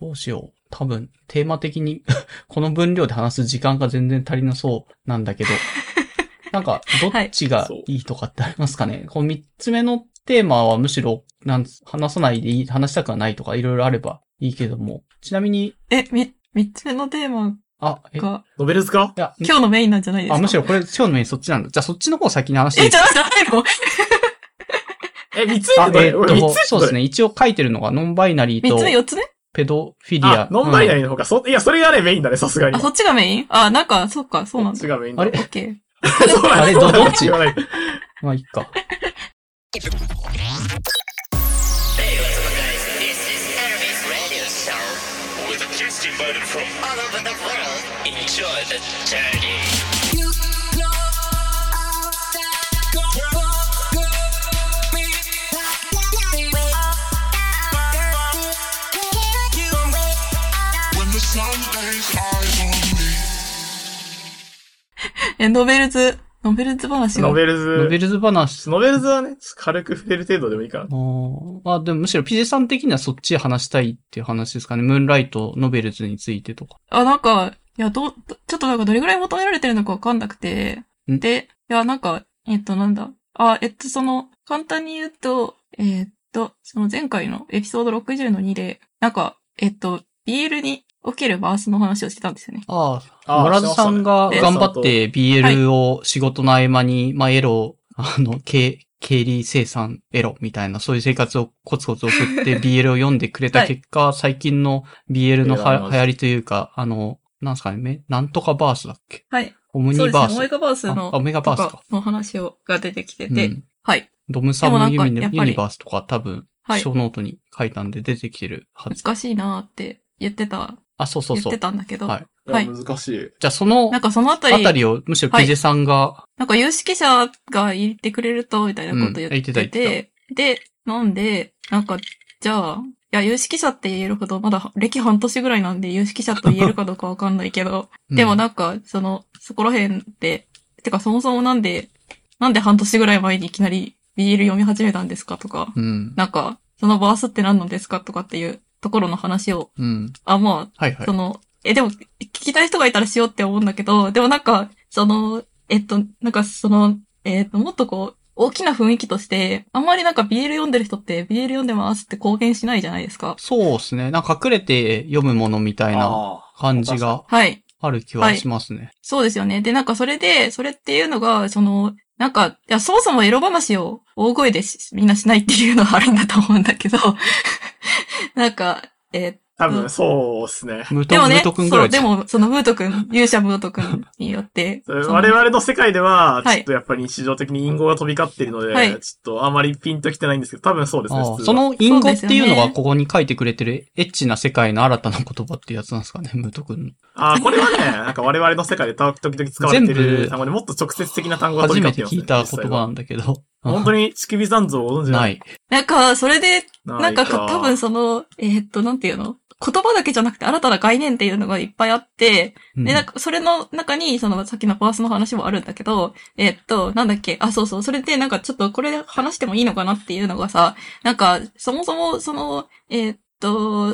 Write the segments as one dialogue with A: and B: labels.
A: どうしよう。多分、テーマ的に、 この分量で話す時間が全然足りなそうなん だけど、なんか、どっちがいいとかってありますかね、この三つ目のテーマはむしろ、なんつ話さないでいい、話したくはないとかいろいろあればいいけども、ちなみに、
B: え、み、三つ目のテーマ
A: あ、え、い
B: が、
C: ノベルズか
A: や、
B: 今日のメインなんじゃないですか
A: あ、むしろこれ、今日のメインそっちなんだ。じゃあそっちの方先に話していい
B: え、ちょっと待って、最後。
C: え、三つ目
A: あ
C: っ、てど
A: え
C: れ
A: ー
C: 俺三つ
A: っ
C: 目
A: と、そうです
C: ね。
A: ね。一応書いてるのが、ノンバイナリー
B: 三
A: と
B: つ目、四つ目
A: ペドフィリ
C: あ
A: ア、。
C: ノンバイナ
A: リ
C: リーの方か。そいや、それがね、メインだね、さすがに。
B: あ、そっちがメインあ、なんか、そっか、そうなんだ。
C: 違うメイン
A: あ
C: だ。
A: れ
B: オッケー。
C: そうなんだ
A: あれど
C: そうなん
A: ど
C: だ
A: っち
C: 言わない
A: ー。まあ、いいか。
D: This is Hermes Radio Show.
E: with a guest invited from
D: All over the world, enjoy the journey.
E: when the sun lays eyes on me.
B: え、ノベルズ、ノベルズ話が。
C: ノベルズ。
A: ノベルズ話の、
C: ノベルズはね、軽く触れる程度でもいいかな。
A: あーまあ、でもむしろ PJ さん的にはそっち話したいっていう話ですかね。ムーンライト、ノベルズについてとか。
B: あ、なんか、いや、どう、どちょっとなんかどれぐらい求められてるのかわかんなくて。
A: ん
B: で、いや、なんか、えっと、なんだ。あ、えっと、その、簡単に言うと、えっと、その前回のエピソード60の2で、なんか、えっと、BL におけるバースの話をしてたんですよね。
A: あ
C: あー
A: あ、モラズさんが
C: してまし
A: 頑
C: たね
A: 張って
B: はい
A: BL を仕事の合間に、まあ、エロ、あの、経経理生産エロみたいな、そういう生活をコツコツ送って BL を読んでくれた結果、最近の BL のは
C: えー
A: 流行りというか、あの、なんすかね、めなんとかバースだっけ
B: はい。
A: オムニ
B: そうです
A: バー
B: ね。
A: ス。
B: オメガバース
A: あ
B: の、
A: オメガバース
B: と
A: か。
B: の話を、が出てきて
A: う
B: て。
A: ん、
B: はい。
A: ドムサムのユ
B: でもなん
A: ニ
B: かやっぱり
A: ユニバースとか多分、
B: はい
A: 小ノートに書いたんで出てきてるはず。
B: 難しいなーって言ってた、
A: あ、そうそう
B: 言っ
A: そう。
B: て
A: じ
B: たんだけど。
A: はい
B: はい
C: いや難しい。
A: ゃあその
B: なんかそのあたり
A: あ、たりをむしろ
B: はい
A: PJ さんが、
B: なんか有識者が言ってくれると、みたいなこと言ってて、
A: うん言ってた言っ
B: で、なんで、なんか、じゃあ、いや、有識者って言えるほど、まだ歴半年ぐらいなんで、有識者と言えるかどうかわかんないけ ど、
A: うん
B: でもなんか、その、そこら辺で、てかそもそもなんで、なんで半年ぐらい前にいきなり BL 読み始めたんですかとか、
A: うん。
B: なんか、そのバースって何なんですかとかっていうところの話を、
A: うん。
B: あ、まあ、
A: はいはい
B: そ。の、え、でも、聞きたい人がいたらしようって思うんだけど、でもなんか、その、えっと、なんかその、えっと、もっとこう、大きな雰囲気として、あんまりなんか BL 読んでる人って BL 読んでますって公言しないじゃないですか。
A: そうですね。なんか隠れて読むものみたいな
C: あ
A: 感じが
B: はい。
A: ある気はしますね。
B: そうですよね。で、なんかそれで、それっていうのが、その、なんか、いや、そもそもエロ話を大声でしみんなしないっていうのがあるんだと思うんだけど、 なんか、えっと
C: ー多分、そうっすね。
A: ムー
B: で
A: ト、
B: も
A: ム
B: ね、
A: ートくんぐら
B: そう、
A: いで。
B: ですも、そのムートくん、勇者ムートくんに よって、その
C: 我々の世界では、
B: はい
C: ちょっとやっぱり日常的に隠語が飛び交っているので、
B: はい
C: ちょっとあまりピンときてないんですけど、多分そうですね。
A: あ
C: 普
A: あ
C: 通は
A: その隠語っていうの
B: そうですよ
A: が
B: ね
A: ここに書いてくれてるエッチな世界の新たな言葉ってやつなんですかね、ムートくんの。
C: あーこれはね、なんか我々の世界で時々使われて
A: 全
C: る
A: 部
C: 単語でもっと直接的な単語が
A: 初
C: 飛び
A: め
C: 交っててま
A: 聞
C: すね
A: いた言葉
C: 実際
A: な
C: は
A: んだけど。
C: 本当に乳首残像をご存知。
A: ないい。
B: なんか、それで、な
C: なん
B: か多分その、えーっと、なんていうの言葉だけじゃなくて新たな概念っていうのがいっぱいあって、
A: うん
B: で、なんか、それの中に、その、さっきのパースの話もあるんだけど、えーっと、なんだっけ、あ、そうそう、それでなんかちょっとこれ話してもいいのかなっていうのがさ、なんか、そもそも、その、えーっと、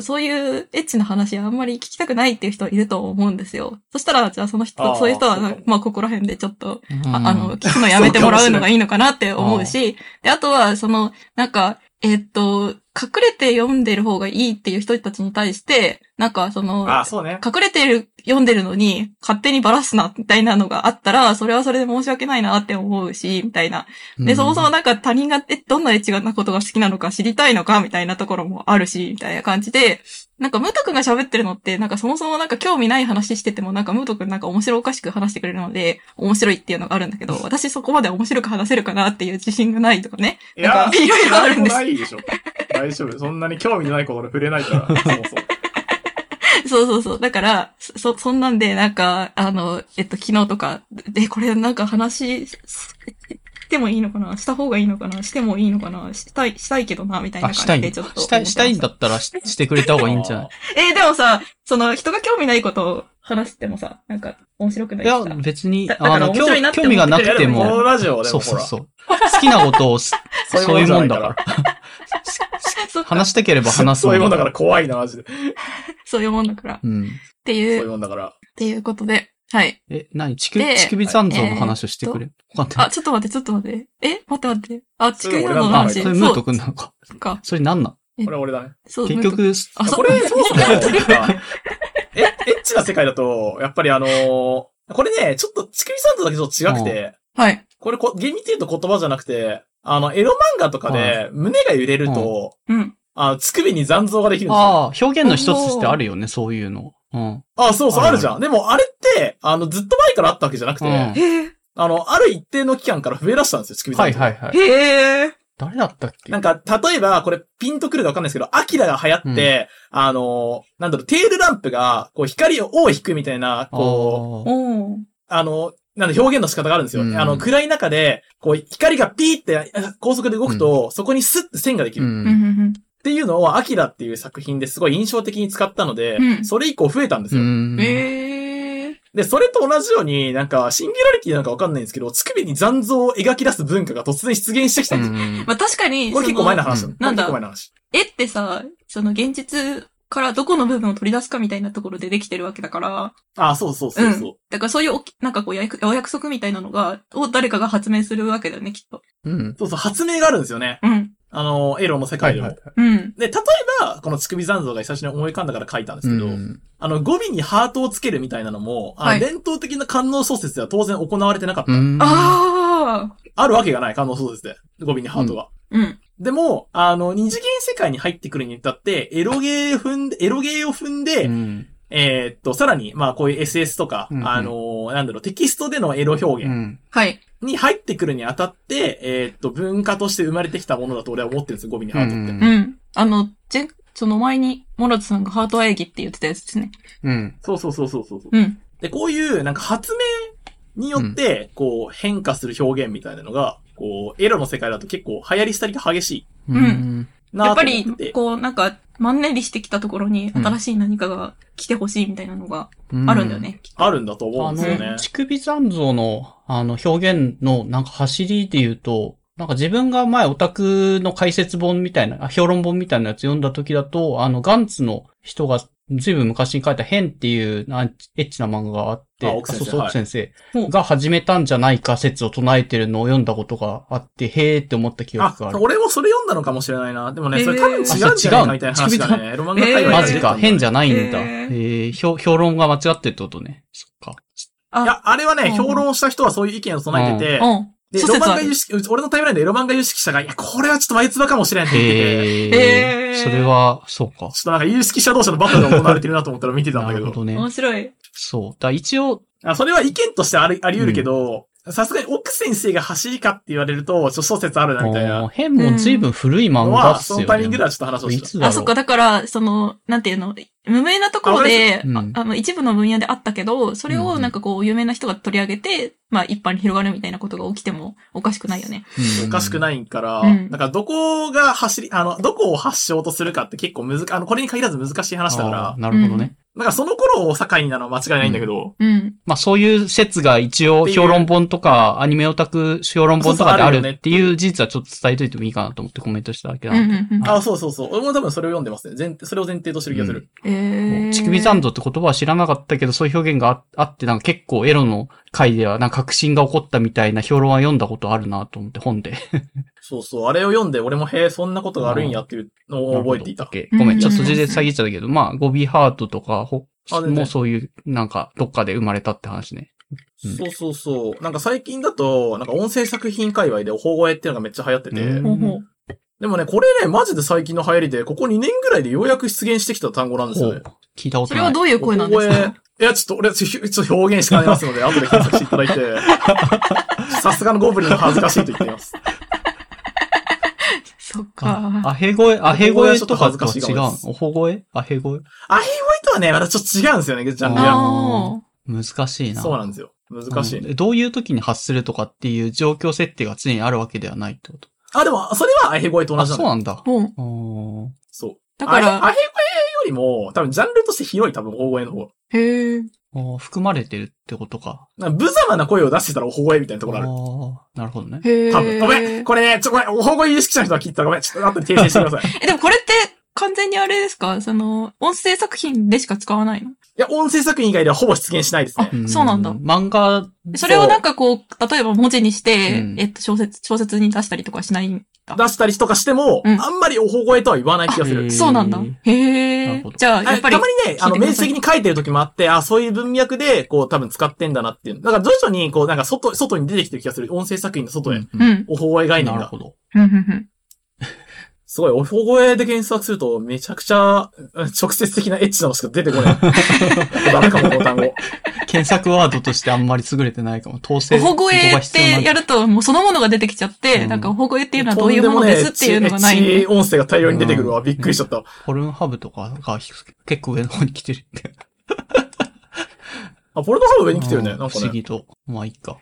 B: そういうエッチな話あんまり聞きたくないっていう人いると思うんですよ。そしたら、じゃあその
C: あ
B: 人、
C: ー
B: そういう人
C: そうか
B: は
C: も、
B: まあ、ここら辺でちょっと、
A: うん
B: ああの、、聞くのやめてもらうのがいいのかなって思うし、で、あとは、その、なんか、えっと、隠れて読んでる方がいいっていう人たちに対して、なんか、その、
C: あー、そうね。
B: 隠れてる、読んでるのに、勝手にバラすな、みたいなのがあったら、それはそれで申し訳ないなって思うし、みたいな。で、そもそもなんか他人が、え、どんなエッチなことが好きなのか知りたいのか、みたいなところもあるし、みたいな感じで、なんか、ムートくんが喋ってるのって、なんかそもそもなんか興味ない話してても、なんかムートくんなんか面白おかしく話してくれるので、面白いっていうのがあるんだ けど、私そこまで面白く話せるかなっていう自信がないとかね。
C: い
B: なんか、いろいろあるんで
C: な
B: す。
C: いでしょ。大丈夫。そんなに興味のないことに触れな いから、そもそも。
B: そうそうそう。だから、そ、そんなんで、なんか、あの、えっと、昨日とか、で、これなんか話し、してもいいのかなした方がいいのかなしてもいいのかなしたい、したいけどな、みたいな
A: あ、した
B: 感
A: い
B: じ
A: ん
B: で
A: だ
B: ちょっと思ってま。
A: したい、したいんだったらししてくれた方がいいん じゃない
B: えーでもさ、その人が興味ないことを話してもさ、なんか面白くない
A: い
B: し
A: や
B: さ、
A: 別に
B: だ、だから
A: あの、
B: 面
A: 興
B: 白いなって
A: 興
B: 思って
A: 味がな
C: あ
A: く
C: で
A: て
C: も、この
A: も、
C: ラジオで
A: そ
C: も
A: う
C: ほ
A: そう
C: ら、
A: そう。好きなことをす、そういうもんだから。
C: そういうもんじゃな
A: 好
C: いから
A: き好
B: そっか。
A: 話したければ話す。
C: そういうもんだからら怖いな、マジで。そ
B: そういうもんだから。っ
A: うん。
B: て
C: う
B: い
C: いう
B: う、っ
C: もんだから。
B: ていうことで。はい。
A: え、何乳首、
B: で
A: 乳首残像の話をしてくれ。わかんな
B: あ、
A: い。
B: ちょっと待って、ちょっと待って。え待って待って。あ、地球
C: そ
B: な
C: れ
B: の
C: 俺
A: あ、
C: ら
B: 話。
A: そ
B: そ
A: れ
B: う、
A: ムートくんなのか。
B: そっか。
A: それ何なん
C: これ俺だね。
B: そう、
A: 結
B: ムー
A: 局、
B: ト、あ、そ
C: こ
B: う、
C: れ、そう そうね。え、エッチな世界だと、やっぱりあのーこれね、ちょっと、乳首サンドだけちょっと違くて、
B: はい。
C: これこ、厳密に言うと言葉じゃなくて、あの、エロ漫画とかで、胸が揺れると、
B: うん。
C: あの、乳首に残像ができるんですよ。
A: ああ、表現の一つとしてあるよね、そういうの。うん。
C: あ、そうそう、
A: ある
C: あるじゃん。でも、あれって、あの、ずっと前からあったわけじゃなくて、
A: うん
B: へえ。
C: あの、ある一定の期間から増え出したんですよ、乳首
A: は
C: 残像。
A: いはいはい。
B: へえ。
A: 誰だったっけ
C: なんか、例えば、これ、ピンとくるかわかんないですけど、アキラが流行って、あの、なんだろう、テールランプが、こう、光を尾を引くみたいな、こう、
A: あー
B: おー。
C: あの、なんだ、表現の仕方があるんですよ。
A: うん
C: あの、暗い中で、こう、光がピーってあ高速で動くと、そこにスッて線ができ
A: う
C: る。っ
B: うんん、う。ん、
C: ていうのを、アキラっていう作品ですごい印象的に使ったので、
B: うん
C: それ以降増えたんです
A: う
C: よ。
B: うん。
A: ん。
B: へえ。
C: で、それと同じように、なんか、シンギュラリティなのかわかんないんですけど、乳首に残像を描き出す文化が突然出現してきたんですよ。
B: まあ確かに、
C: これ結構
B: その
C: 前の話だ、
A: うん
C: これ結構
B: な
C: 前の話。
B: 絵ってさ、その現実からどこの部分を取り出すかみたいなところでできてるわけだから、
C: あ、そうそうそうそう。
B: だからそういうおき、なんかこうやお約束みたいなのが、を誰かが発明するわけだよね、きっと。
A: うん。
C: そうそう、発明があるんですよね。
B: うん。
C: あの、エロの世界でも。
A: はいは
B: うん。
C: で、例えば、この乳首残像が久しぶりに思い浮かんだから書いたんです
A: う
C: けど、
A: ん。
C: あの、語尾にハートをつけるみたいなのも、あの
B: はい
C: 伝統的な観音小説では当然行われてなかった。
A: うん。
B: ああ
C: あるわけがない、観音小説で。語尾にハートが。
B: うん。
C: でも、あの、二次元世界に入ってくるに至って、エロゲーを踏んで、エロゲーを踏んで、
A: うん。
C: えーっと、さらに、まあ、こういう SS とか、
A: うんうん
C: あのーなんだろう、テキストでのエロ表
A: う
C: 現
A: ん。
B: はい。
C: に入ってくるにあたって、えーっと、文化として生まれてきたものだと俺は思ってるんですよ、語尾にハートって。
A: うん
B: うん。あの、ぜその前に、モラトさんがハート会議って言ってたやつですね。
A: うん。
C: そうそうそうそうそうそう。
B: うん。
C: で、こういう、なんか発明によって、こう、変化する表現みたいなのが、こう、エロの世界だと結構流行りしたりが激しい
A: うん。
B: や
C: な
B: っぱ
C: と思って
B: り
C: て。、
B: こう、なんか、マンネリしてきたところに
A: うん
B: 新しい何かが来てほしいみたいなのがあるんだよね。きっと
C: あるんだと思う
A: あ
C: んですよね
A: の、。乳首残像の、あの、表現の、なんか走りで言うと、なんか自分が前オタクの解説本みたいな、あ評論本みたいなやつ読んだ時だと、あの、ガンツの人が、ずいぶん昔に書いた変っていうなエッチな漫画があって、
C: あ奥先生
A: そうそう、
C: はい
A: 奥先生
B: ほう
A: が始めたんじゃないか説を唱えてるのを読んだことがあって、へーって思った記
C: あ
A: 憶があ、る。
C: 俺もそれ読んだのかもしれないな。でもね、それ多分違うんじ
A: えー
C: ゃないかみたいな話
A: あそ
C: が
A: う
C: ね、エロ漫画界隈
B: えー
C: で
A: マジか、変じ
C: ゃ
A: ゃ
C: ん。
A: ないんだ。
B: へ
A: え
B: ー
A: ー評評論が間違ってるってことね。そっか。
B: あ
C: いや、あれは
B: う
C: ね、
B: ん
C: 評論した人はそういう意見を唱えてて、
B: うん。
C: で、エ
B: 諸
C: ロ漫
B: 説あ
C: 画
B: る
C: 有。識、俺のタイムラインでエロ漫画有識者が、いや、これはちょっと眉唾かもしれんって言ってて、ちょ
A: へー。
B: へー
A: それは、そうか。
C: っとなんか有識者同士のバトルが行われてるなと思ったら見てたん
A: な
C: だけ
A: る
C: ど
A: ほ。どね。
B: 面白い。
A: そう。だから一応、
C: あ、それは意見としてあり、あり得るけど、さすがに奥先生が走りかって言われると、ちょっと小説あるなみたい
A: もう
C: な
A: 変も随分古い漫
C: の
A: 画
C: は、
A: っすよ、
C: そ
A: ね。
C: のタイミングではちょっと話を
A: い
C: し
A: つだろう
B: あ、そっか、だから、その、なんていうの、無名なところで、
A: あ
B: あ
A: うん
B: あの、一部の分野であったけど、それ
A: うんう
B: を
A: ん
B: なんかこう、有名な人が取り上げて、まあ、一般に広がるみたいなことが起きてもおかしくないよね。
C: た。おかしく
A: い。
C: ないから、
B: うん
C: だからどこが走り、あの、どこを発祥とするかって結構難あの、これに限らず難しい話だから、
A: あーなるほどね。
B: うん
C: なんかその頃を境になのは間違いないんだけど、
B: うん。
A: まあそういう説が一応評論本とか、アニメオタク評論本とかであ
C: そうそうある
A: る
C: よね
A: っていう事実はちょっと伝えといてもいいかなと思ってコメントしただけ
B: う、
A: なん
B: う
A: の
B: ん
A: で。、
B: うん。
C: あ、そうそうそう。俺も多分それを読んでますね。前提それを前提としてる気がする。
A: も
B: えー。
A: う乳首残像って言葉は知らなかったけど、そういう表現がああって、なんか結構エロの回では、なんか革新が起こったみたいな評論は読んだことあるなと思って、 本で。
C: そうそう。あれを読んで、俺もへえ、そんなことがあるんやっていうのを覚えてい
A: オ
C: た
A: ッ。ケーごめ、
B: うんん
A: ちょっと途中で遮っちゃったけど、まあ、ゴビーハートとか、ほ
C: あ全然
A: もうそういう、なんか、どっかで生まれたって話ね。うん
C: そうそうそう。なんか最近だと、なんか音声作品界隈で方声っていうのがめっちゃ流行ってて、
A: うん
B: ほうほう。
C: でもね、これね、マジで最近の流行りで、ここ2年ぐらいでようやく出現してきた単語なんです
A: ほ
C: よ
A: う
C: ね。
A: 聞いたこと
B: そ
A: ない。
B: れはどういう声なんです
C: こ
B: か
C: こへいや、ちょっと俺、ちょちょっと表現しかねますので、後で検索していただいて。さすがのゴブリンは恥ずかしいと言っています。
B: そっ
A: あ
B: か。
A: アヘ声、アヘ声とかとは
C: アヘ声はちょっと恥ずかし
A: 違
C: いうかも
A: の
C: です
A: おほ声アヘ声
C: アヘイホイとはね、またちょっと違うんですよね、ジャンル
A: あ
C: が。
B: あ
A: 難しいな。
C: そうなんですよ。難しいね。
A: うんどういう時に発するとかっていう状況設定が常にあるわけではないってこと。
C: あ、でも、それはアヘ声と同
A: あ、
C: じなん
A: そ
C: だ
A: うな
C: よ。
A: んだ
B: ー。。も
A: お
C: そう。
B: だから
C: アヘアヘ声よりも、多分ジャンルとして広い、多分、大声の方。
B: う、へえ。
A: ああ含まれてるってことか。
C: なんか無様な声を出してたらおほえみたいなところある。
A: ああ、なるほどね。
B: へー
C: 多分。ごめん。これね、ちょ、ごめん。おほ意識者の人は聞いてたらごめん。ちょっと後で訂正してくださ い。い
B: え、でもこれって完全にあれですかその、音声作品でしか使わないの
C: や、音声作品以外ではほぼ出現しないですね。
A: ん
B: そうなんだ
A: 漫画、
B: それをなんかこう、例えば文字にして、
A: うん
B: えっと、小説、小説に出したりとかしないんだ。
C: 出したりとかしても、
B: うん
C: あんまりおほえとは言わない気がす
A: へ
C: る
A: ー。
B: そうなんだ。
A: な
B: へ
A: る
B: え
A: ほど。
B: じゃあ、やっぱり
C: あた。まにね、あの、
B: 聞いてください
C: 明示的に書いてる時もあって、あ、そういう文脈で、こう、多分使ってんだなっていう。だから徐々に、こう、なんか外、外に出てきてる気がする。音声作品の外へ。
B: うん。うん
C: おほえ概念
A: なる
C: が
A: ほ。ど。
B: うんうん
C: すごい、おほえで検索すると、めちゃくちゃ、 うん直接的なエッチなのしか出てこない。 ダメかも、この単語。
A: 検索ワードとしてあんまり優れてないか も。統制
B: おほごえっ
A: ここが必要な
B: て
A: ん
B: や
A: だ
B: ると、もうそのものが出てきちゃって、
A: うん
B: なんかおほごえっていうのはどういうものですっていうのがな
C: とんでもねえ
B: い。
C: ち音声が大量に出てくるわ。びっくりしちゃった。
A: ポルンハブとかが結構上の方に来てるって。
C: あ、ポルノハブ上に来てるね。
A: うん
C: なん
A: 不
C: か
A: 思
C: ね、
A: 議と。まあいいか。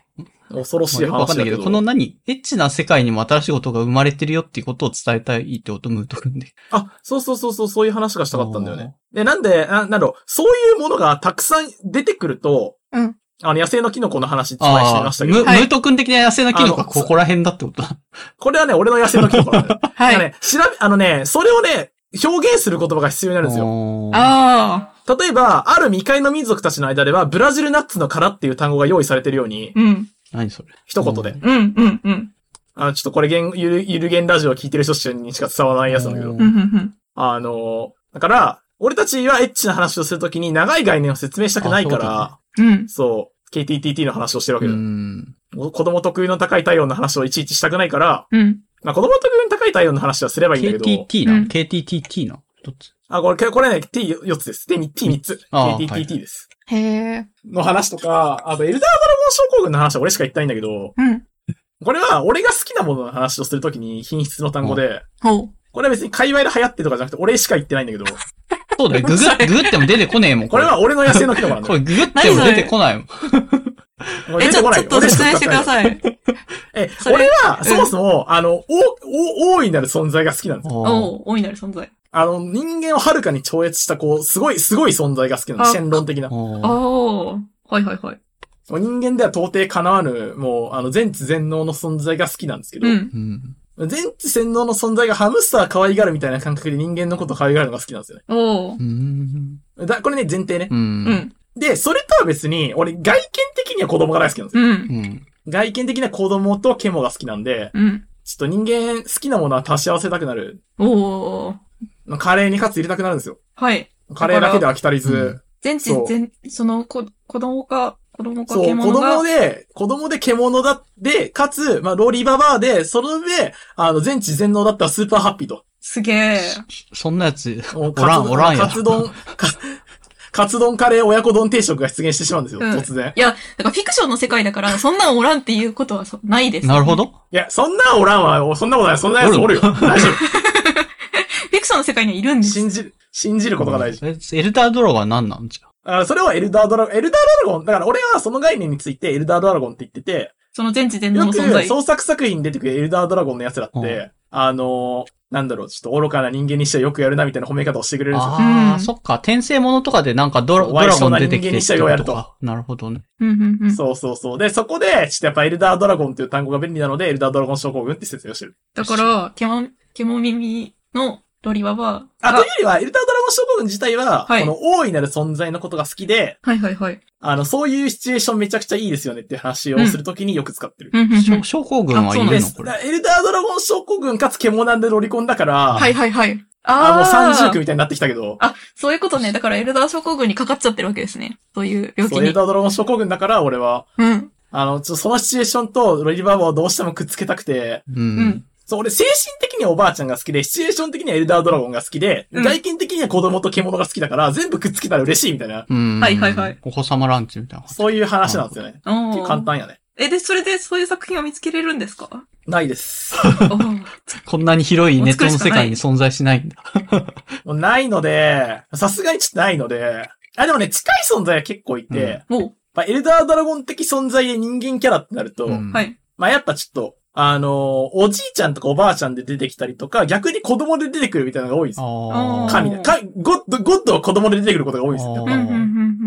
C: 恐ろし
A: まあ
C: い
A: よくわかんな
C: 話だ
A: いけ
C: け
A: ど、
C: ど。
A: この何、エッチな世界にも新しいことが生まれてるよっていうことを伝えたいってことムート君で。
C: あ、そうそうそうそう、そういう話がしたかったんだよね。で、なんで、ななんだろう、そういうものがたくさん出てくると、
B: うん
C: あの、野生のキノコの話一番して
A: あ
C: まし
A: あ、
C: た
A: ム
C: けど、
A: ムート君的な野生のキノコ
C: あ
A: は
C: の
A: ここら辺だってことだ。
C: これはね、俺の野生のキノコなんだ よ。
B: は
C: だから
B: い。
C: ね、調べ、あのね、それをね、表現する言葉が必要になるんですよ。
A: おー
B: ああ、
C: 例えば、ある未開の民族たちの間では、ブラジルナッツの殻っていう単語が用意されてるように、
B: うん。
A: 何それ。
C: 一言で。
B: うん、うん、うん。
C: あの、ちょっとこれ言、ゆる、ゆるゲンラジオを聞いてる人にしか伝わらないやつなんだけど。
B: うん、うん、
C: あの、だから、俺たちはエッチな話をするときに長い概念を説明したくないか
A: あ
C: ら、
B: うん。うん。
C: そう,、KTTT の話をしてるわ
A: う
C: けだよ、
A: ん。
C: 子供特有の高い体温の話をいちいちしたくないから、
B: うん。
C: まあ子供特有の高い体温の話はすればいいんだけど、
A: KTT な
B: うん
A: ?KTTT などっち
C: あ、これ、これね、T4 つです。T3 つ。
A: あー
C: KTTT です。
B: へえ。
C: の話とか、あと、エルダードラゴン症候群の話は俺しか言ったいんだけど、
B: うん。
C: これは俺が好きなものの話をするときに品質の単語で、
B: ほう。
C: これは別に界隈で流行ってとかじゃなくて俺しか言ってないんだけど、
A: そうだよ。ググっ、ググっても出てこねえもん。
C: これは俺の野生の機能なんだ
A: こ
C: よ。
A: れググっても出てこないもん。
C: これ
B: え、
C: 出
B: ち
C: てこ
B: ょ、
C: な
B: ちょ
C: い
B: っ
C: よ
B: と説明してくだ
C: い。
B: さい。
C: え、
B: それ
C: 俺は、
B: ん
C: そもそも、あの、お、お、大いなる存在が好きなんですよ。
A: おー
B: おう、大いなる存在。
C: あの、人間をはるかに超越した、こう、すごい、すごい存在が好きなんです。
B: あ
C: 先論的な。も
A: おー
B: おー。はいはいはい。
C: う人間では到底叶わぬ、もう、あの、全知全能の存在が好きなんですけど
B: う、ん。
A: うん。
C: 全知全能の存在がハムスター可愛がるみたいな感覚で人間のこと可愛がるのが好きなんですよね。
B: おー
A: う。ん。
C: だ、これね、前提ね
A: う。。
B: うんん。
C: で、それとは別に、俺、外見的には子供が大好きなんですよ。
B: うん。
A: うん。
C: 外見的な子供とケモが好きなんで、
B: うん。
C: ちょっと人間好きなものは足し合わせたくなる。
B: おー。
C: カレーにカツ入れたくなるんですよ。
B: はい。
C: カレーだけでは飽き足りず、
A: うん
B: 全知
C: そう
B: 全、その、こ、子供か、子供か
C: そう、子
B: 獣が。
C: 供で、子供で獣だって、かつ、まあ、ロリババアで、その上、あの、全知全能だったらスーパーハッピーと。
B: すげえ。
A: そんなやつ、
C: お
A: おらん、おらんや
C: カツ丼、かカツ丼カレー親子丼定食が出現してしまうんですよ、
B: うん
C: 突然。
B: いや、だからフィクションの世界だから、そんなんおらんっていうことはそないです。
A: なるほ。ど。
C: いや、そんなおらんわ、そんなことない、そんなやつおるよ。大丈夫。
B: フィクションの世界にはいるんです。
C: 信じる、信じることが大事。
A: えエルダードローは何なんじゃ。
C: あそれはエルダードラゴン、エルダードラゴン、だから俺はその概念についてエルダードラゴンって言ってて、
B: その全知全能
C: よ
B: の
C: く
B: 存在。
C: 創作作品に出てくるエルダードラゴンの奴らって、
A: うん
C: あのーなんだろう、ちょっと愚かな人間にしてはよくやるなみたいな褒め方をしてくれるんですよ。
A: ああ、
B: うん
A: そっか。転生ものとかでなんかドラ
C: そう
A: ドラゴン出てきて
C: ワイショーな人間にしてはようやると
A: か。なるほどね。
B: うんうんうん。
C: そうそうそう。で、そこで、ちょっとやっぱエルダードラゴンっていう単語が便利なので、エルダードラゴン症候群って説明をしてる。
B: だから、ケモ、ケモ耳のロリババア
C: あ、
B: が
C: というよりは、エルダードラゴン症候群自体は、
B: はい
C: この大いなる存在のことが好きで、
B: はいはいはい。
C: あの、そういうシチュエーションめちゃくちゃいいですよねっていう話をするときによく使ってる。
B: うんうんうん
A: 症症候群はい
B: うん
A: る
C: で
A: のこ
C: だ
A: れ。
C: エルダードラゴン症候群かつ獣なんでロリコンだから、
B: はいはいはい。
C: あ、もう
B: ああ。
C: 三重苦みたいになってきたけど、
B: あ、そういうことね。だからエルダー症候群にかかっちゃってるわけですね。そういう病気
C: そう、エル
B: に。
C: ダードラゴン症候群だから、俺は、
B: うん。
C: あの、ちょっとそのシチュエーションとロリバーバをどうしてもくっつけたくて、
A: う
B: うんん。。
C: そう、俺精神的にはおばあちゃんが好きで、シチュエーション的にはエルダードラゴンが好きで、
B: うん
C: 外見的には子供と獣が好きだから、全部くっつけたら嬉しいみたいな、
A: うん。
B: はいはいはい。
A: お子様ランチみたいな。
C: そういう話なんですよね。
B: お
C: 結
B: ー
C: 構簡単やね。
B: え、で、それでそういう作品を見つけれるんですか
C: ないです。
B: おー
A: こんなに広いネットの世界に存在しないんだ。
C: もうないので、さすがにちょっとないので、あ、でもね、近い存在は結構いて、
A: うん
C: やっ
B: お
C: ぱエルダードラゴン的存在で人間キャラってなると、
A: うん
B: はい。
C: まあやっぱちょっと、あのーおじいちゃんとかおばあちゃんで出てきたりとか、逆に子供で出てくるみたいなのが多いです。
A: ああ。
B: 神
C: 神ね。かゴッド、ゴッドは子供で出てくることが多いです
A: あ
C: ね
A: ー。
B: うんうんうんうんうん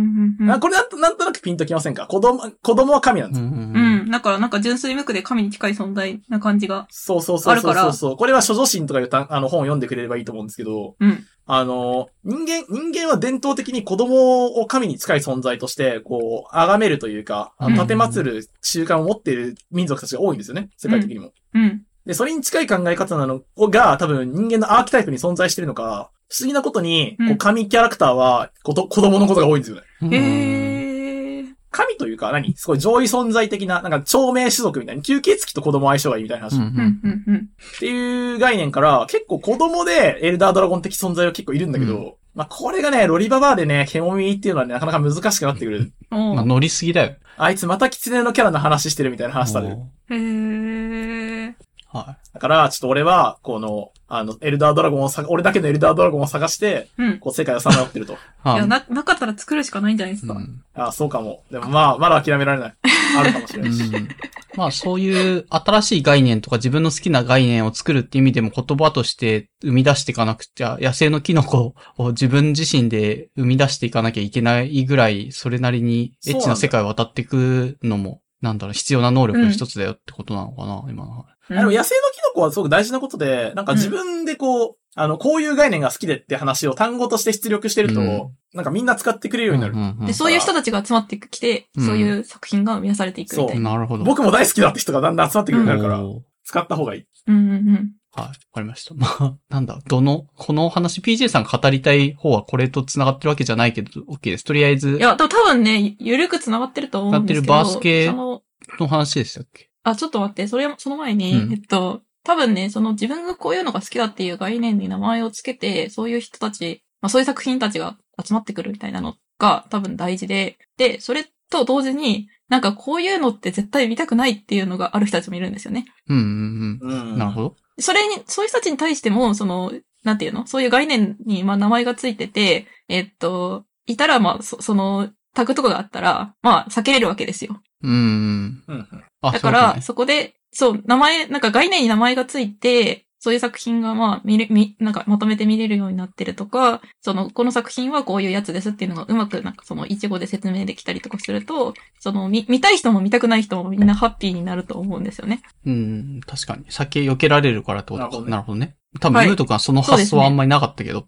C: あこれなんとなんとなくピンときませんか子供、子供は神なんです
A: う
C: よ。
A: ん。
B: うん。だからなんか純粋無垢で神に近い存在な感じが。
C: そうそうそうそう
B: あるか
C: そ
B: ら
C: うそう。これは諸女心とかいうたあの本を読んでくれればいいと思うんですけど、
B: うん。
C: あの、人間、人間は伝統的に子供を神に近い存在として、こう、崇めるというか、あ
B: うん
C: の立て祀る習慣を持っている民族たちが多いんですよね。世界的にも。
B: うん。
C: で、それに近い考え方なのが、多分人間のアーキタイプに存在してるのか、不思議なことに、
B: うん
C: こう神キャラクターはこと、子供のことが多いんですよね。
A: うん。
B: へえ。
C: 神というか何、すごい上位存在的な、なんか、長命種族みたいな、吸血鬼と子供相性がいいみたいな
A: う
C: 話。
A: ん
B: う
C: っ
B: ん、うん、うん。
C: ていう概念から、結構子供でエルダードラゴン的存在は結構いるんだけど、
A: うん
C: まあ、これがね、ロリババアでね、ケモミっていうのはね、なかなか難しくなってくる。
A: うん。まあ、
B: お
A: 乗りすぎだよ。
C: あいつまた狐のキャラの話してるみたいな話される。
B: へえ。
A: は
C: だから、ちょっと俺は、この、あの、エルダードラゴンをさ、俺だけのエルダードラゴンを探して、
B: うん。
C: こう、世界をさまよってると。
A: い。
B: い
A: は
B: や、な、なかったら作るしかないんじゃないです
A: う
B: か。
A: ん
C: あそうかも。でもまあ、まだ諦められない。あるかもしれ
A: う
C: ないし。
A: ん。まあ、そういう新しい概念とか自分の好きな概念を作るって意味でも言葉として生み出していかなくちゃ、野生のキノコを自分自身で生み出していかなきゃいけないぐらい、それなりにエッチな世界を渡っていくのも、なんだろう、必要な能力の一つだよってことなのかな、今の。
B: う
C: あ
B: ん
C: でも野生のキノコはすごく大事なことで、なんか
B: うん
C: 自分でこう、あの、こういう概念が好きでって話を単語として出力してると、
A: うん
C: なんかみんな使ってくれるようになる。
A: んん
B: で、そういう人たちが集まってきて、
A: うん
B: そういう作品が生み出されていくみた
A: う
B: い
A: ん
B: な。
A: なるほど。
C: 僕も大好きだって人がだんだん集まってくるようになるから、
A: おー
C: 使った方がいい。
B: うん、うん、うん。
A: はい、わかりました。ま あ、なんだ、どの、このお話、PJ さんが語りたい方はこれと繋がってるわけじゃないけど、OK です。とりあえず
B: い、や、でも多分ね、ゆるく繋がってると思うんですけ
A: 繋
B: ど。
A: がってるバース系
B: その、
A: の話でしたっけ
B: あ、ちょっと待って、それ、その前に、
A: うん
B: えっと、多分ね、その自分がこういうのが好きだっていう概念に名前をつけて、そういう人たち、まあそういう作品たちが集まってくるみたいなのが多分大事で、で、それと同時に、なんかこういうのって絶対見たくないっていうのがある人たちもいるんですよね。
A: うんうん
C: う。
A: うんん。なるほど。
B: それに、そういう人たちに対しても、その、なんていうのそういう概念に、まあ、名前がついてて、えっと、いたら、まあ、そその、タグとかがあったら、まあ、避けれるわけですよ。
A: うんうん。
C: うんうん。
A: あそうい
B: だか
A: うこと
B: ら、
A: ね
B: そこで、そう、名前、なんか概念に名前がついて、そういう作品が、まあ、見れ、見、なんかまとめて見れるようになってるとか、その、この作品はこういうやつですっていうのがうまく、なんかその、一語で説明できたりとかすると、その、見、見たい人も見たくない人もみんなハッピーになると思うんですよね。
A: うん、確かに。酒避けられるからってこと
C: なる
A: か。
C: ほどね
A: なるほどね。多分、
B: はい
A: ゆうとくんはその
B: そうで
A: 発
B: すね
A: 想はあんまりなかったけど。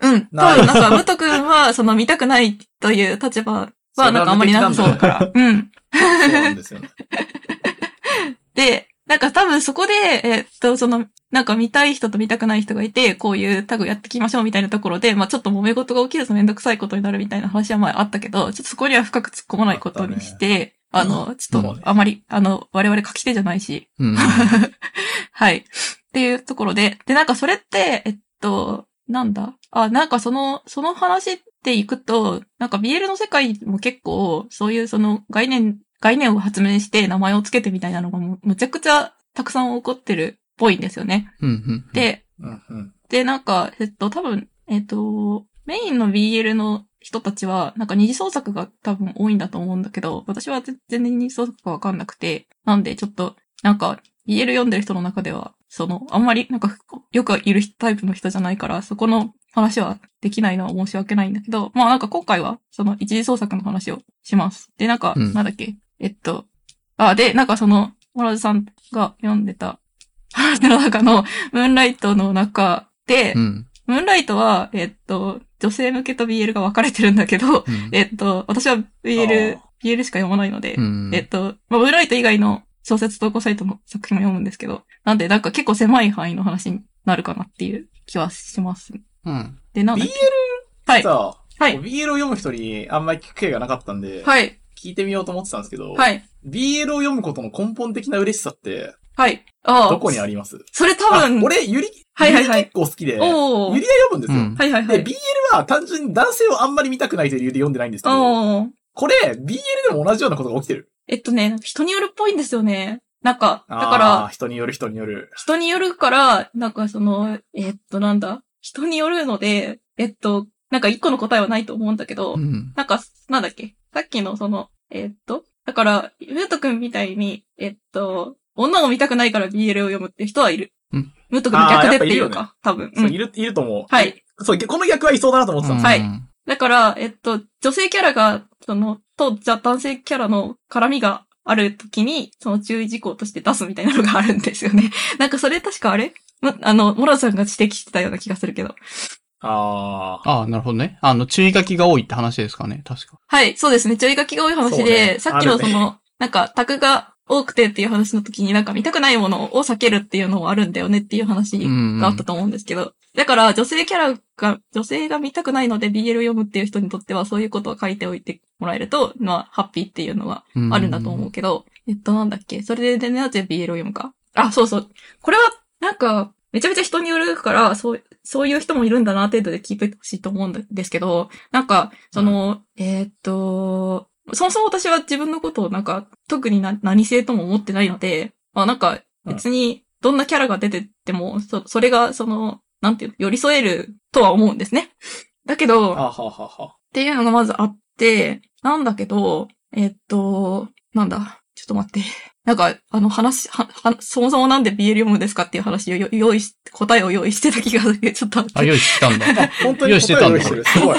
B: うん。多
C: な
B: 分、なんか、ムト君は、その、見たくないという立場は、なんかあんまりなさそうだから。うん。
C: そうなんですよね。
B: で、なんか多分そこで、えっと、その、なんか見たい人と見たくない人がいて、こういうタグやっていきましょうみたいなところで、まあちょっと揉め事が起きるとめんどくさいことになるみたいな話は前あったけど、ちょっとそこには深く突っ込まないことにして、あの、ちょっ
C: そう
B: と
C: ね
B: あまり、あの、我々書き手じゃないし、
A: うん。うん
B: はい。っていうところで、で、なんかそれって、えっと、なんだあ、なんかその、その話っていくと、なんか BL の世界も結構、そういうその概念、概念を発明して名前をつけてみたいなのがもうむちゃくちゃたくさん起こってるっぽいんですよね。
A: うんうん。
B: で、
C: うんうん。
B: で、なんか、えっと、多分、えっと、メインの BL の人たちは、なんか二次創作が多分多いんだと思うんだけど、私は全全然二次創作がわかんなくて、なんでちょっと、なんか、BL 読んでる人の中では、その、あんまり、なんか、よくいるタイプの人じゃないから、そこの話はできないのは申し訳ないんだけど、まあなんか今回は、その一次創作の話をします。で、なんか、
A: うん
B: なんだっけ、えっと、あ、で、なんかその、モラズさんが読んでた 話の中の、ムーンライトの中で、
A: うん。
B: ムーンライトは、えっと、女性向けと BL が分かれてるんだけど、
A: うん
B: えっと、私は BL
C: あ、
B: BL しか読まないので、
A: うん
B: えっと、まあ、ムーンライト以外の小説投稿サイトの作品も読むんですけど、なんでなんか結構狭い範囲の話になるかなっていう気はします。
A: うん。
B: で、なんだっけはい。
C: さあ、
B: はい。
C: BL を読む人にあんまり聞く機会がなかったんで、
B: はい。
C: 聞いてみようと思ってたんですけど、
B: はい。
C: BL を読むことの根本的な嬉しさって、
B: はい。ああ。
C: どこにあります
B: それ多分
C: あ、俺、ゆり、
B: はいはいはい
C: ゆり結構好きで、ゆりは
B: おお。は
C: 読
B: い
C: むんですよ。
A: うん
B: はいは
C: で、
B: い。
C: BL は単純に男性をあんまり見たくないという理由で読んでないんですけど、
B: おお。
C: これ、BL でも同じようなことが起きてる。
B: えっとね、なんか人によるっぽいんですよね。なんか、だ
C: あー
B: から、
C: 人による人による。
B: 人によるから、なんかその、えっと、なんだ、人によるので、えっと、なんか一個の答えはないと思うんだけど、
A: うん。
B: なんか、なんだっけ、さっきのその、えっと、だから、ムート君みたいに、えっと、女を見たくないから BL を読むって人はいる。
A: うん
B: ムート君の逆でっていう
C: あーやっぱいるよ
B: か、多分。う
C: そうんいる、いると思う。
B: はい。
C: そう、この逆はいそうだなと思ってたんですよ
B: はい
A: うん
B: だから、えっと、女性キャラが、その、と、じゃ男性キャラの絡みがあるときに、その注意事項として出すみたいなのがあるんですよね。 なんかそれ確かあれむあの、モラさんが指摘してたような気がするけど。
C: ああ。
A: ああ、なるほどね。あの、注意書きが多いって話ですかね、確か。
B: はい、そうですね。注意書きが多い話
C: そう
B: で、
C: ね
B: さっきのそ
C: ある
B: の、なんか、タグが多くてっていう話の時になんか見たくないものを避けるっていうのもあるんだよねっていう話
A: うん
B: があったと思うんですけど。だから、女性キャラが、女性が見たくないので BL を読むっていう人にとっては、そういうことを書いておいてもらえると、まあ、ハッピーっていうのは
A: うん
B: あるんだと思う。けど、えっと、なんだっけ。それで、ね、なぜ BL を読むか。あ、そうそう。これは、なんか、めちゃめちゃ人によるから、そう、そういう人もいるんだな、程度で聞いてほしいと思うんですけど、なんか、その、えーっと、そもそも私は自分のことをなんか、特にな何性とも思ってないので、まあなんか、別に、どんなキャラが出てっても、そ、それが、その、なんていうの、寄り添えるとは思うんですね。だけど、
C: あははは。
B: っていうのがまずあって、なんだけど、えっと、なんだ、ちょっと待って。なんか、あの話、は、は、そもそもなんで BL 読むんですかっていう話をよ用意し、答えを用意してた気がするけど、ちょっと待っ
A: あ、
B: て。
A: 用意してたんだ。
C: あ本当 に
A: 用意してたんだ
C: 答えを用意してる。すごい。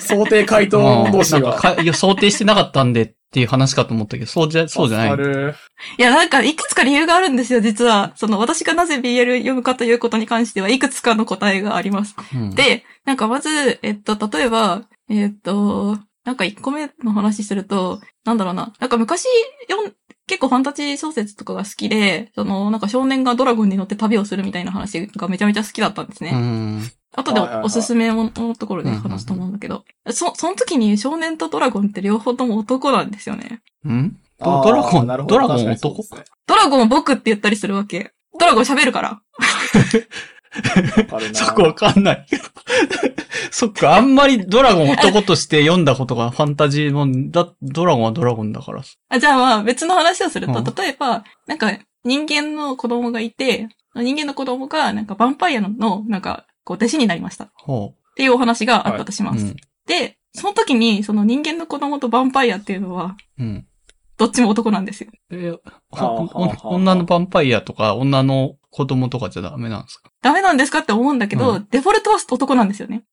C: 想定回答
A: あ
C: 同
A: ー
C: 士
A: なんか
C: が。
A: かいや、想定してなかったんでっていう話かと思ったけど、そうじゃ、そうじゃない
C: あ
A: の。
C: る。
B: いや、なんか、いくつか理由があるんですよ、実は。その、私がなぜ BL 読むかということに関しては、いくつかの答えがあります。
A: うん、
B: で、なんかまず、えっと、例えば、えっと、なんか1個目の話すると、なんだろうな、なんか昔読ん、結構ファンタジー小説とかが好きで、その、なんか少年がドラゴンに乗って旅をするみたいな話がめちゃめちゃ好きだったんですね。
A: うん。
B: 後で
C: はいはいはい
B: おおすすめのところで話すと思うんだけど、そ、その時に少年とドラゴンって両方とも男なんですよね。
A: うん
C: あ
A: ド
C: ー
A: ドラゴン、
C: なるほ
A: ド
C: ど
A: ラゴ
C: 確
A: ン
C: かにそう
A: 男
C: ですね
B: ドラゴン僕って言ったりするわけ。ドラゴン喋るから。
C: あるな
A: そこわかんない。 そっか、あんまりドラゴン男として読んだことがファンタジーもんだ、ドラゴンはドラゴンだから。
B: あ、じゃあまあ別の話をすると、
A: うん
B: 例えば、なんか人間の子供がいて、人間の子供がなんかヴァンパイアの、なんか、こう弟子になりました。っ
A: ほ
B: ていうお話があったとし
A: う。
B: ま
A: う
B: す。
A: ん。
B: で、その時に、その人間の子供とヴァンパイアっていうのは、
A: うん。
B: どっちも男なんですよ。
A: えー
C: あ
A: お
C: はは
A: お女のヴァンパイアとか女の子供とかじゃダメなんですか
B: ダメなんですかって思うんだけど、
A: う
B: デフォルトは男なんですよね。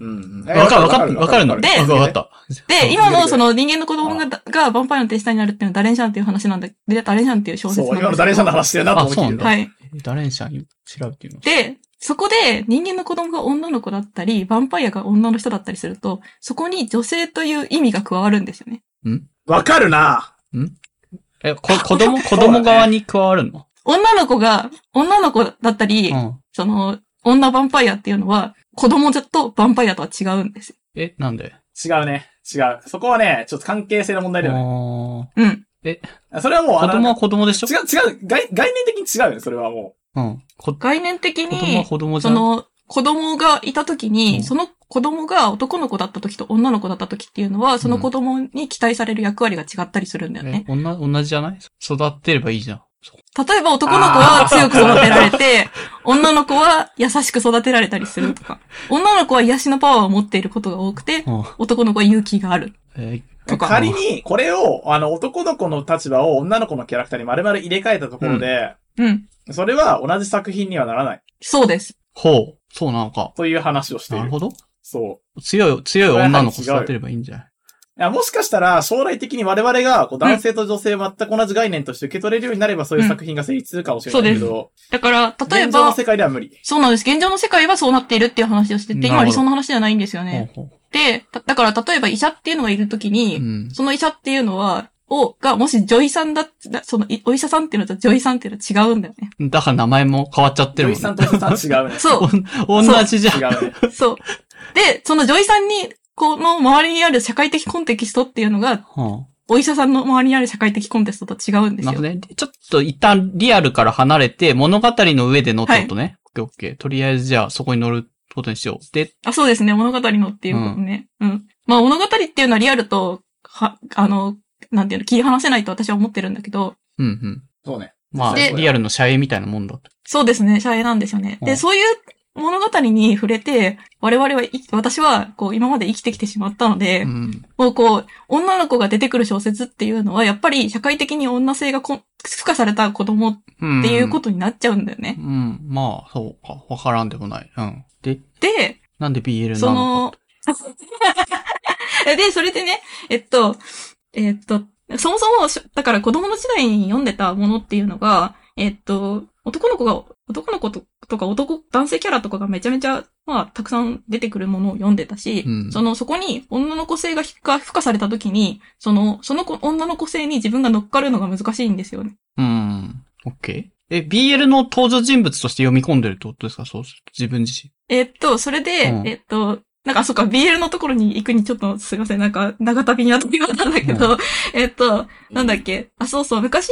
C: うん。
A: わかるわかるわかるの
B: で
A: わかった。
B: で、
A: うん
B: 今のその人間の子供が、がヴァンパイアの手下になるっていうのはダレンシャンっていう話なんだ、でダレンシャンっていう小説
C: そう、
B: なん
C: 今の
B: です
C: 誰さんの話してるなと思って
A: あそうなんだ
B: はい。
A: ダレンシャン調べてみます。
B: で、そこで人間の子供が女の子だったり、ヴァンパイアが女の人だったりすると、そこに女性という意味が加わるんですよね。
C: わかるな。
A: え、 こ子供、子供側に加わるの
B: 女の子が、女の子だったり、
A: うん。
B: その、女ヴァンパイアっていうのは、子供とヴァンパイアとは違うんですよ。
A: え、なんで
C: 違うね。違う。そこはね、ちょっと関係性の問題だよね。
A: あ
B: うん。
C: それはもう、
A: ー子供は
C: は
A: 子供でしょ
C: 違う、違う。概概念的に違うよね、それはも
A: うん。こ子
B: 概念的
A: 供は
B: に、
A: 子供じゃ
B: そ
A: ん。
B: の、子供がいた時
A: うん
B: に、その子供が男の子だった時と女の子だった時っていうのは、その子供に期待される役割が違ったりするんだよね
A: え。おんな同じじゃない育ってればいいじゃん。そう
B: 例えば男の子は強く育てられて、女の子は優しく育てられたりすると か、女の子は癒しのパワーを持っていることが多くて、
A: うん
B: 男の子は勇気がある
A: え
B: と
C: う。
B: か。
C: 仮に、これを、あの、男の子の立場を女の子のキャラクターに丸々入れ替えたところで、
B: うん。
C: それは同じ作品にはならない。
B: そうです。
A: ほう。そうなのか。
C: という話をしてい
A: なる
C: る。
A: ほど。
C: そう。
A: 強い、強い女の子育てればいいんじゃない
C: いや、もしかしたら、将来的に我々が、こう、男性と女性全く同じ概念として受け取れるようになれば、そういう作品が成立するかもしれないけど、
B: だから、例え
C: 現状の
B: ば、
C: 世界では無理。
B: そうなんです。現状の世界はそうなっているっていう話をしてて、
A: な
B: 今
A: るほど
B: 理想の話じゃないんですよね。
A: ほうほ
B: で、だだから例えば医者っていうのがいるとき
A: う。
B: に、
A: うん。
B: その医者っていうのは、を、が、もし女医さんだっ、だその、いお医者さんっていうのと女医さんっていうのは違うんだよね。
A: だから名前も変わっちゃってる
C: 女
A: も
C: 医
A: んね。
C: さんとお医者さんは違うね。
B: そう。
A: お ん同じじゃん。
C: 違うね。
B: そう。で、その女医さんに、この周りにある社会的コンテキストっていうのが、
A: は
B: お医者さんの周りにある社会的コンテストと違うん
A: あ、
B: です
A: なる
B: よ。
A: ほどね。ちょっと一旦リアルから離れて、物語の上で乗ったことね。オッケーオッケー。とりあえずじゃあそこに乗ることにしよう。で、
B: あ、そうですね。物語のっていうことね。うん。まあ、物語っていうのはリアルと、は、あの、なんていうの、切り離せないと私は思ってるんだけど、
A: うんうん。
C: そうね。
A: まあ、
B: で
A: リアルの社営みたいなもんだと。
B: そうですね。シャエなんですよね。
A: うん
B: で、そういう物語に触れて、我々はい、私は、こう、今まで生きてきてしまったので、
A: うん。
B: もうこう、女の子が出てくる小説っていうのは、やっぱり社会的に女性がこん付加された子供っ
A: うん
B: っていうことになっちゃうんだよね。
A: うん。まあ、そうか。わからんでもない。うん。で、
B: で、
A: なんで BL
B: そ
A: なの
B: の、 で、それでね、えっと、えっと、そもそもし、だから子供の時代に読んでたものっていうのが、えっと、男の子が、男の子ととか男、男性キャラとかがめちゃめちゃ、まあ、たくさん出てくるものを読んでたし、
A: うん
B: その、そこに女の子性が付加付加された時に、その、その子、女の子性に自分が乗っかるのが難しいんですよね。
A: うん。OK。え、BL の登場人物として読み込んでるってことですかそうすると自分自身。
B: えっと、それで、
A: うん
B: えっと、なんか、そっか、BL のところに行くにちょっと、すいません、なんか、長旅になってしまったんだけど、えっと、なんだっけ、あ、そうそう、昔、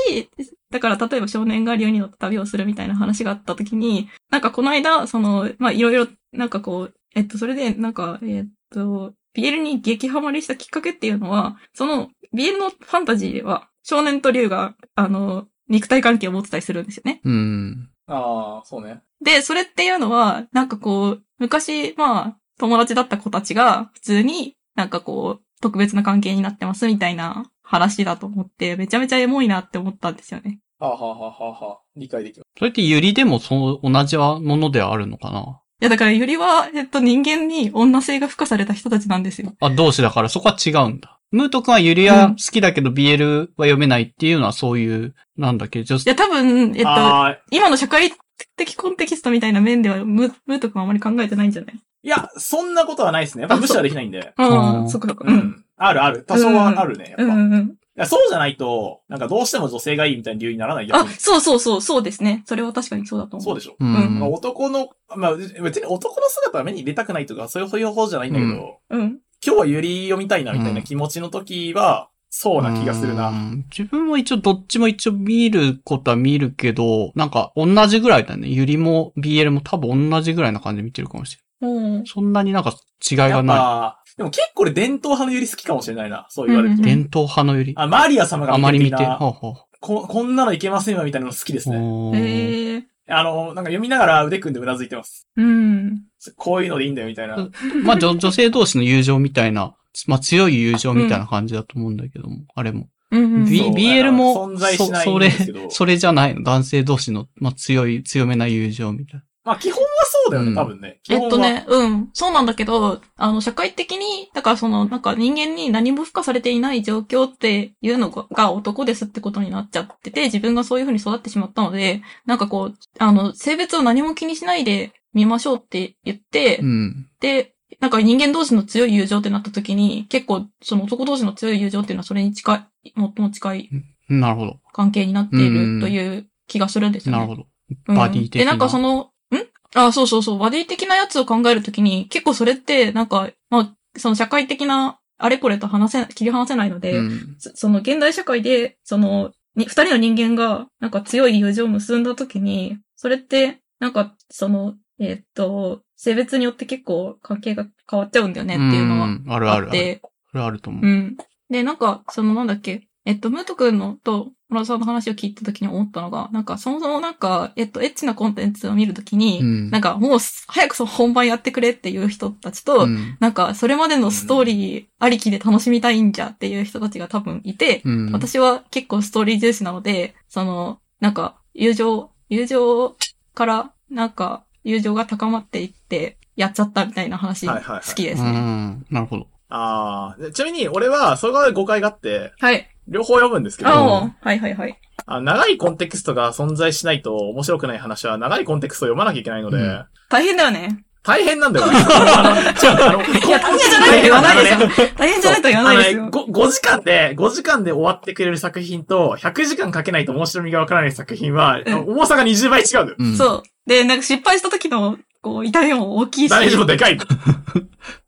B: だから例えば少年が竜に乗って旅をするみたいな話があった時に、なんかこの間、その、まあ、いろいろ、なんかこう、えっと、それで、なんか、えっと、BL に激ハマりしたきっかけっていうのは、その、BL のファンタジーでは、少年と竜が、あの、肉体関係を持ってたりするんですよね。
A: うん。
C: ああ、そうね。
B: で、それっていうのは、なんかこう、昔、まあ、友達だった子たちが、普通になんかこう、特別な関係になってますみたいな話だと思って、めちゃめちゃエモいなって思ったんですよね。
C: はあ、はあはあはあはあ、理解できま
A: それってユリでもそう、同じものではあるのかない
B: や、だから、ゆりは、えっと、人間に女性が付加された人たちなんですよ。
A: あ、同志だからそこは違うんだ。ムート君はユリは好きだけど BL は読めないっていうのはそういう、なんだっけ、女
B: い
A: 子、
B: や、多分、えっ
C: す。
B: と、
C: ああ、
B: 今の社会的コンテキストみたいな面では、ムムート君はあまり考えてないんじゃない
C: いや、そんなことはないですね。やっぱ無視はできないんで。
A: あー
B: うん、そっかそっか。
C: う。ん。あるある。多少はあるね。や
B: う
C: っ
B: ん
C: ぱ。
B: う
C: い
B: んうん。
C: やそうじゃないと、なんかどうしても女性がいいみたいな理由にならない
B: あ
C: 逆に、
B: そうそうそう、そうですね。それは確かにそうだと思う。
C: そうでしょ。
A: うん。
B: うん
C: まあ、男の、まあ、別に男の姿は目に入れたくないとか、そういう方じゃないんだけど、
A: うん
B: うん。
C: 今日はゆり読みたいなみたいな気持ちの時は、そうな気がする
A: う
C: な。
A: ん自分も一応どっちも一応見ることは見るけど、なんか同じぐらいだね。ユリも BL も多分同じぐらいな感じで見てるかもしれ
B: うん
A: ない。。そんなになんか違い
C: や
A: が
C: っ
A: な
C: ぱ、でも結構俺伝統派のゆり好きかもしれないな。そう言われる
B: う
C: と。
A: い。
B: ん
A: 伝統派のユリ。
C: あ、マリア様が
A: あまり見て。
C: 的
A: は
C: な
A: あは
C: こ、こんなのいけませんわみたいなの好きです
A: あ
C: ね。
A: おー
B: へえ。
C: あの、なんか読みながら腕組んでうなずいてます。
B: うん。
C: こういうのでいいんだよみたいな。
A: うんまあ女、女性同士の友情みたいな、まあ強い友情みたいな感じだと思うんだけども、あれも。
B: うんうん。
A: B、
C: そう
A: BL も、
C: 存在しない
A: そ
C: ん
A: それ
C: ですけ、ど
A: それじゃないの。男性同士の、まあ、強い、強めな友情みたい
C: まあ基本はそうだよね、
A: うん
C: 多分ね。基
B: え
C: 本は
B: っとね、うん。そうなんだけど、あの、社会的に、だからその、なんか人間に何も付加されていない状況っていうのがが男ですってことになっちゃってて、自分がそういう風に育ってしまったので、なんかこう、あの、性別を何も気にしないで見ましょうって言って、
A: な。うん。
B: で、なんか人間同士の強い友情ってなった時に、結構、その男同士の強い友情っていうのはそれに近い、最も近い
A: なるほど。
B: 関係になっているという気がするんですよね。
A: なるほど。
B: うん
A: バディ的な
B: で、なんかその、んあ、そうそうそう、バディ的なやつを考えるときに、結構それって、なんか、まあ、その社会的な、あれこれと話せ、切り離せないので、
A: うん。
B: そその現代社会で、その、に二人の人間が、なんか強い友情を結んだときに、それって、なんか、その、えーっと、性別によって結構関係が変わっちゃうんだよねっていうのは
A: んあるあ
B: あ
A: る
B: っ
A: ある。
B: て、
A: それはあると思
B: う
A: う。
B: ん。で、なんか、そのなんだっけ、えっと、ムート君のと、村田さんの話を聞いた時に思ったのが、なんか、そもそもなんか、えっと、エッチなコンテンツを見るときに、
A: うん
B: なんか、もう、早くその本番やってくれっていう人たちと、
A: うん。
B: なんか、それまでのストーリーありきで楽しみたいんじゃっていう人たちが多分いて、
A: うん。
B: 私は結構ストーリー重視なので、その、なんか、友情、友情から、なんか、友情が高まっていって、やっちゃったみたいな話、
C: はいはいはい
B: 好きです
A: う
B: ね。
A: ん。なるほど。
C: ああ。ちなみに俺は、それが誤解があって、
B: はい。
C: 両方読むんですけど、
B: ああ、はいはいはい。
C: あ長いコンテクストが存在しないと面白くない話は長いコンテクストを読まなきゃいけないので、
A: うん
B: 大変だよね。
C: 大変なんだ よ。あのちょっとあの、コンテク
B: いや、大変じゃないと言わないですよ。大変じゃないと言わないです
C: あの
B: よ。
C: ご 5, 時間で、5時間で終わってくれる作品と、100時間かけないと面白みがわからない作品は、
B: うん
C: 重さが20倍違うんだよ。
A: うん。
B: そう。で、なんか失敗した時の、こう、痛みも大きいし。
C: 大丈夫、で かい。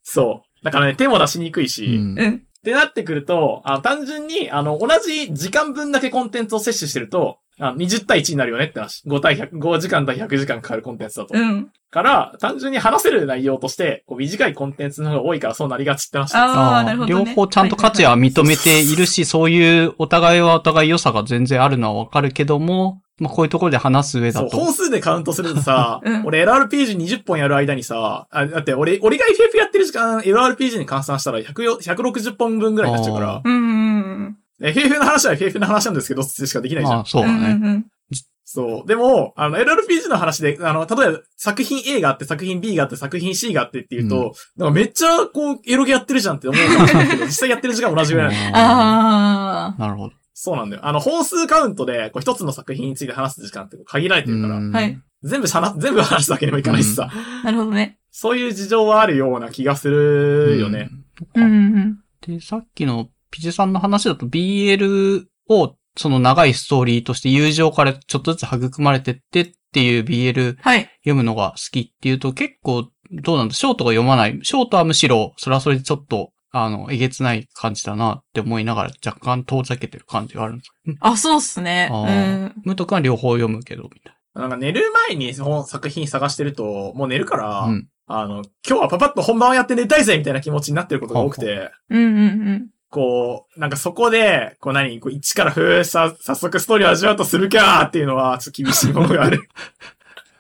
C: そう。だからね、手も出しにくいし、っ
A: ん
B: うん。
C: てなってくると、あ単純に、あの、同じ時間分だけコンテンツを摂取してると、あ20対1になるよねって話。5対100、5時間対100時間かかるコンテンツだと。
B: うん。
C: から、単純に話せる内容として、こう短いコンテンツの方が多いからそうなりがちって話です。
B: あ
A: あ
B: あ、
A: ー
B: なるほど、
A: 両
B: ね。、
A: 方ちゃんと価値は認めているし、そういうお互いはお互い良さが全然あるのはわかるけども、まあこういうところで話す上だ
C: そう、
A: と。
C: 本数でカウントするとさ
B: うん
C: 俺 LRPG20 本やる間にさ、あだって俺、俺が FF やってる時間、LRPG に換算したら100よ160本分ぐらいになっちゃうか
A: あ
C: ら、
B: うんうんうん。
C: FF の話は FF の話なんですけど、しかできないじゃん。
A: まあそうだ
B: うん
A: ね。
B: うん
C: そう。でも、あの、LRPG の話で、あの、例えば作品 A があって、作品 B があって、作品 C があってっていうと、なんかめっちゃ、こう、エロゲやってるじゃんって思うかもしれないけど、実際やってる時間同じぐらいなの。
A: あ
B: あ
A: ー。なるほど。
C: そうなんだよ。あの、本数カウントで、こう、一つの作品について話す時間って限られてるから、
A: うん
B: はい。
C: 全部話、 全部話すわけにもいかないしさ、
B: あ。なるほどね。
C: そういう事情はあるような気がするよね。
B: うんうん。
A: で、さっきのピチさんの話だと BL をその長いストーリーとして友情からちょっとずつ育まれてってっていう BL
B: はい。
A: 読むのが好きっていうと結構どうなんだショートが読まない。ショートはむしろそれはそれでちょっとあの、えげつない感じだなって思いながら若干遠ざけてる感じがあるんです。
B: あ、そうっすね。
A: あ
B: うん。
A: ムト君は両方読むけど、みたい
C: なんか寝る前にその作品探してると、もう寝るから、
A: な。うん。
C: あの、今日はパパッと本番をやって寝たいぜみたいな気持ちになってることが多くて、
B: うんうん
C: こう、なんかそこで、こう何、こう一からふーさ、早速ストーリーを味わうとするきゃーっていうのは、ちょっと厳しいものがある。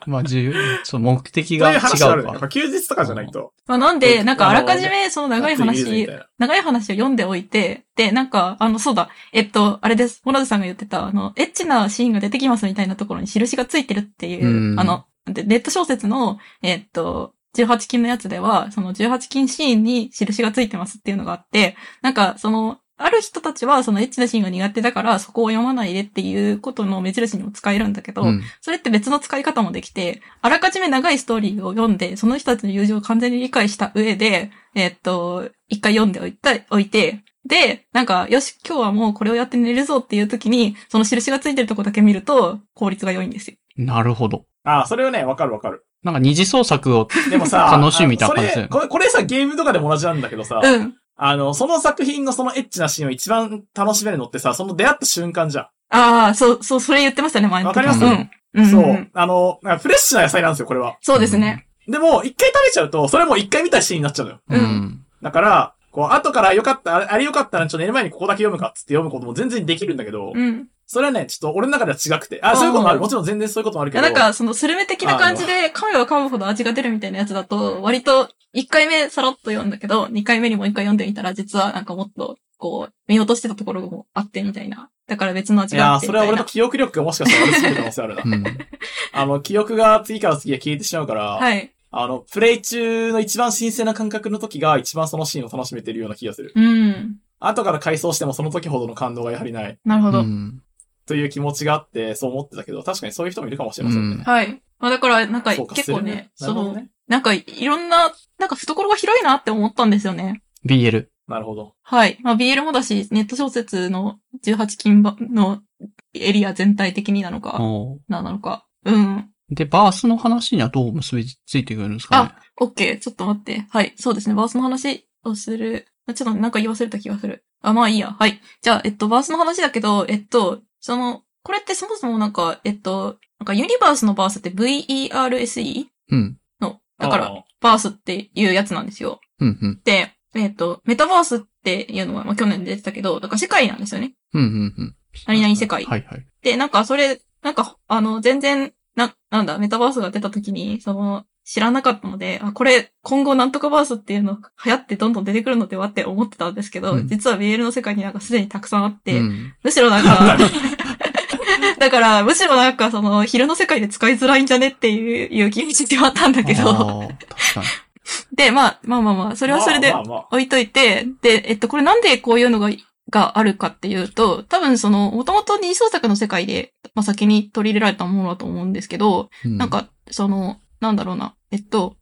A: まあ、自由、そう、目的
C: と
A: が
C: い
A: 違
C: う
A: うか
C: 話があるね。やっぱ休日とかじゃないと。
B: まあなん
C: う
B: で、
C: ん
B: なんかあらかじめその長い
C: 夏に見
B: 話
C: れるみ、たい
B: 長い話を読んでおいて、で、なんか、あの、そうだ、えっと、あれです。モラズさんが言ってた、あの、エッチなシーンが出てきますみたいなところに印がついてるっていう、
A: うん
B: あの、でネット小説の、えっと、18禁のやつでは、その18禁シーンに印がついてますっていうのがあって、なんか、その、ある人たちはそのエッチなシーンが苦手だから、そこを読まないでっていうことの目印にも使えるんだけど、
A: うん。
B: それって別の使い方もできて、あらかじめ長いストーリーを読んで、その人たちの友情を完全に理解した上で、えっと、一回読んでおいたおいて、で、なんか、よし、今日はもうこれをやって寝るぞっていう時に、その印がついてるとこだけ見ると、効率が良いんですよ。
A: なるほど。
C: な。ああ、それはね、わかるわかる。
A: なんか二次創作を、、
C: でもさ
A: 楽しみたいな感じだよね
C: あのそれこれ、これさ、ゲームとかでも同じなんだけどさ、
B: うん。
C: あの、その作品のそのエッチなシーンを一番楽しめるのってさ、その出会った瞬間じゃ
B: ああ、そう、そう、それ言ってましたね、前の時
C: わかり。
A: ます
B: うん。うんん、
C: そ
B: うん
C: う。あの、なんかフレッシュな野菜なんですよ、これは。
B: そうですね。
C: でも、一回食べちゃうと、それもう一回見たシーンになっちゃうのよ。
A: う
B: うん
A: ん。
C: だから、こう、後からよかった、あれあれよかったら、ちょっと寝る前にここだけ読むかっつって読むことも全然できるんだけど、
B: うん。
C: それはね、ちょっと俺の中では違くて。あ、そういうこともある。もちろん全然そういうこともある
B: い
C: け
B: や、
C: ど。
B: なんか、その、スルメ的な感じで、噛めば噛むほど味が出るみたいなやつだと、割と、1回目さらっと読んだけど、2回目にもう1回読んでみたら、実はなんかもっと、こう、見落としてたところもあってみたいな。だから別の
C: い
B: 味が
C: や
B: あ
C: ー、
B: って
C: そ
B: み
C: れ
B: た
C: はい俺
B: な
C: の。記憶力がもしかしたら悪すぎる可能性あるな
A: う。ん。
C: あの、記憶が次から次へ消えてしまうから、
B: はい。
C: あの、プレイ中の一番新鮮な感覚の時が一番そのシーンを楽しめてるような気がする。
B: うん。
C: 後から回想してもその時ほどの感動がやはりない。
B: なるほ
A: う
B: ど。
A: ん。
C: という気持ちがあって、そう思ってたけど、確かにそういう人もいるかもしれませんね。
A: うん
B: はい。まあだから、なんか、
C: そうか
B: 結構ね、
C: す
B: そ
C: るなるほど
B: の、
C: ね。
B: なんか、いろんな、なんか懐が広いなって思ったんですよね。
A: BL。
C: なるほど。
B: はい。まあ BL もだし、ネット小説の18禁ばのエリア全体的になのか、
A: おー
B: ななのか。うん。
A: で、バースの話にはどう結びついてくるんですかね。
B: オッケー、ちょっと待って。はい、そうですね。バースの話をする。ちょっとなんか言わせれた気がする。あ、まあいいや。はい。じゃあ、えっと、バースの話だけど、えっと、その、これってそもそもなんか、えっと、なんかユニバースのバースって VERSE
A: うん。
B: の、だから、
C: あ
B: バースっていうやつなんですよ。
A: うん、うん。
B: で、えっと、メタバースっていうのは、まあ去年出てたけど、だから世界なんですよね。
A: うん、うん、うん。
B: 何々世界。
A: はい、はい。
B: で、なんかそれ、なんか、あの、全然、な、なんだ、メタバースが出た時に、その、知らなかったので、あ、これ、今後なんとかバースっていうの流行ってどんどん出てくるのではって思ってたんですけど、
A: うん
B: 実は BL の世界になんかすでにたくさんあって、
A: うん
B: むしろなんか、 だから、むしろなんかその、昼の世界で使いづらいんじゃねっていう、いう気持ちではあったんだけど、
A: あー確かに。
B: で、まあ、まあまあまあ、そ
C: そ
B: れはそれで
C: まあまあまあ
B: 置いといて、で、えっと、これなんでこういうのが、があるかっていうと、多分その、もともと二次創作の世界で、まあ、先に取り入れられたものだと思うんですけど、
A: うん
B: なん、か、その、なんだろうな、えっと、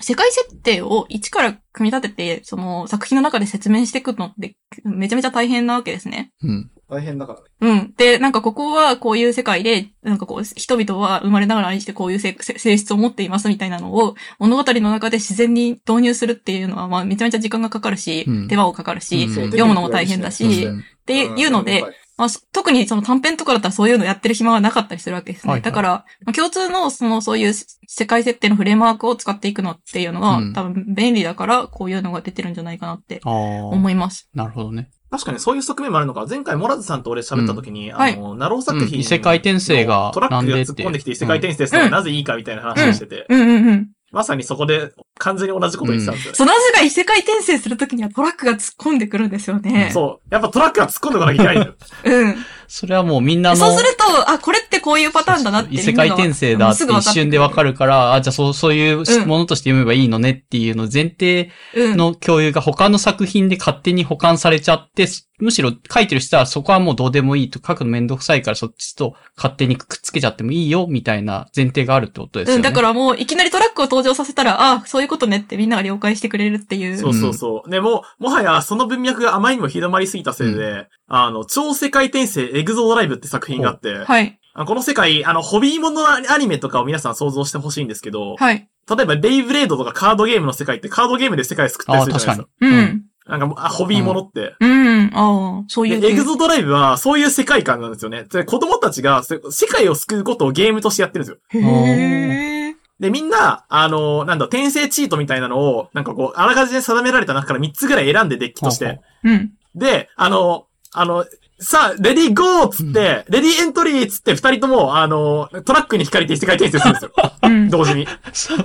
B: 世界設定を一から組み立てて、その作品の中で説明していくのって、めちゃめちゃ大変なわけですね。
A: うん。
C: 大変だからね。
B: うん。で、なんかここはこういう世界で、なんかこう、人々は生まれながら愛してこういう性性性質を持っていますみたいなのを、物語の中で自然に導入するっていうのは、まあ、めちゃめちゃ時間がかかるし、
A: うん
B: 手間をかかるし、
A: うん
B: っ読むのも大変だし
A: うん
B: ていうので、、まあ、そ特にその短編とかだったらそういうのやってる暇はなかったりするわけですね。
A: はいはい
B: だから、まあ共通のそのそういう世界設定のフレームワークを使っていくのっていうのは、
A: うん
B: 多分便利だから、こういうのが出てるんじゃないかなって
A: ああ、
B: 思います。
A: なるほどね。
C: 確かにそういう側面もあるのか。前回、モラズさんと俺喋った時に、
B: は
C: あ
B: い
C: の、ナロー作
A: うん
C: 品。
A: 異世界転生が
C: トラック
A: な
C: が
A: んでって
C: 突っ込んできて異世界転生するの
B: う
C: が
B: ん
C: なぜいいかみたいな話をしてて、
B: うんうんうん。
C: まさにそこで完全に同じこと言ってたんですよね。
B: その味が異世界転生するときにはトラックが突っ込んでくるんですよね。
C: そう。やっぱトラックが突っ込んでこなきゃいけないんだよ。
B: うん。
A: それはもうみんなの、
B: そうすると、あ、これってこういうパターンだなって。
A: 異世界転生だって一瞬でわか
B: る。
A: るから、あ、じゃあそう、そういうし
B: うん
A: ものとして読めばいいのねっていうの前提
B: うん。
A: の共有が他の作品で勝手に保管されちゃって、むしろ書いてる人はそこはもうどうでもいいと書くのめんどくさいからそっちと勝手にくっつけちゃってもいいよみたいな前提があるってことですよ
B: う
A: ね。
B: ん、だからもう、いきなりトラックを登場させたら、ああ、そういうことねってみんなが了解してくれるっていう。
C: そうそうそう。でもう、もはやその文脈があまりにも広まりすぎたせいで、あの、超世界転生エグゾードライブって作品があって、
B: はい。
C: あこの世界、あの、ホビーものアニメとかを皆さん想像してほしいんですけど、
B: はい。
C: 例えば、ベイブレードとかカードゲームの世界ってカードゲームで世界作ったり
A: あ
C: するじゃ
A: 確
C: ない
A: か
C: です
A: に
C: か。。
B: う。
A: うん
C: なんかもう、あ、ホビーものって。
B: うん。ああ、そうい
C: で
B: う。
C: エグゾドライブは、そういう世界観なんですよね。で、子供たちが、せ世界を救うことをゲームとしてやってるんですよ。
B: へえ。
C: で、みんな、あの、なんだ、転生チートみたいなのを、なんかこう、あらかじめ定められた中から3つぐらい選んでデッキとし
A: ほうほ
C: て。
B: うん。
C: で、あの、あの、さあ、レディーゴーっつって、レディーエントリーっつって、二人とも、あの、トラックに光りて世界転生するん ですよ。
B: うん。
C: 同時に。
A: そう
C: ス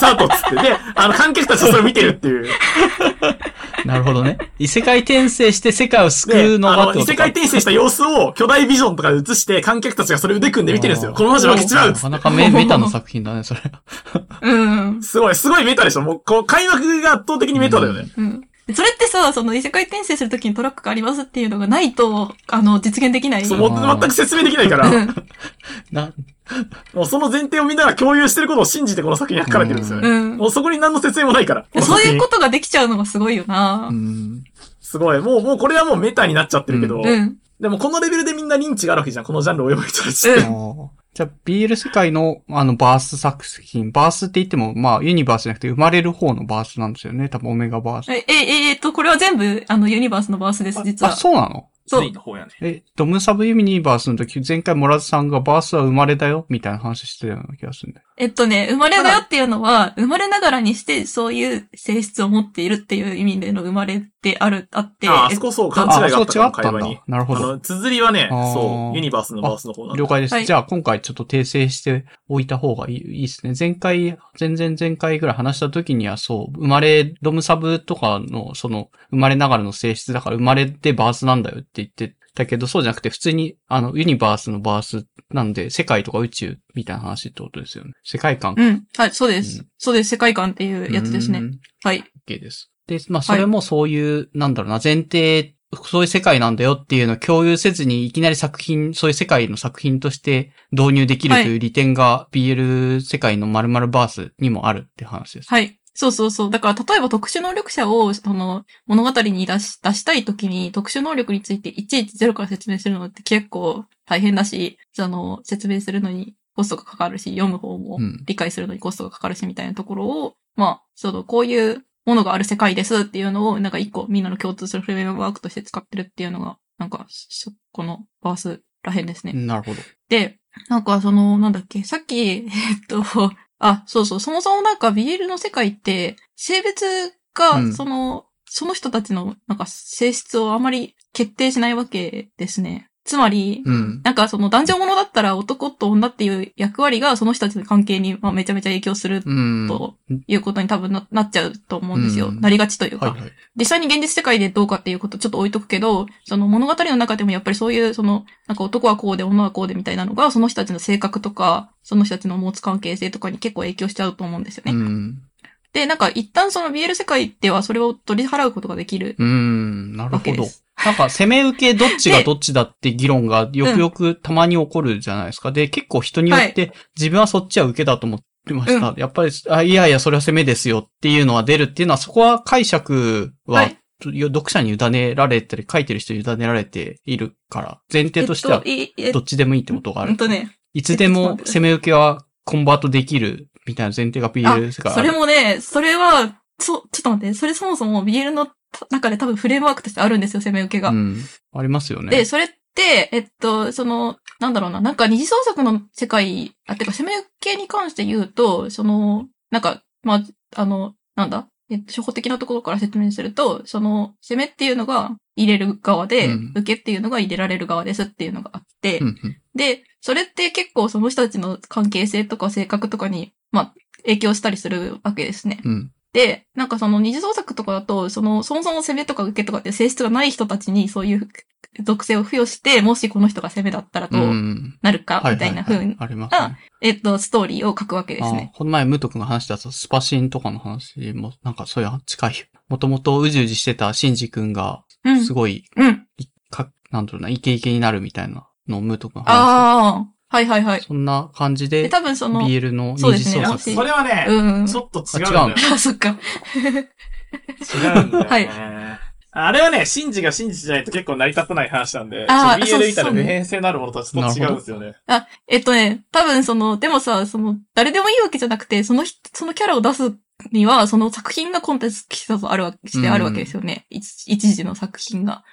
C: タートっつって。で、あの、観客たちはそれを見てるっていう。
A: なるほどね。異世界転生して世界を救うの
C: あ
A: がっ
C: の、
A: て
C: 異
A: こと
C: 世界転生した様子を巨大ビジョンとかで映して、観客たちがそれ腕組んで見てるんですよ。
A: あー
C: このままじゃ負けちまうっ
A: な
C: つっ
A: か
C: て
A: なかメメタの作品だね、それ。
B: うん。
C: すごい、すごいメタでしょ。もう、こう、開幕が圧倒的にメタだよね。
B: うん。それってさ、その異世界転生するときにトラックがありますっていうのがないと、あの、実現できない。
C: そう、もう
A: あー
C: 全く説明できないから、
A: な、
C: もうその前提をみんなが共有してることを信じてこの作品が書かれてるんですよ
B: う
C: ね。
B: ん。う
C: もうそこに何の説明もないから。
B: ん。そういう
C: この作品
B: ことができちゃうのがすごいよな
A: う。ん。
C: すごい。もう、もうこれはもうメタになっちゃってるけど、
B: うん。
C: でもこのレベルでみんな認知があるわけじゃん。このジャンルを読む人たち。
B: うん
A: あーじゃあ、BL 世界の、あの、バース作品。バースって言っても、まあ、ユニバースじゃなくて、生まれる方のバースなんですよね。多分、オメガバース。
B: え、え、え、えっと、これは全部、あの、ユニバースのバースです、実
A: あ、
B: は。
A: そうなの
B: そう
C: の方やね。
A: え、ドムサブユニバースの時、前回モラズさんがバースは生まれだよみたいな話してたような気がするんだよ。
B: えっとね、生まれだよっていうのは、生まれながらにして、そういう性質を持っているっていう意味での生まれである、あって、
C: あ、あ
B: え
C: そこそう、勘違
A: あ、
C: いが
A: そ
C: あ
A: う
C: ったか
A: 違
C: ら、
A: った
C: 会
A: ん
C: 話に
A: だ。。なる
C: あ
A: ほど。
C: の、綴りはね
A: あ、ー
C: そう、ユニバースのバースの方なんで
A: 了解です。
B: はい
A: じゃあ今回ちょっと訂正しておいた方がいいいいですね。前回、前々前回ぐらい話した時にはそう、生まれ、ドムサブとかの、その、生まれながらの性質だから生まれてバースなんだよって言ってたけど、そうじゃなくて普通に、あの、ユニバースのバースなんで、世界とか宇宙みたいな話ってことですよね。世界観。
B: うん。はい、そうです。
A: う
B: そうです。世界観っていうやつです
A: う
B: ね。
A: ん。
B: はい。
A: OK です。で、まあ、それもそういう、なんだろうな、前提、そういう世界なんだよっていうのを共有せずに、いきなり作品、そういう世界の作品として導入できると
B: はいいう
A: 利点が BL 世界の〇〇バースにもあるって話です。
B: はい。そうそうそう。だから、例えば特殊能力者を、その、物語に出し、出したいときに、特殊能力についていちいちゼロから説明するのって結構大変だし、その、説明するのにコストがかかるし、読む方も
A: うん
B: 理解するのにコストがかかるし、みたいなところを、まあ、その、こういうものがある世界ですっていうのを、なんか一個みんなの共通するフレームワークとして使ってるっていうのが、なんか、そこのバースらへんですね。
A: なるほど。
B: で、なんかその、なんだっけ、さっき、えっと、あ、そうそう、そもそもなんか BL の世界って、性別
A: う
B: が、
A: ん
B: その、その人たちの、なんか性質をあまり決定しないわけですね。つまり、
A: うん。
B: なんかその男女ものだったら男と女っていう役割がその人たちの関係に、まあ、めちゃめちゃ影響する
A: うん。
B: ということに多分ななっちゃうと思うんですよ。
A: うん
B: なりがちというか。
A: はいはい。
B: 実際に現実世界でどうかっていうことちょっと置いとくけど、その物語の中でもやっぱりそういう、その、なんか男はこうで女はこうでみたいなのが、その人たちの性格とか、その人たちの持つ関係性とかに結構影響しちゃうと思うんですよね。
A: うん。
B: で、なんか一旦その BL 世界ではそれを取り払うことができる
A: うん。なる
B: わけ
A: ほ
B: で
A: ど。
B: す。
A: なんか、攻め受けどっちがどっちだって議論がよくよくたまに起こるじゃないですか。で、結構人によって、自分はそっちは受けだと思ってました。やっぱりあ、いやいや、それは攻めですよっていうのは出るっていうのは、そこは解釈は、
B: はい
A: 読者に委ねられたり、書いてる人に委ねられているから、前提としては、
B: えっと、えっ
A: ど
B: と
A: っちでもいいってことがあ
B: うん
A: る。
B: とね、
A: いつでも攻め受けはコンバートできるみたいな前提が BL 世界
B: それもね、それは、そう、ちょっと待って、それそもそも BL の中で多分フレームワークとしてあるんですよ、攻め受けが。
A: うん、ありますよね。
B: で、それって、えっと、その、なんだろうな、なんか二次創作の世界、あ、てか、攻め系に関して言うと、その、なんか、まあ、あの、なんだ、えっと初歩的なところから説明すると、その、攻めっていうのが入れる側で、
A: うん
B: 受けっていうのが入れられる側ですっていうのがあって、
A: うんうん
B: で、それって結構その人たちの関係性とか性格とかに、まあ、影響したりするわけですね。
A: うん
B: で、なんかその二次創作とかだと、その、そもそも攻めとか受けとかっていう性質がない人たちに、そういう属性を付与して、もしこの人が攻めだったらどう
A: うん。
B: なるか、みたいな風
A: はは
B: に
A: は、ありますね。
B: えっと、ストーリーを書くわけです
A: あ
B: ね。
A: この前、ムト君が話したさスパシンとかの話も、なんかそういうの近いよ。もともとうじうじしてたシンジ君が、
B: うん
A: す。ごい、
B: うん。
A: か、なんだろうな、イケイケになるみたいなのをムト君話し
B: ああ、はいはいはい
A: て。そんな感じで
B: で、多分その、
A: BL の
B: そう
A: 二
B: で
A: 次
B: すね
A: 創
C: あ
A: 作。
B: 私
C: それはね、
B: うん。
C: ちょっと違うんだよ。
B: あ、そっか。
C: 違うんだよね。
B: はい
C: あれはね、真珠が真珠じゃないと結構成り立たない話なんで、
B: あー
C: BL みたい
B: そ
C: な
B: うね
C: 普遍性のあるものとはちょっと違うんですよね。
B: あ、えっとね、多分その、でもさ、その、誰でもいいわけじゃなくて、その人、そのキャラを出すには、その作品がコンテンツ一つあるわけ、してあるわけですよね。一一時の作品が。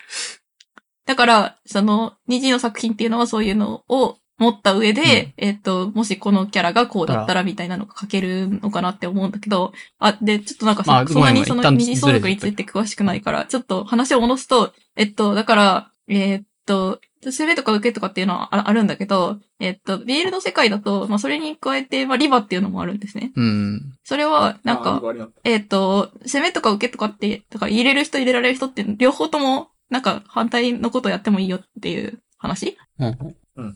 B: だから、その、二次の作品っていうのはそういうのを持った上で、えっと、もしこのキャラがこうだったらみたいなのが書けるのかなって思うんだけど、あ、で、ちょっとなんかさ、
A: まあ
B: そんな
A: ごめんごめん
B: にその
A: 一旦
B: 二次相続に
A: ず
B: つ
A: れ
B: い
A: て
B: て詳しくないから、ちょっと話を戻すと、えっと、だから、えっと、攻めとか受けとかっていうのはああるんだけど、えっと、BL の世界だと、まあ、それに加えて、まあ、リバっていうのもあるんですね。
A: うん。
B: それは、なん
C: あ
B: か
C: ー、割りなんだ
B: えっ、と、攻めとか受けとかって、だから入れる人入れられる人って、両方とも、なんか反対のことやってもいいよっていう話
A: うん。
C: うんうん。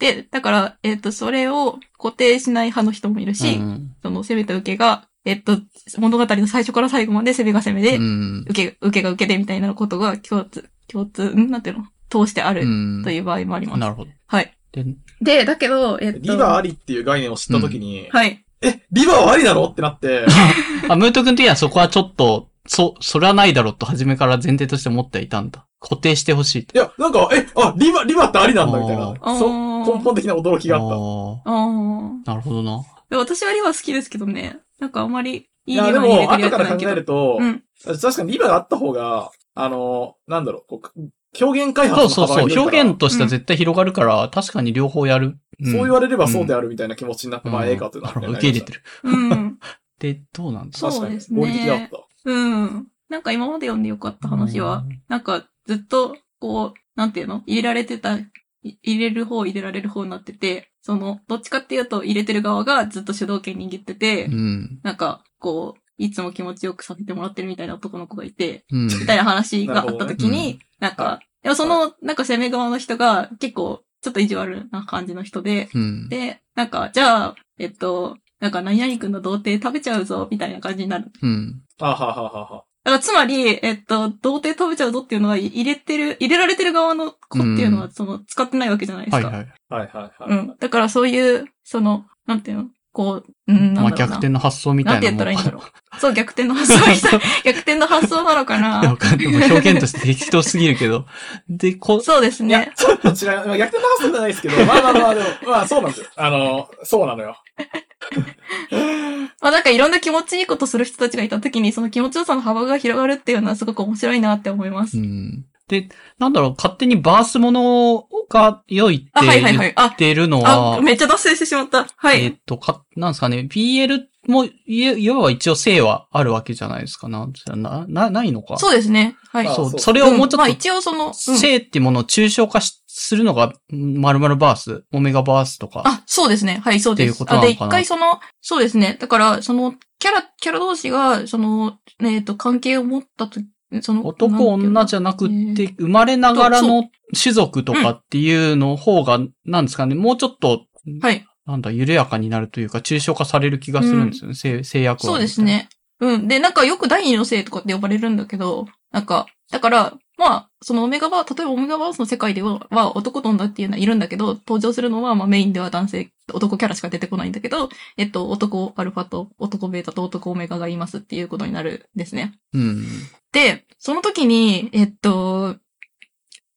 B: で、だから、えっ、と、それを固定しない派の人もいるし、
A: うん
B: その攻めと受けが、えっ、と、物語の最初から最後まで攻めが攻めで、
A: うん。
B: 受け、受けが受けでみたいなことが共通、共通、んなんていうの通してあ
A: う
B: る
A: ん。
B: という場合もあります。
A: なるほど。
B: はい。
A: で、
B: で、だけど、えっ、と、
C: リバーありっていう概念を知ったときに、
B: はい。
C: え、リバーはありだろってなって、
A: あ、ムート君的にはそこはちょっと、そ、それはないだろうと初めから前提として思ってはいたんだ。固定してほしいと。
C: いや、なんか、え、あ、リバー、リバーってありなんだみたいな
B: あ、ー
C: そう、根本的な驚きがあった。
A: あ
B: ああ。
A: あ、なるほどな。
B: で私はリバ好きですけどね。なんかあんまりい
C: い
B: いリバ
C: や、
B: に入
C: で
B: れて
C: も、
B: る
C: 後
B: やつ
C: から
B: ない
C: 考
B: け
C: え
B: ど。
C: ると、
B: うん。
C: 確かにリバーがあった方が、あの、なんだろう、こう表現開発
A: そうそう
C: の幅が
A: そ。
C: 広いうか ら
A: 表現としては絶対広がるから、確かに両方やる。うん
C: そう言われればそうであるみたいな気持ちになって、まあ、ええかってなって
A: うん受け入れてる。
B: うん。
A: で、どうなんだ
B: そうですね
C: 合理的だった。
B: うん。なんか今まで読んでよかった話は、。なんかずっと、こう、なんていうの入れられてた、い入れる方入れられる方になってて、その、どっちかっていうと入れてる側がずっと主導権握ってて、
A: うん。
B: なんか、こう、いつも気持ちよくさせてもらってるみたいな男の子がいて、
A: うん。
B: みたいな話があった時に、なん
C: は
B: か、でもその、なんか攻め側の人が結構、ちょっと意地悪な感じの人で、
A: うん。
B: で、なんか、じゃあ、えっと、なんか、何々くんの童貞食べちゃうぞ、みたいな感じになる。
A: うん。
C: あははははは。
B: だから、つまり、えっと、童貞食べちゃうぞっていうのは、い入れてる、入れられてる側の子っていうの
A: う
B: は、その、使ってないわけじゃないです
A: はい
B: か。
A: はい。
C: はいはいはい。
B: うん。だから、そういう、その、なんていうのこう、うん、
A: ま
B: な
A: あ
B: んだろ
A: 逆
B: うな。
A: 転の発想みたいなもん
B: なんて言ったらいいんだそう、逆転の発想 みたい。逆転の発想なのか
A: いや、
B: な
A: わかんない。もう表現として適当すぎるけど。で、こ、
B: そうです
C: い
B: ね
C: や、。ちょっと違う。まあ逆転の発想じゃないです けど、まあまあまあ、でも、まあそうなんですよ。あの、そうなのよ。
B: まあなんかいろんな気持ちいいことする人たちがいた時に、その気持ちよさの幅が広がるっていうのはすごく面白いなって思いま
A: う
B: す。
A: ん。で、なんだろう、勝手にバースものが良いっ
B: あ、
A: て
B: はいはいは
A: 言
B: い。あ
A: っ、てるのは、
B: あ、めっちゃ脱線してしまった。は
A: え
B: い
A: っ。と、か、なんですかね、BL も、いえ要は一応性はあるわけじゃないですか。なんつうな、な、ないのか。
B: そうですね。はい。
C: あ
A: そう
C: そう
A: それをもうち
B: んま
A: ょっ
B: あ
A: と、
B: 一応その、うん
A: 性っていうものを抽象化しするのが、まるまるバース、オメガバースとか。
B: あ、そうですね。はい、そうで
A: ってい
B: す。
A: うことなの
B: あ
A: か
B: で、
A: な
B: 一回その、そうですね。だから、その、キャラ、キャラ同士が、その、えっ、と、関係を持ったと、その、
A: 男女じゃなくって、生まれながらの種族とかっていうの方が、なんですかね、もうちょっと、
B: はい。
A: なんだ、緩やかになるというか、抽象化される気がするんですよね。性、性約は。
B: そうです。ね。うん。で、なんかよく第二の性とかって呼ばれるんだけど、なんか、だから、まあ、そのオメガバー、例えばオメガバースの世界では、は男と女っていうのはいるんだけど、登場するのは、まあメインでは男性、男キャラしか出てこないんだけど、えっと、男アルファと男ベータと男オメガがいますっていうことになるんですね。
A: うん。
B: で、その時に、えっと、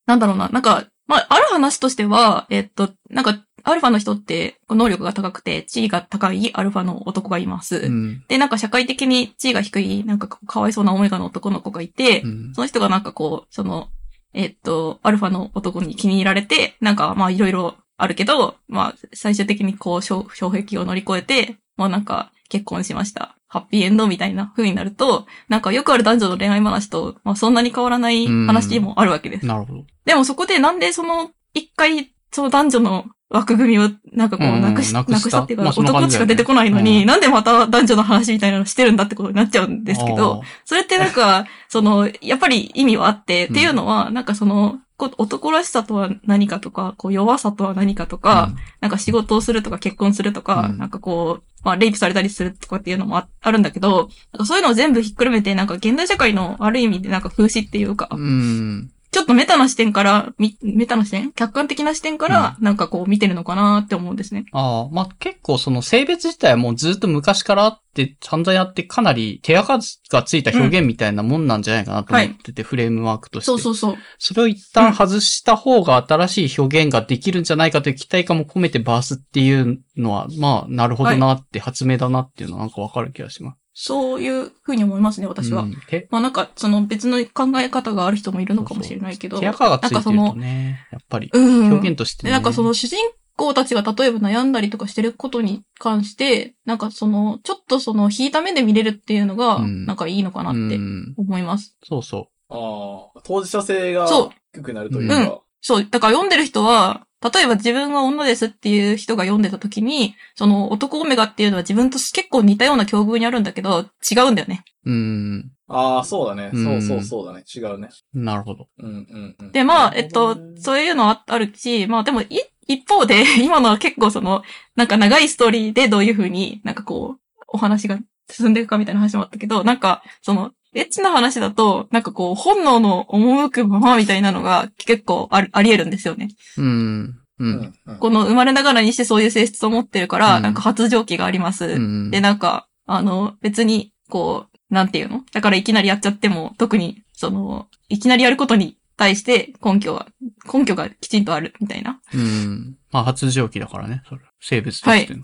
B: なんだろうな、なんか、まあ、ある話としては、えっと、なんか、アルファの人って、能力が高くて、地位が高いアルファの男がいます。
A: うん。
B: で、なんか社会的に地位が低い、なんかこうかわいそうなオメガの男の子がいて、
A: うん
B: その人がなんかこう、その、えっと、アルファの男に気に入られて、なんかまあいろいろあるけど、まあ最終的にこう、障障壁を乗り越えて、もうなんか結婚しました。ハッピーエンドみたいな風になると、なんかよくある男女の恋愛話と、まあそんなに変わらない話もあるわけです。
A: なるほど。
B: でもそこでなんでその、一回、その男女の枠組みをなんかこ
A: う
B: う、
A: ん
B: なくし、
A: な
B: な
A: くした
B: くしたっていうか、
A: まあそんな感
B: 男
A: じ
B: し
A: だよ
B: か
A: ね
B: 出てこないのに、
A: う
B: なんでまた男女の話みたいなのしてるんだってことになっちゃうんですけど、それってなんか、その、やっぱり意味はあって、っていうのは、なんかその、こう男らしさとは何かとか、こう弱さとは何かとか、なんか仕事をするとか結婚するとか、
A: うん
B: なんかこう、まあレイプされたりするとかっていうのもああるんだけど、なんかそういうのを全部ひっくるめて、なんか現代社会のある意味でなんか風刺っていうか、
A: うん。
B: ちょっとメタな視点から、みメタな視点客観的な視点から、なんかこう見てるのかなって思うんですね。
A: ああ、まあ、結構その性別自体はもうずっと昔からあって、散々やってかなり手垢がついた表現みたいなもんなんじゃないかなと思ってて、フレームワークとして。
B: そうそうそう。
A: それを一旦外した方が新しい表現ができるんじゃないかという期待感も込めてバースっていうのは、まあ、なるほどなって、発明だなっていうのはなんかわかる気がします。
B: そういうふうに思いますね、私は。
A: うん手
B: まあなんか、その別の考え方がある人もいるのかもしれないけど。
A: 手垢がついてる
B: なん
A: と
B: か
A: ね、やっぱり
B: その、うん。
A: 表現として
B: で、
A: ね。
B: なんかその主人公たちが例えば悩んだりとかしてることに関して、なんかその、ちょっとその、引いた目で見れるっていうのが、
A: うん
B: なんかいいのかなっ
A: う
B: て
A: ん
B: 思います。
A: そうそ
C: ああ、当事者性が
B: そう
C: 低くなるという
A: う
C: か。
B: そう、だから読んでる人は、例えば自分は女ですっていう人が読んでた時に、その男オメガっていうのは自分と結構似たような境遇にあるんだけど、違うんだよね。
A: う。うん。
C: ああ、そうだね。
A: うん
C: そうそうそうだね。違うね。
A: なるほど。
C: うんうんうん。
B: で、まあ、えっと、そういうのはあるし、まあでもい、一方で、 今のは結構その、なんか長いストーリーでどういうふうになんかこう、お話が進んでいくかみたいな話もあったけど、なんか、その、エッチな話だと、なんかこう、本能の赴くままみたいなのが結構あるあり得るんですよね。
A: うん。う。
C: うんんうん。
B: この生まれながらにしてそういう性質を持ってるから、
A: うん
B: なんか発情期があります。
A: うん
B: で、なんか、あの、別に、こう、なんていうのだからいきなりやっちゃっても、特に、その、いきなりやることに対して根拠は、根拠がきちんとある、みたいな。
A: うん。まあ、発情期だからね、それ。生物としての。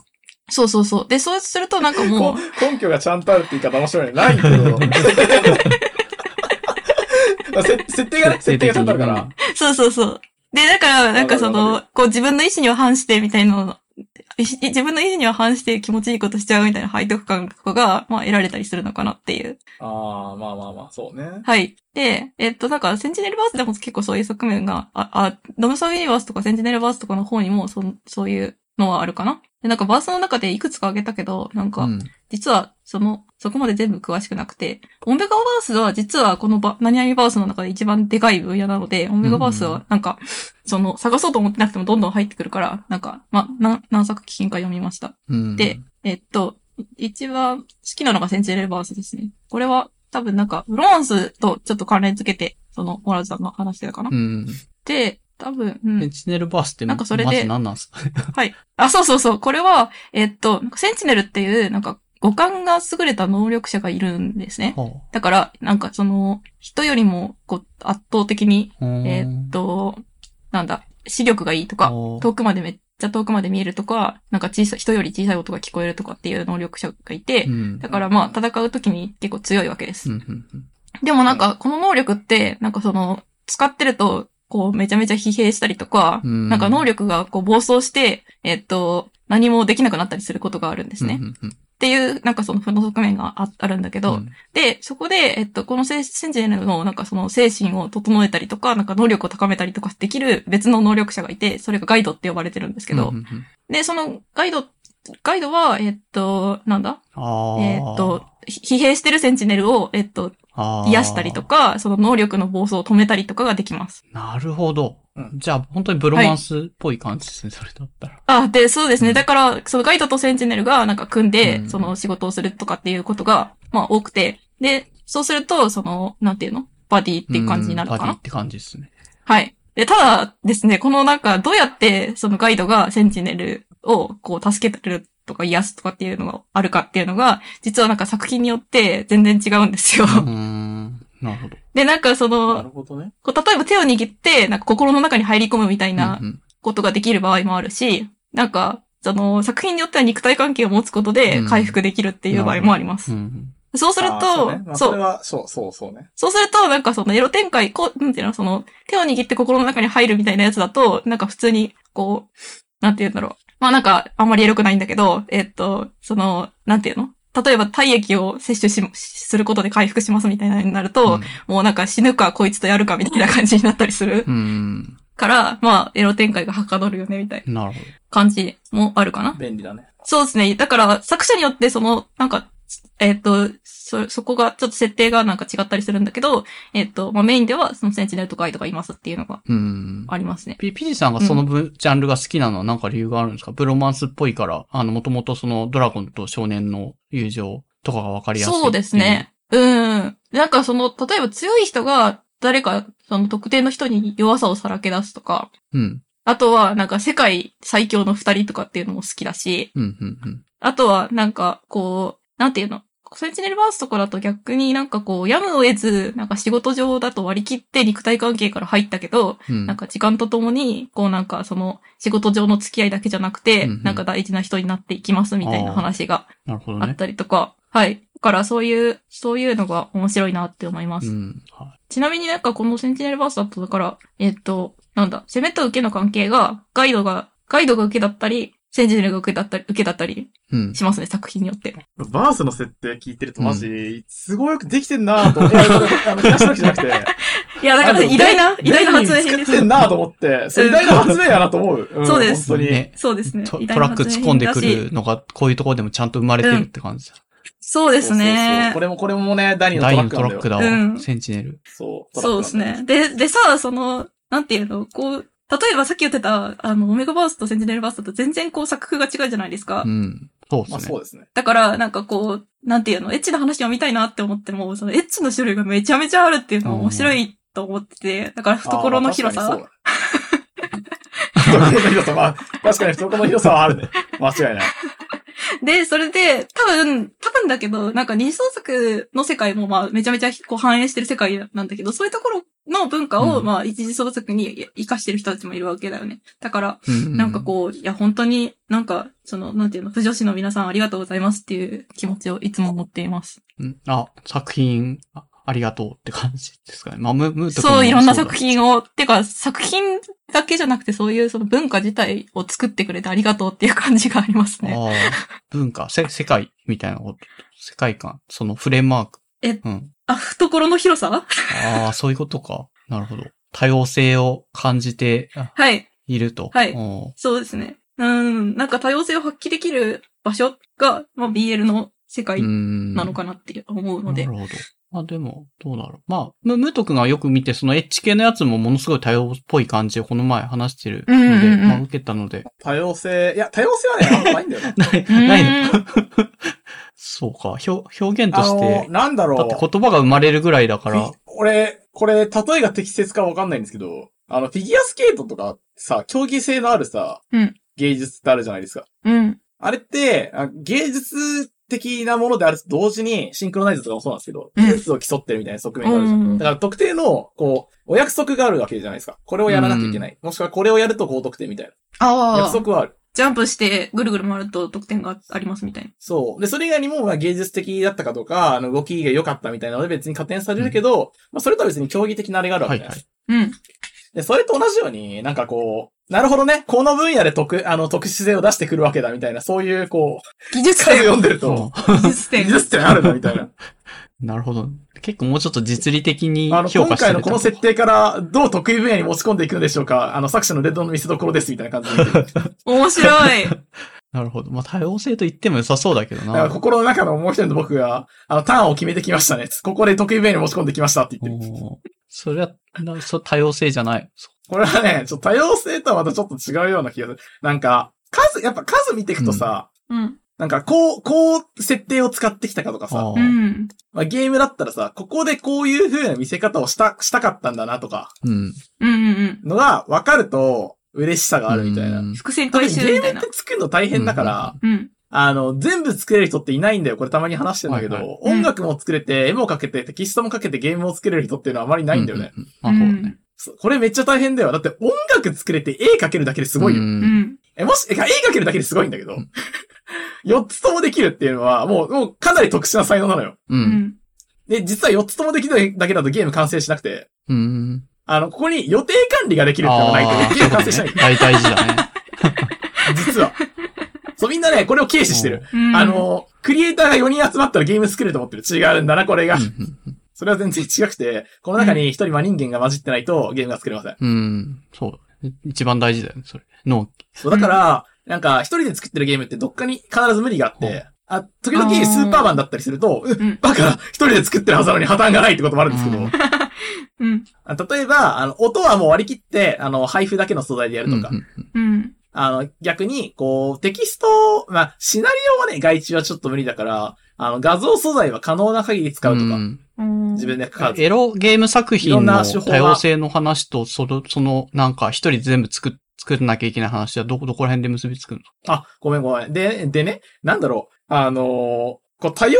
B: そうそうそう。で、そうするとなんかも
C: こ
B: う、
C: 根拠がちゃんとあるって言い方面白いね。ないけど。 せ設定がね、設定がちゃんとあるから。
B: そうそうそう。で、だから、なんかそ
C: わか
B: の、こう自分の意思には反してみたいなの、いし自分の意思には反して気持ちいいことしちゃうみたいな背徳感とかが、まあ得られたりするのかなっていう
C: ああ、まあまあまあ、そうね。
B: はい。で、えっと、なんか、センチネルバースでも結構そういう側面が、あ、あ、ドムサユニバースとかセンチネルバースとかの方にも、そん、そういうのはあるかな。で、なんか、バースの中でいくつか挙げたけど、なんか、
A: うん。
B: 実は、その、そこまで全部詳しくなくて、オメガバースは実はこのば、何々バースの中で一番でかい分野なので、オメガバースはなんか、その、探そうと思ってなくてもどんどん入ってくるから、なんか、ま、なん何作品か読みました。
A: うん。
B: で、えっと、い一番好きなのがセンチネルバースですね。これは多分なんか、ブロンスとちょっと関連付けて、その、モラルさんが話してたかな。
A: うん。
B: で、多分、う
A: セン
B: ん。
A: チネルバースって、
B: なんかそれで
A: まず何なんすか
B: はい。あ、そうそうそう。これは、えっと、なんかセンチネルっていう、なんか、五感が優れた能力者がいるんですね。
A: は
B: だから、なんかその、人よりも、こう、圧倒的に、
A: あうん
B: えっと、なんだ、視力がいいとか、
A: おー
B: 遠くまでめっちゃ遠くまで見えるとか、なんか小さい、人より小さい音が聞こえるとかっていう能力者がいて、
A: うん
B: だからまあ、戦う時に結構強いわけで
A: う
B: す。
A: んうん
B: でもなんか、この能力って、なんかその、使ってると、こう、めちゃめちゃ疲弊したりとか、
A: うん
B: なんか能力がこう暴走して、えっと、何もできなくなったりすることがあるんですね。
A: うんうんうん
B: っていう、なんかその負の側面がああるんだけど、
A: うん
B: で、そこで、えっと、このセンジェルの、なんかその精神を整えたりとか、なんか能力を高めたりとかできる別の能力者がいて、それがガイドって呼ばれてるんですけ
A: う
B: ど、
A: んうんうん
B: で、そのガイド、ガイドは、えっと、なんだ
A: ああ。
B: えっと、、ひ疲弊してるセンチネルを、えっと、癒したりと
A: か。
B: か、その能力の暴走を止めたりとかができます。
A: なるほど
C: うん。
A: じゃあ、本当にブロマンスっぽい感じですね、それだったら。
B: あ、で、そうです
A: う
B: ね。
A: ん
B: だから、そのガイドとセンチネルがなんか組んで、
A: うん
B: その仕事をするとかっていうことが、まあ多くて、で、そうすると、その、なんていうのバディっていう感じになるのか
A: うんバデ
B: な
A: ィって感じです ね。
B: はい。で、ただですね、このなんか、どうやって、そのガイドがセンチネルを、こう、助けてるとか癒すとかっていうのがあるかっていうのが、実はなんか作品によって全然違うんですよ。
A: うーん。なるほど。
B: で、なんかそ
C: なる
B: の、
C: ほどね。
B: こう例えば手を握って、なんか心の中に入り込むみたいな
A: うんうん
B: ことができる場合もあるし、なんか、その、作品によっては肉体関係を持つことで
A: うん
B: 回復できるっていう場合もあります。
A: うんうん
B: そうする
C: あーそうねま
B: と、
C: あ
B: そ
C: それ
B: う、
C: は、そう、そう、そうね。
B: そうすると、なんかそのエロ展開、こう、なんていうの、その、手を握って心の中に入るみたいなやつだと、なんか普通に、こう、なんて言うんだろう。まあなんか、あんまりエロくないんだけど、えっと、その、なんていうの例えば体液を摂取し、することで回復しますみたいなのになると、もうなんか死ぬかこいつとやるかみたいな感じになったりする
A: うん。
B: から、まあ、エロ展開がはかどるよね、みたいな
A: うんなるほ
B: 感じもあるかな。
C: 便利だね。
B: そうですね。だから、作者によって、その、なんか、えっ、と、そ、そこが、ちょっと設定がなんか違ったりするんだけど、えっ、と、まあ、メインではそのセンチネルとガイドがいますっていうのが
A: うん。
B: ありますね。
A: ピピジさんがそのぶ、ジャンルが好きなのは何か理由があるんですかブロマンスっぽいから、あの、もともとそのドラゴンと少年の友情とかがわかりやすい。
B: そうです。ね。うん。なんかその、例えば強い人が誰か、その特定の人に弱さをさらけ出すとか、
A: うん。
B: あとはなんか世界最強の二人とかっていうのも好きだし、
A: うん、うん、うん。
B: あとはなんかこう、なんていうのセンチネルバースとかだと逆になんかこう、やむを得ず、なんか仕事上だと割り切って肉体関係から入ったけど、
A: うん。
B: なんか時間とともに、こうなんかその仕事上の付き合いだけじゃなくて、
A: うんうん
B: なんか大事な人になっていきますみたいな話が
A: なるほど
B: あっ
A: ね。
B: たりとか、はい。だからそういう、そういうのが面白いなって思います。
A: うん。は
B: ちなみになんかこのセンチネルバースだとだから、えっと、なんだ、攻めと受けの関係が、ガイドが、ガイドが受けだったり、センチネルが受けだったり、受けだったり
A: い。うん。
B: しますね、作品によって。
C: バースの設定聞いてるとマジ、すごいよくできてんなぁと思いながら、あの、出したわけじゃな くて。
B: いや、だから
C: あでも
B: 偉大な、偉大な発明
C: 作
B: 品
C: っ
B: です
C: てんなぁと思って、そう偉大な発明やなと思う。ん
B: そうです
C: 本当に。
A: ね
B: そうですね。
A: ト
B: 偉大
A: ト
B: な
A: ラック
B: 発
A: 突っ
B: 明
A: 込
B: 品
A: んで
B: だ
A: く
B: し
A: るのが、こういうところでもちゃんと生まれてるって感じだ。
B: そうですね
C: そうそうそうこ。れもこれもね、第二の
A: ダ
C: ト
A: イ
C: ラ
A: ンの
C: ック
A: ト
C: なん
A: ラ
C: だ
A: ッ
C: よ
A: ク。だわ。
B: うん
A: センチネル。
C: そう、
B: そうですね。。で、でさ、その、なんていうの、こう、例えばさっき言ってた、あの、オメガバースとセンチネルバースだと全然こう作風が違うじゃないですか。
A: うん。そうです
C: まあ
A: ね。
C: そうですね。
B: だから、なんかこう、なんていうの、エッチな話を見たいなって思っても、そのエッチの種類がめちゃめちゃあるっていうのは面白いと思ってて、だから 懐の広
C: あ
B: さ
C: ー。まあ確かにそうだ懐の広さ、まあ、確かに 懐の広さはある ね。間違いない。
B: で、それで、多分、多分だけど、なんか二次創作の世界もまあめちゃめちゃこう反映してる世界なんだけど、そういうところの文化を、
A: うん
B: まあ一次創作に生かしてる人たちもいるわけだよね。だから、
A: うん
B: なんかこう、いや、本当になんか、その、なんていうの、不女子の皆さんありがとうございますっていう気持ちをいつも持っています。
A: うん。あ、作品、あありがとうって感じですかね。まあ、ムムート君も
B: そう、いろんな作
A: だ
B: 品を、てか、作品だけじゃなくて、そういうその文化自体を作ってくれてありがとうっていう感じがありますね。
A: ああ、文化、せ、世界みたいなこと、世界観、そのフレームワーク。
B: え
A: うん。
B: あ、懐の広さ
A: ああ、そういうことか。なるほど。多様性を感じて
B: はい。
A: いると。
B: はい
A: お
B: そうですね。うん、なんか多様性を発揮できる場所が、まあ、BL の世
A: ー
B: 界
A: うーん。
B: なのかなって思うので。
A: なるほど。まあでも、どうだろう。まあ、ムムート君がよく見て、そのエッチ系のやつもものすごい多様っぽい感じをこの前話してるので、
B: うんうんうん
A: まあ受けたので、。
C: 多様性、いや、多様性はね、あんまないんだよな
A: ない、
B: ーん
A: ないのそうか、表、表現と
C: あ
A: して
C: の、、なんだろう。
A: だって言葉が生まれるぐらいだから
C: フィ、俺、これ、例えが適切かわかんないんですけど、あの、フィギュアスケートとかさ、競技性のあるさ、
B: うん
C: 芸術ってあるじゃないですか。
B: うん。
C: あれって、あ芸術的なものであると同時に、シンクロナイズとかもそうなんですけど、
B: うん
C: 技術を競ってるみたいな側面があるじゃん。
B: うん
C: だから特定の、こう、お約束があるわけじゃないですか。これをやらなきゃいけない。もしくはこれをやると高得点みたいな。
B: あ
C: 約
B: あ、
C: 束はある。
B: ジャンプしてぐるぐる回ると得点がありますみたいな。
C: そう。で、それ以外にも、まあ、芸術的だったかとか、あの、動きが良かったみたいなので別に加点されるけど、まあ、それとは別に競技的なあれがあるわけじゃないですか。
B: うん。
C: で、それと同じように、なんかこう、なるほどね、この分野で特、あの、特殊性を出してくるわけだみたいな、そういう、こう、
B: 技術
C: 数
B: 点
C: 読んでる
A: そ
C: と、
B: 技術
C: 技
B: 点。
C: 術点あるな、みたい な。
A: う。なるほど。結構もうちょっと実利的に
C: あの、
A: 評
C: 今
A: 価して
C: 回
A: る
C: のこの設定から、どう得意分野に持ち込んでいくんでしょうかあの、作者のレッドの見せ所です、みたいな感じで。 だか
B: 面白い。
A: なるほど。まあ多様性と言っても良さそうだけど な。
C: ら心の中のもう一人の僕が、あの、ターンを決めてきましたね。ここで得意分野に持ち込んできましたって言ってる。
A: おーそれは、なそ多様性じゃない。そ
C: これはね、ちょっと多様性とはまたちょっと違うような気がする。なんか、数、やっぱ数見ていくとさ、
B: うん。
C: なんか、こう、こう、設定を使ってきたかとかさ、
A: あ
B: う
A: ー
B: ん。
C: まあ、ゲームだったらさ、ここでこういう風な見せ方をした、したかったんだなとか、
A: うん。
B: うんうんうん。
C: のが分かると嬉しさがあるみたいな。
A: うん
B: 伏線
C: 特
B: 回
C: にゲ
B: 収みた
C: ー
B: い
C: ム
B: な
C: って。作るの大変だから、
B: うん。
C: あの、全部作れる人っていないんだよ。これたまに話してんだけど、
A: はいは
B: うん
C: 音楽も作れて、絵も描けて、テキストも描けて、ゲームも作れる人っていうのはあまりないんだよね。。
A: うううあ、そうだね。
C: そこれめっちゃ大変だよ。だって音楽作れて絵描けるだけですごいよ。
B: うんん。うん。
C: え、もし、え絵描けるだけですごいんだけど
A: うん、
C: 4つともできるっていうのは、もう、もうかなり特殊な才能なのよ。
A: う。
B: うんん。
C: で、実は4つともできないだけだとゲーム完成しなくて、
A: うん。
C: あの、ここに予定管理ができるってのがない
A: あー
C: と、ゲーム完成しない。
A: 大大事 だね。
C: 実は。そう、みんなね、これを軽視してる。
B: うん
C: あ、の、クリエイターが4人集まったらゲーム作れると思ってる。違うんだな、これ
A: う
C: が。
A: ん。
C: それは全然違くて、この中に一人は人間が混じってないとゲームが作れません。
A: うんうん。そうだね。一番大事だよね、それ。納期。
C: そう、だから、なんか、一人で作ってるゲームってどっかに必ず無理があって、あ、時々スーパーマンだったりすると、
B: ん
C: バカ一人で作ってるはずなのに破綻がないってこともあるんですけ
A: う
C: ど
A: ん、
B: うん。
C: あ例えば、あの、音はもう割り切って、あの、配布だけの素材でやるとか、
A: うん
B: うん。
C: あの、逆に、こう、テキストを、まあ、シナリオはね、外注はちょっと無理だから、あの、画像素材は可能な限り使うとか、
A: ん
B: うん
C: 自分で書かず。
A: エロゲーム作品の
C: いろんな手法
A: 多
C: が
A: 様性の話と、その、その、なんか一人全部作っ、作らなきゃいけない話はどこ、どこら辺で結びつくの
C: あ、ごめんごめん。で、でね、なんだろう、あのーこう、多様性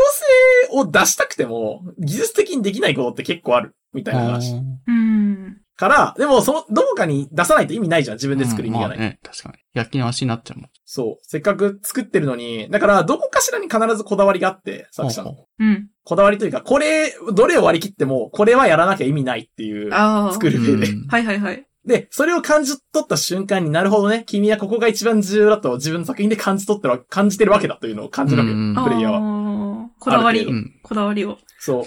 C: を出したくても、技術的にできないことって結構ある、みたいな話。
B: うん。
C: から、でも、その、どこかに出さないと意味ないじゃん、自分で作る意味がない。
A: うんまあね、確かに。焼きの足になっちゃうもん。
C: そう。せっかく作ってるのに、だから、どこかしらに必ずこだわりがあって、作者の。
A: ほ
B: うん。
C: こだわりというか、これ、どれを割り切っても、これはやらなきゃ意味ないっていう、
B: ああ。
C: 作
A: う
C: る 上で。
A: うん
B: はいはいはい。
C: で、それを感じ取った瞬間になるほどね、君はここが一番重要だと自分の作品で感じ取ってるわ、感じてるわけだというのを感じるわけよ。
A: うん
C: プレイヤーは。
B: は。こだわ
C: ある
B: り
A: う。ん。
B: こだわりを。
C: そう。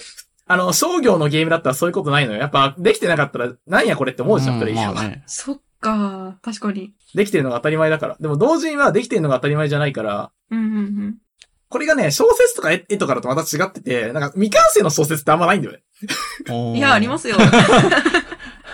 C: あの、商業のゲームだったらそういうことないのよ。やっぱ、できてなかったら、なんやこれって思うじゃん、プレイヤー
A: まあ
C: は。
A: ね。
B: そっか。確かに。
C: できてるのが当たり前だから。でも同時にはできてるのが当たり前じゃないから、
B: うんうん
C: これがね、小説とか絵絵とかだとまた違ってて、なんか未完成の小説ってあんまないんだよね。
B: うん。いや、ありますす よ。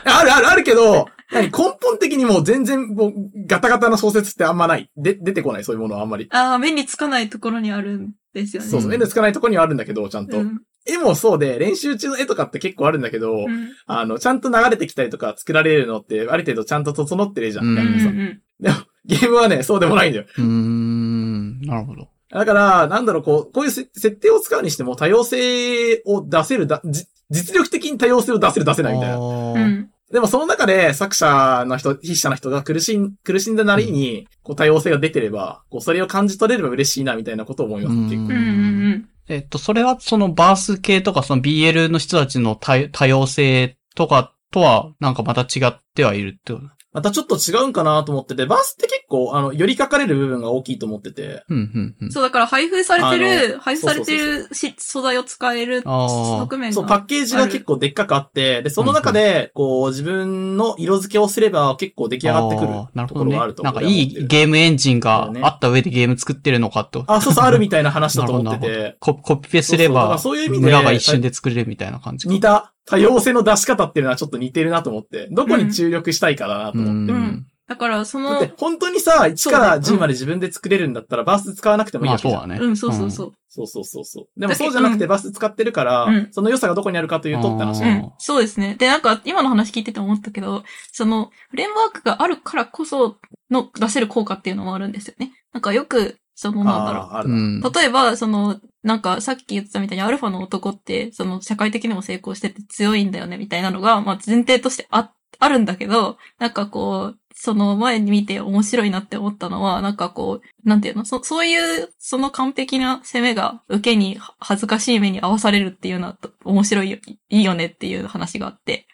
C: あるあるあるけど、何根本的にもう全然もうガタガタな小説ってあんまない。で、出てこない、そういうものはあんまり。
B: ああ、目につかないところにあるんですよね。
C: そうそう。絵のつかないとこにはあるんだけど、ちゃんと。
B: うん。
C: 絵もそうで、練習中の絵とかって結構あるんだけど、
B: うん。
C: あの、ちゃんと流れてきたりとか作られるのって、ある程度ちゃんと整ってるじゃん。
A: うん
B: う
C: やっぱ
B: ん
C: さ
B: うん
C: でも、ゲームはね、そうでもないんだよ。
A: うーん。なるほど。
C: だから、なんだろう、こう、こういうせ設定を使うにしても、多様性を出せるだ、じ実力的に多様性を出せる出せないみたい
A: あ
C: な。
A: ー
B: うん。
C: でもその中で作者の人、筆者の人が苦しん、苦しんだなりに、こう多様性が出てれば、こうそれを感じ取れれば嬉しいなみたいなことを思います。結構
B: うんうんうん。
A: えっと、それはそのバース系とかその BL の人たちの多多様性とかとはなんかまた違ってはいるってこと
C: またちょっと違うんかなと思ってて、バースって結構、あの、寄りかかれる部分が大きいと思ってて、
A: うん、うん、うん。
B: そう、だから配布されて
C: あ
B: る、
C: の
B: 配布されてるし素材を使える
A: あー
B: 側面
C: そう、パ
B: が。
C: ッケージが結構でっかくあって、で、その中で、こう、自分の色付けをすれば結構出来上がってくる
A: あーなる
C: と
A: ほ
C: こ
A: ど
C: ろ
A: ね
C: がある。と
A: な
C: 思
A: ん
C: う
A: かいいゲームエンジンがあった上でゲーム作ってるのかと。
C: あ、そうそう、あるみたいな話だと思って
A: な
C: て、
A: ココピペすれば、
C: そうそうだからそういう意味で
A: 村が一瞬で作れるみたいな感じか
C: 似た多様性の出し方っていうのはちょっと似てるなと思って、どこに注力したいかだなと
A: う
C: 思って。
A: ん。
B: だから、そ
C: だっ
B: の、
C: て、本当にさ、1から10まで自分で作れるんだったら、バース使わなくてもいい
A: まあ
C: わけ
A: そう
C: じゃん。
A: だね。
B: うん、そうそうそう。
C: そうそうそうそう。でもそうじゃなくてバース使ってるから、
B: うん
C: その良さがどこにあるかというとって話
A: う
B: うんん、そうですね。で、なんか、今の話聞いてて思ったけど、その、フレームワークがあるからこその出せる効果っていうのもあるんですよね。なんかよく、その、なんだろう。
C: あーあ
A: う
C: るな。
A: ん。
B: 例えば、その、なんかさっき言ってたみたいにアルファの男って、その社会的にも成功してて強いんだよねみたいなのが、まあ前提としてあ、あるんだけど、なんかこう、その前に見て面白いなって思ったのは、なんかこう、なんていうのそ、そういう、その完璧な攻めが受けには恥ずかしい目に合わされるっていうのはと面白いよ、いいよねっていう話があって。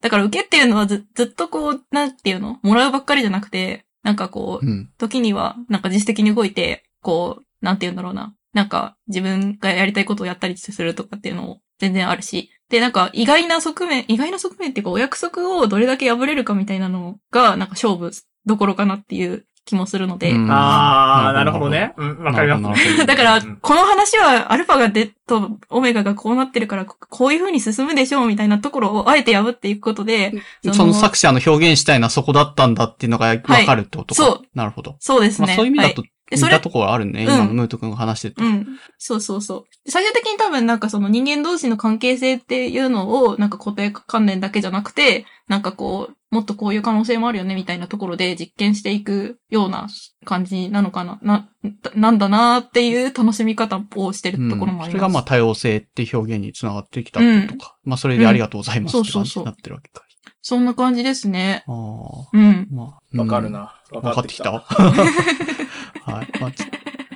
B: だから受けっていうのはずずっとこう、なんていうのもらうばっかりじゃなくて、なんかこう、
A: うん。
B: 時には、なんか自主的に動いて、こう、なんて言うんだろうな。なんか、自分がやりたいことをやったりするとかっていうのも全然あるし。で、なんか、意外な側面、意外な側面っていうか、お約束をどれだけ破れるかみたいなのが、なんか勝負どころかなっていう気もするので。
A: うん
C: あー、なるほどね。うん、わかります。
A: なるほど
B: だから、
C: うん
B: この話は、アルファがで、と、オメガがこうなってるから、ここういう風に進むでしょうみたいなところを、あえて破っていくことで、
A: その作者の表現したいのはそこだったんだっていうのがわかるってことか。
B: はいそう。
A: なるほど。
B: そうです
A: まあ
B: ね。
A: そういう意味
B: は
A: だと、
B: で
A: 似
B: それ
A: たところあるね。
B: うん
A: 今のムート君が話してて。
B: うん。そうそうそう。で最終的に多分なんかその人間同士の関係性っていうのをなんか固定関連だけじゃなくて、なんかこう、もっとこういう可能性もあるよねみたいなところで実験していくような感じなのかな、な、なんだなーっていう楽しみ方をしてるところもあ
A: そ
B: ります。
A: れがまあ多様性って表現につながってきたってことか。まあそれでありがとうございます
B: うん
A: って感じになってるわけか。
B: そんな感じですね。
A: ああ。
B: うん。
A: まあ。
C: わかる
A: な
C: な。
A: 分かってきた。 はい。まあ、 ち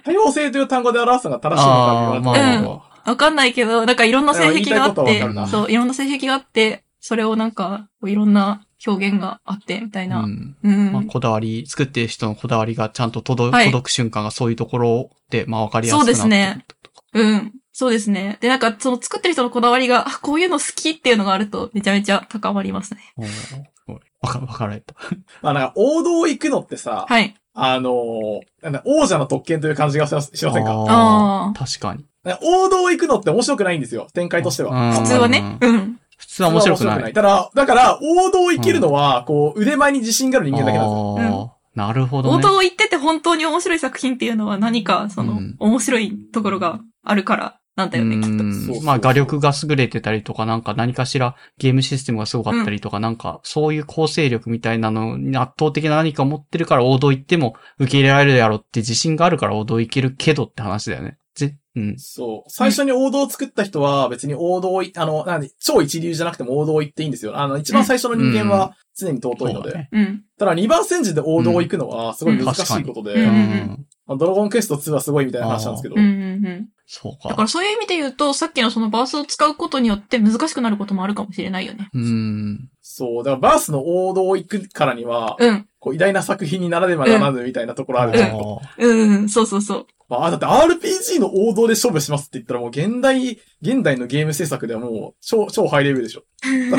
C: 多様性という単語で表すのが正しいの
A: あ
C: か
A: ー
C: み
A: まあ
C: たいな
A: まあまあ
B: わかんないけど、なんかいろんな性癖があっ
C: うん言い
B: て
C: たいことはわかるな、
B: そう、いろんな性癖があって、それをなんか、こういろんな表現があって、みたい
A: う
B: な。うん。
A: んまあ、こだわり、作ってる人のこだわりがちゃんと届,、
B: はい
A: 届く瞬間がそういうところで、まあ分かりやすくなって
B: そうですね
A: るとか。
B: うん。そうですね。で、なんか、その作ってる人のこだわりが、あ、こういうの好きっていうのがあると、めちゃめちゃ高まりますね。
A: おーすごいわか、わかられた。
C: まあなんか王道行くのってさ、
B: はい。
C: あのーなんだ、王者の特権という感じがしましませんか
A: あ
B: あ
A: ー確かに。
C: 王道行くのって面白くないんですよ、展開としては。
A: 普
B: 普通はね。うん。
A: 普通は面白くない。
C: ただ、だから、王道行けるのは、こう、腕前に自信がある人間だけなんですよ。
B: すよ
A: あーなるほどね。
B: 冒頭言ってて本当に面白い作品っていうのは何か、そ
A: う
B: の、
A: ん
B: 面白いところがあるからなんだよね、きっと。
A: うん
C: そうそう
A: まあ画力が優れてたりとか、なんか何かしらゲームシステムがすごかったりとか、なんかそういう構成力みたいなのに圧倒的な何か持ってるから王道行っても受け入れられるやろって自信があるから王道行けるけどって話だよね。ぜ、うん。
C: そう。最初に王道を作った人は、別に王道い、あの、なんで、超一流じゃなくても王道行っていいんですよ。あの、一番最初の人間は常に尊いの
A: そう
C: で。
A: だね。
B: うん。
C: ただ、二番煎じで王道行くのは、すごい難しいことで、
B: うん
A: う
B: うん
A: ん。
C: まあドラゴンクエスト2はすごいみたいな話なんですけど
B: うんう、んうん。
A: そう
B: だか
A: か。
B: らそういう意味で言うと、さっきのそのバースを使うことによって難しくなることもあるかもしれないよね。
A: うん。
C: そう、だからバースの王道を行くからには、
B: うん。
C: こう偉大な作品にならねばならぬみたいなところあるじゃん。
A: あー
B: うんうん、そうそうそう。
C: まあ、だって RPG の王道で勝負しますって言ったらもう現代、現代のゲーム制作ではもう超、超ハイレベルでしょ。だ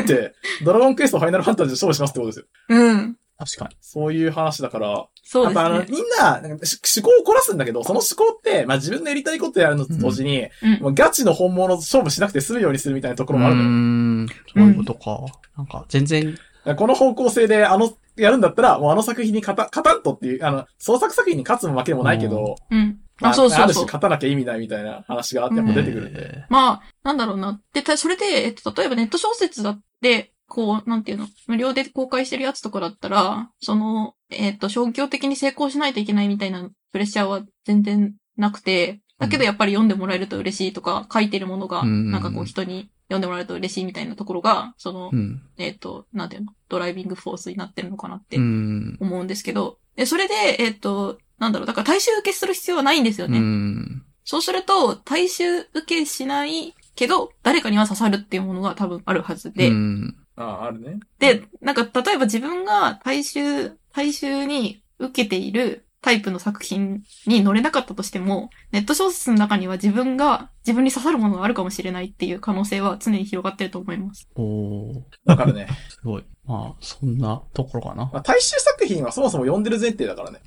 C: って、ドラゴンクエストファイナルファンタジーで勝負しますってことですよ。
B: うん。
A: 確かに。
C: そういう話だから、
B: そう
C: や
B: です
C: っぱあの、
B: ね。
C: みんな、なんかし思考を凝らすんだけど、その思考って、まあ自分のやりたいことやるのと同時に、
B: うん
C: もうガチの本物と勝負しなくて済むようにするみたいなところもある
A: う
C: のよ。
A: ん。そういうことか。なんか全然、
C: だからこの方向性で、あの、やるんだったら、もうあの作品に勝た、勝たんとっていう、あの、創作作品に勝つも負けもないけど、
B: うん。
C: ま
B: あ、そうそ
C: あ
B: う
C: る
B: そ
C: 種
B: う。
C: 勝たなきゃ意味ないみたいな話がやっぱ出てくるんで。
A: え
B: まあ、なんだろうな。で、たそれで、えっと、例えばネット小説だって、こう、なんていうの、無料で公開してるやつとかだったら、その、えっと、商業的に成功しないといけないみたいなプレッシャーは全然なくて、だけどやっぱり読んでもらえると嬉しいとか、書いてるものが、
A: うん
B: なんかこう人に読んでもらえると嬉しいみたいなところが、その
A: ー、うん。
B: えっと、なんていうの、ドライビングフォースになってるのかなって
A: うん。
B: 思うんですけど、で、それで、えっと、なんだろう、だから大衆受けする必要はないんですよ
A: う
B: ね。
A: ん。
B: そうすると、大衆受けしないけど、誰かには刺さるっていうものが多分あるはずで、
A: うん
C: ああ、あるね。
B: で、なんか、例えば自分が大衆、大衆に受けているタイプの作品に乗れなかったとしても、ネット小説の中には自分が、自分に刺さるものがあるかもしれないっていう可能性は常に広がってると思います。
A: おー。
C: だからね。
A: すごい。まあ、そんなところかな。
C: まあ、大衆作品はそもそも読んでる前提 だからね。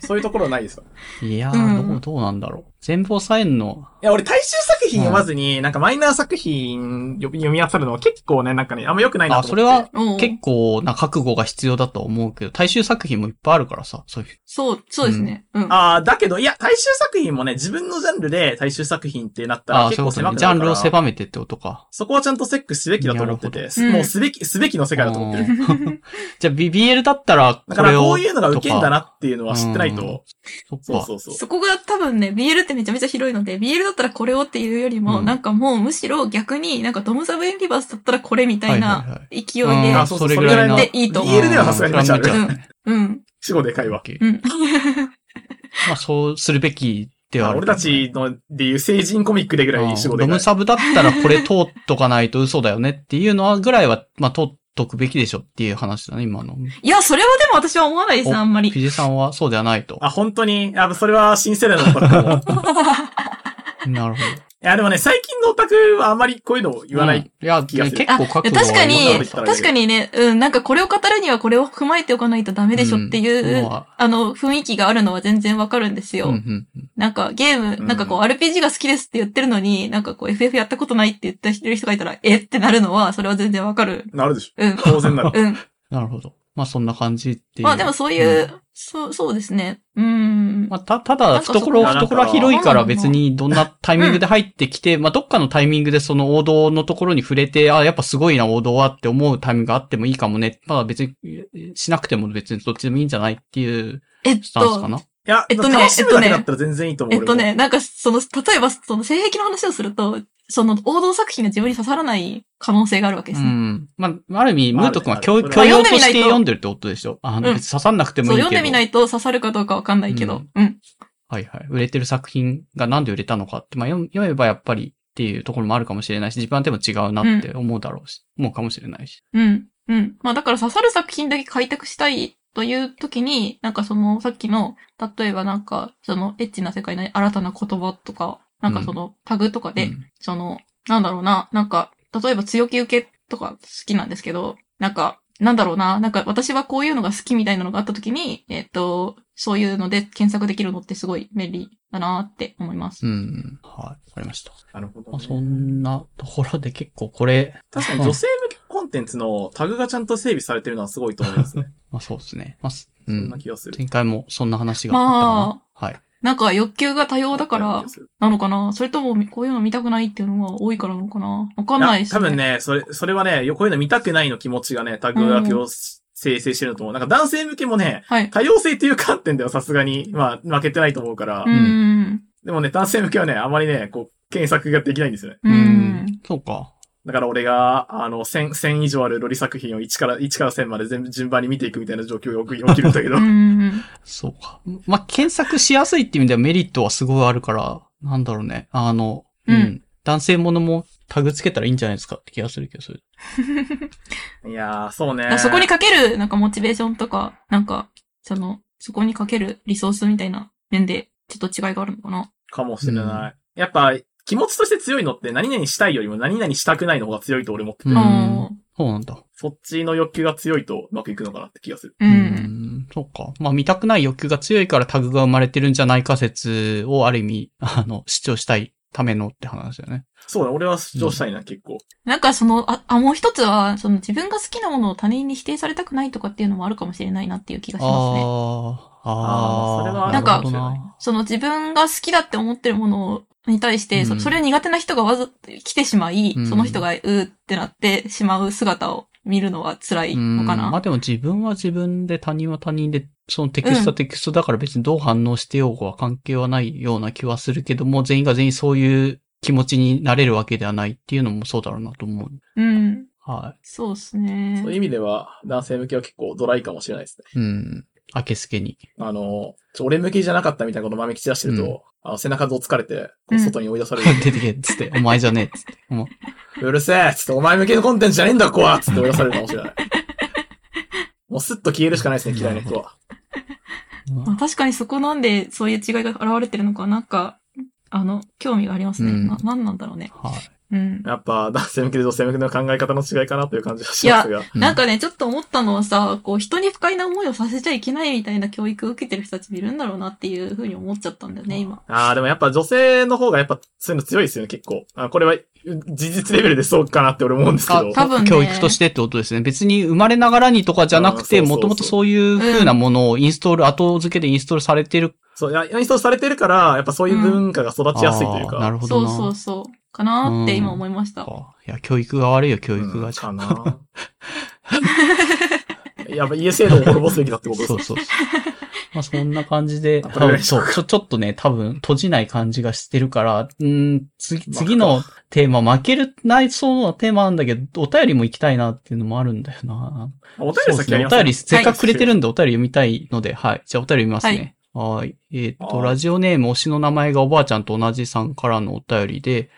C: そういうところはないですか
A: いや
B: う
A: ー、
B: ん
A: どう、どうなんだろう。全部抑えんの。
C: いや、俺大衆作品読まずに、なんかマイナー作品読み読み漁るのは結構ね、なんかね、あんま良くないな
A: あ、
C: と
A: そ
C: 思っ
A: れ
C: て。
A: は
B: おう
A: 結構な覚悟が必要だと思うけど、大衆作品もいっぱいあるからさ、そういう。
B: そう、そうですね。うん。
C: ああ、だけど、いや、大衆作品もね、自分のジャンルで大衆作品ってなったら
A: あー
C: 結
A: そういうこ
C: 構
A: と
C: 狭
A: ね。
C: く
A: ジ
C: な
A: ャ
C: る
A: ン
C: か
A: ルを
C: ら。
A: 狭めてってことか。
C: そこはちゃんとチェックすべきだと思って
A: なる
C: て、
B: どうん
C: もうすべき、すべきの世界だと思ってる。
A: じゃあ、B- BL だったら、
C: だ
A: こ
C: から
A: れを。
C: こういうのが受けんだな
A: と
C: っていうのは知ってないと。
A: か。そ
C: そう
A: っか。
C: そうそう。
B: そこが多分ね、BL ってめちゃめちゃ広いので、BL だったらこれをっていうよりも、
A: うん
B: なんかもうむしろ逆に、なんかドムサブエンリバースだったらこれみたい
A: はいはいは
B: ない勢いで、
A: あー
C: そ
A: そ
C: うそう
A: れぐらいの。
C: それ
B: でいいと思う
C: BL ではさすがに無茶ある
A: うんそれは無茶だね
B: うん、
C: 死後でかいわ。
A: OK
B: うん。
A: まあ、そうするべきではある。
C: 俺たちのでいう成人コミックでぐらい死後
A: ド
C: でか
A: ム
C: い。
A: サブだったらこれ通っとかないと嘘だよねっていうのはぐらいは、まあ通っとくべきでしょっていう話だね、今の。
B: いや、それはでも私は思わないです、
A: お
B: あんまり。
A: 藤井さんはそうではないと。
C: あ、本当に、あ、それは新世代のオタクかも。い
A: なるほど。
C: や、でもね、最近のオタクはあんまりこういうのを言わな
A: うん
C: い。
A: いや、
C: 気がす
A: 結
C: る
A: 構
B: あ、い
A: 覚悟
B: や確か
A: はいろんな
B: に、
A: こと言っ
B: 確かにね、うん、なんかこれを語るにはこれを踏まえておかないとダメでしょっていう、
A: うんま
B: あの、雰囲気があるのは全然わかるんです
A: た
B: よ。
A: らうんうんうん
B: なんかゲー
C: う
B: ム、
C: ん
B: なんかこう RPG が好きですって言ってるのに、なんかこう FF やったことないって言ってる人がいたら、えってなるのは、それは全然わかる。
C: なるでしょ。
B: うん。
C: 当然 なる。
B: うん。
A: なるほど。まあそんな感じっていう。
B: まあでもそういう、
A: ん
B: そう、そうですね。うん。
A: まあた、ただ、
B: なんかそこ
A: 懐、
C: なんか
A: 懐は広いから別にどんなタイミングで入ってきて、まあどっかのタイミングでその王道のところに触れて、あ、やっぱすごいな、王道はって思うタイミングがあってもいいかもね。まあ別に、しなくても別にどっちでもいいんじゃないっていう
B: えっ
A: スタンスか
B: と、
A: な。
C: いや、
B: えっとね
C: 楽しむだけだったら全然いいと思う。
B: えっと
C: 俺
B: ね、
C: も。
B: なんかその、例えばその性癖の話をすると、その王道作品が自分に刺さらない可能性があるわけ
A: う
B: ですね。
A: ん。まあ、ある意味、ムート君は教
C: ある
A: 教養と
B: まあ読んでみない
A: して
B: と
A: 読んでるってことでしょ。あの、
B: うん
A: 別に刺さんなくても
B: そ、
A: いういけど。
B: 読んでみないと刺さるかどうかわかんないけど。うん。
A: はいはい。売れてる作品がなんで売れたのかって、まあ読む読めばやっぱりっていうところもあるかもしれないし、自分はでも違うなって思うだろうし、思うかもしれないし。
B: うん。うん。まあだから刺さる作品だけ開拓したいという時に、なんかその、さっきの、例えばなんか、その、エッチな世界の新たな言葉とか、なんかその、タグとかで、
A: うん
B: その、なんだろうな、なんか、例えば強気受けとか好きなんですけど、なんか、なんだろうな、なんか私はこういうのが好きみたいなのがあった時に、えっ、と、そういうので検索できるのってすごい便利だなって思います。
A: うん。はい。わかりました。
C: なるほど、
A: まあ、
C: ね。
A: そんなところで結構これ、
C: 確かに女性向けコンテンツのタグがちゃんと整備されてるのはすごいと思いますね。
A: まあそうですね。まあ、すう。
C: そんなん気がする。
A: 前回もそんな話があったかな。はい。
B: なんか欲求が多様だから
C: 気がする、
B: なのかなそれともこういうの見たくないっていうのが多いからなのかなわかんないで
C: いや
B: す
C: 多分。ね、それ、それはね、よこういうの見たくないの気持ちがね、タグ分けを生成してると思う。なんか男性向けもね、
B: はい。
C: 多様性という観点ではさ すがに、まあ、負けてないと思うから、
B: うーん。
C: でもね、男性向けはね、あまりね、こう、検索ができないんですよね。
B: うーん。。
A: そうか。
C: だから俺が、あの、1000、1000以上あるロリ作品を1から、1から1000まで全部順番に見ていくみたいな状況が起き起きるんだけ
B: う
C: ど
B: ー。ん。
A: そうか。まあ、検索しやすいっていう意味ではメリットはすごいあるから、なんだろうね。あの、
B: うん
A: 男性ものもタグつけたらいいんじゃないですかって気がするけど、それ。
C: いやー、そう
B: だか
C: ね。
B: らそこにかける、なんかモチベーションとか、なんか、その、そこにかけるリソースみたいな面で、ちょっと違いがあるのかな。
C: かもしれない。やっぱ、気持ちとして強いのって何々したいよりも何々したくないの方が強いと俺思ってて、
A: うん
B: あ
A: そうなんだ。
C: そっちの欲求が強いとうまくいくのかなって気がする。
B: ーう。
A: うんん。そうか。まあ、見たくない欲求が強いからタグが生まれてるんじゃないか説をある意味、 あの、主張したいためのって話だよね。
C: そうだ、俺は主張したいな、結構。
B: なんかその、あ、あもう一つは、その自分が好きなものを他人に否定されたくないとかっていうのもあるかもしれないなっていう気がしま
A: あ
B: すね。
A: あ、
C: あーそれ
A: あ
C: は
A: あ、
B: あるかも
A: るほ
C: しれ
A: ど
C: ない
A: な。
B: その自分が好きだって思ってるものに対して、
A: うん
B: そそれを苦手な人がわざ、来てしまい、
A: うん
B: その人がうーってなってしまう姿を見るのは辛いのか
A: うんまあ
B: な。
A: でも自分は自分で他人は他人で、そのテクストはテクストだから別にどう反応してようは関係はないような気はするけども、全員が全員そういう気持ちになれるわけではないっていうのもそうだろうなと思う。
B: うん。
A: は
B: そうですね
C: そういう。意味では、男性向けは結構ドライかもしれないですね。
A: い。うん。明けすけに。
C: あの、ちょ俺向けじゃなかったみたいなこと豆き散らしてると、
A: うん
C: あの背中どつかれて、こ
B: うん
C: う外に追い出 される。
A: 出てけっつって、お前じゃねえっつって。もう
C: うるせえっつって、お前向けのコンテンツじゃねえんだ、ここはっつって追い出されるかもしれない。もうスッと消えるしかないですね、嫌いな人は。
B: まあ、確かにそこなんで、そういう違いが現れてるのか、なんか、あの、興味がありますね。
A: うん
B: な、なんなんだろうね。
A: は
B: うん。
C: やっぱ、男性向けと女性向けの考え方の違いかなという感じがしますが。
A: い。
B: なんかね、ちょっと思ったのはさ、こう、人に不快な思いをさせちゃいけないみたいな教育を受けてる人たちもいるんだろうなっていうふうに思っちゃったんだよね、今。
C: ああ、でもやっぱ女性の方がやっぱそういうの強いですよね、結構。あこれは事実レベルでそうかなって俺思うんですけ
A: あ
C: ど。
B: 多分ね
A: 教育としてってことですね。別に生まれながらにとかじゃなくて、
C: うんそうそうそう
A: もともとそういう風なものをインストール、後付けでインストールされてる。
C: そう、いや、インストールされてるから、やっぱそういう文化が育ちやすいというか。
A: あーなるほど
B: そう
A: な。
B: そうそう。かなーって今思いました。
A: かいや、教育が悪いよ、教
C: うん
A: 育が。
C: かな。 やっぱ家制度を滅ぼすべきだってことです
A: そうそうそう。 まあそんな感じで、
C: あこれ
A: 多
C: ぐらい
A: 分
C: でしょ
A: そうう、ちょ、ちょっとね、多分閉じない感じがしてるから、うん次、次のテーマ、負ける、ないそうなテーマなんだけど、お便りも行きたいなっていうのもあるんだよな。
C: お便
A: そ
C: り
A: うで
C: 先
A: す
C: やり
A: ね。お
C: ます
A: 便り、せっかくくれてるんで、お便り読みたいので、はい。じゃあお便り読みますね。はい。えーっと、
C: はい
A: ラジオネーム、推しの名前がおばあちゃんと同じさんからのお便り で、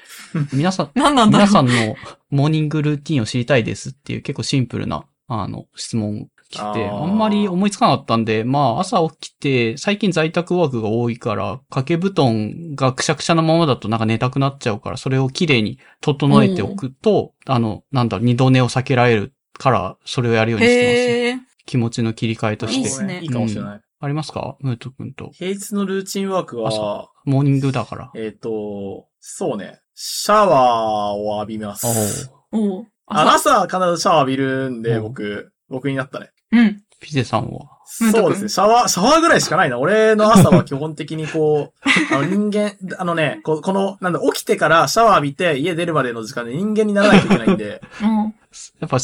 A: 皆さん、
B: なん なんだ
A: 皆
B: ろう。
A: さんの モーニングルーティンを知りたいですっていう結構シンプルな、あの、質問来
C: あ
A: て、
C: ー
A: あんまり思いつかなかったんで、まあ朝起きて、最近在宅ワークが多いから、掛け布団がくしゃくしゃなままだとなんか寝たくなっちゃうから、それをきれいに整えておくと、あの、なんだろう、二度寝を避けられるから、それをやるようにしてますね、
B: へえ。
A: 気持ちの切り替えとし
B: いい
A: て
B: っ。すね
C: いいかもしれない。
A: ありますかムート君と。
C: 平日のルーチンワーク
A: 朝
C: は、
A: モーニングだから。
C: えっ、と、そうね、シャワーを浴びます。
A: おう
B: おう。
C: あ
B: あ、
C: 朝必ずシャワー浴びるんで、
A: うん
C: 僕、僕になったね。
B: うん。
A: ピゼさんは。
B: うん
C: そうですね。シャワー、シャワーぐらいしかないな。俺の朝は基本的にこ う、あの人間、あのね、ここの、なんだ、起きてからシャワー浴びて家出るまでの時間で人間にならないといけないん で、
B: うん。
A: やっぱ、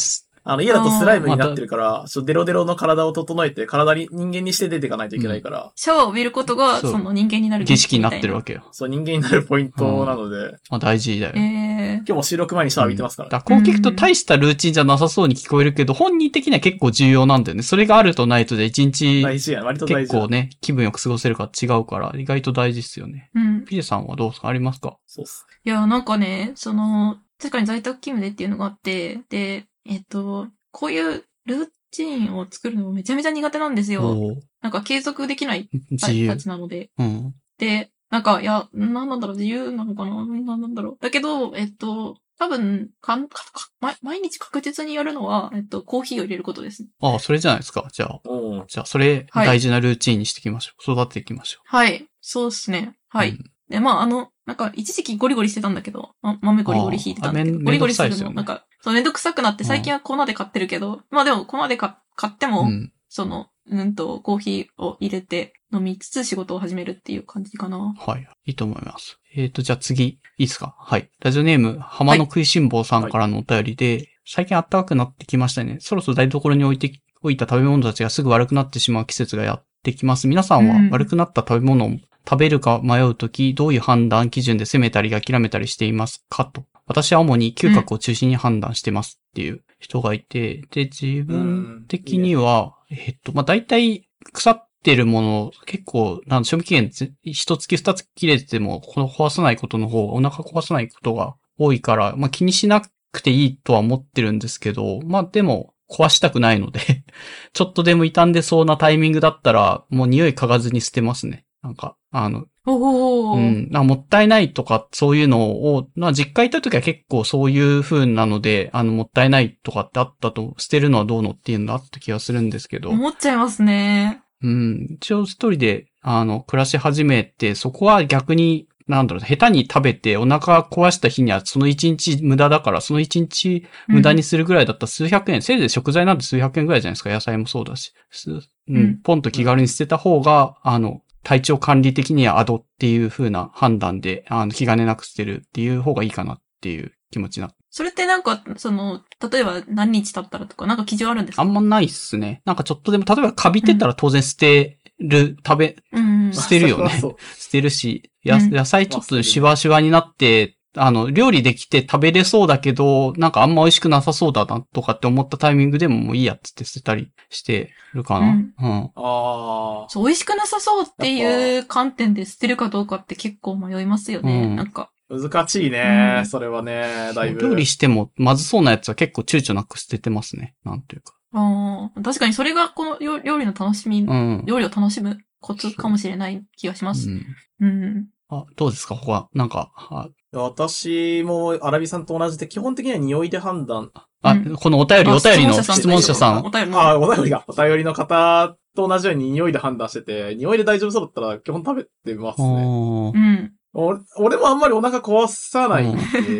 C: あの、家だとスライムになってるから、ちょっとデロデロの体を整えて、体に、人間にして出ていかないといけないから、
B: シャワーを浴びることが、
A: そう
B: その人間になる
A: 儀式になってる
B: わ
A: わけよ。
C: そう、人間になるポイントなので、
A: まあ大事だよ。
B: け。ええ。
C: 今日も収録前にシャワー浴びてますからね。
A: だからこう聞くと大したルーチンじゃなさそうに聞こえるけど、本人的には結構重要なんだよね。それがあるとないとで一日
C: 大事や、割と大
A: 結
C: 事や
A: 構。ね、気分よく過ごせるか違うから、意外と大事っすよね。
B: うん。
A: ピジさんはどうですかありますか
C: そうっす。
B: いや、なんかね、その、確かに在宅勤務でっていうのがあって、で、えっと、こういうルーチンを作るのもめちゃめちゃ苦手なんですよ。
A: おー
B: なんか継続できないタ
A: 自
B: イプ
A: 由
B: た。ちなので。
A: うん。
B: で、なんか、いや、なんなんだろう、自由なのかななんなんだろう。だけど、えっと、多分、かん、か、か、毎毎日確実にやるのは、えっと、コーヒーを入れることですね。
A: ああ、それじゃないですか。じゃあ、
C: お
A: じゃあ、それ、
B: はい
A: 大事なルーチンにしていきましょう。育てていきましょう。
B: はい。そうですね。はい。
A: うん
B: で、まあ、あの、なんか、一時期ゴリゴリしてたんだけど、ま、豆ゴリゴリ引いてたんだけ
A: あ
B: ど、
A: ーあめん
B: ゴリゴリす
A: めんどくさいです
B: る
A: よ
B: の、
A: ね
B: なんか、そう、めんどくさくなって、最近は粉で買ってるけど、まあでも、粉でか買っても、
A: うん。
B: その、うんと、コーヒーを入れて飲みつつ仕事を始めるっていう感じかな。
A: はい。いいと思います。えっ、と、じゃあ次、いいですかはい。ラジオネーム、浜の食いしん坊さんからのお便りで、最近暖かくなってきましたね。そろそろ台所に置いて、置いた食べ物たちがすぐ悪くなってしまう季節がやってきます。皆さん
B: う
A: は
B: ん
A: 悪くなった食べ物を食べるか迷うとき、どういう判断基準で攻めたり諦めたりしていますかと。私は主に嗅覚を中心に判断してますっていう人がいて、で、自分的には、えっと、まあ、大体腐ってるもの、結構、なん賞味期限ぜ、一月二月切れてても、この壊さないことの方、お腹壊さないことが多いから、まあ気にしなくていいとは思ってるんですけど、まあでも、壊したくないので、ちょっとでも傷んでそうなタイミングだったら、もう匂い嗅がずに捨てますね。なんか、あの、
B: お
A: う
B: ー。
A: ん。あもったいないとか、そういうのを、まあ、実家行った時は結構そういう風なので、あの、もったいないとかってあったと、捨てるのはどうのっていうのがあった気がするんですけど、
B: 思っちゃいますね。
A: うん。一応一人で、あの、暮らし始めて、そこは逆に、なんだろう、下手に食べてお腹壊した日には、その一日無駄だから、その一日無駄にするぐらいだったら数百円、せいぜい食材なんて数百円ぐらいじゃないですか、野菜もそうだし。すう
B: うんん、
A: ポンと気軽に捨てた方が、あの、体調管理的にはアドっていう風な判断で、あの、気兼ねなく捨てるっていう方がいいかなっていう気持ちな。
B: それってなんか、その、例えば何日経ったらとか、なんか基準あるんです
A: あ
B: か
A: んまないっすね。なんかちょっとでも、例えばカビてたら当然捨てる、食べ、
B: うん。
A: 捨てるよね
C: そう
A: 捨てるし、や
B: うん
A: 野菜ちょっとシワシワになって、あの、料理できて食べれそうだけど、なんかあんま美味しくなさそうだなとかって思ったタイミングでももういいやっつって捨てたりしてるかな。うん。
C: ああ。
B: そう、美味しくなさそうっていう観点で捨てるかどうかって結構迷いますよね。
A: うん
B: なんか。
C: 難しいね、
B: うん
C: それはね、だいぶ。
A: 料理してもまずそうなやつは結構躊躇なく捨ててますね。なんていうか。
B: あー確かにそれがこの料料理の楽しみ、
A: うん。
B: 料理を楽しむコツかもしれない気がします
A: う。ん
B: うん。
A: あ、どうですか他、なんか、あ、
C: 私も、アラビさんと同じで、基本的には匂いで判断。
A: あ
B: うん
A: このお便り、
B: あ
A: お便りの
B: さん
A: 質問者さ
B: お
A: ん。
B: 便りの。
C: ああ、お便りが、お便りの方と同じように匂いで判断してて、匂いで大丈夫そうだったら基本食べてますね。
A: おー
B: うん。
C: 俺俺もあんまりお腹壊さないん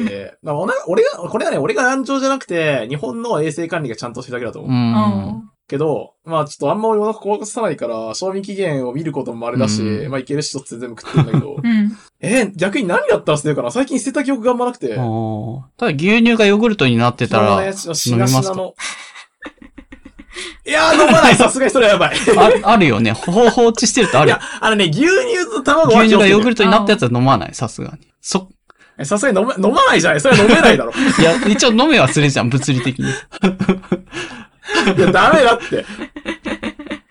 C: で、 なんかお腹俺が、これはね、俺が安常じゃなくて、日本の衛生管理がちゃんとしてるだけだと
A: う。
C: 思うんけど、まあちょっとあんまりお腹壊さないから、賞味期限を見ることもあれだし、
A: うん
C: まあいける人って全部食ってるんだけど
B: う、ん。
C: えー逆に何だったら捨てるかな最近捨てた記憶があんまなくて。
A: おーただ牛乳がヨーグルトになってたら、
C: ね、
A: あ、
C: しなしなの。 いやー、飲まない。さすがにそれはやばい。
A: あるよね。ほ放置してるとあ
C: い
A: る
C: や。、あのね、牛乳と卵は
A: 牛乳がヨーグ
C: ル
A: ルトになったやつは飲まない、さすがに。そ、
C: ト。さすがに飲ま飲まないじゃない。それは飲めないだろ。い
A: いや、一応飲めはするじゃん、物理的に。
C: や、ダメだって。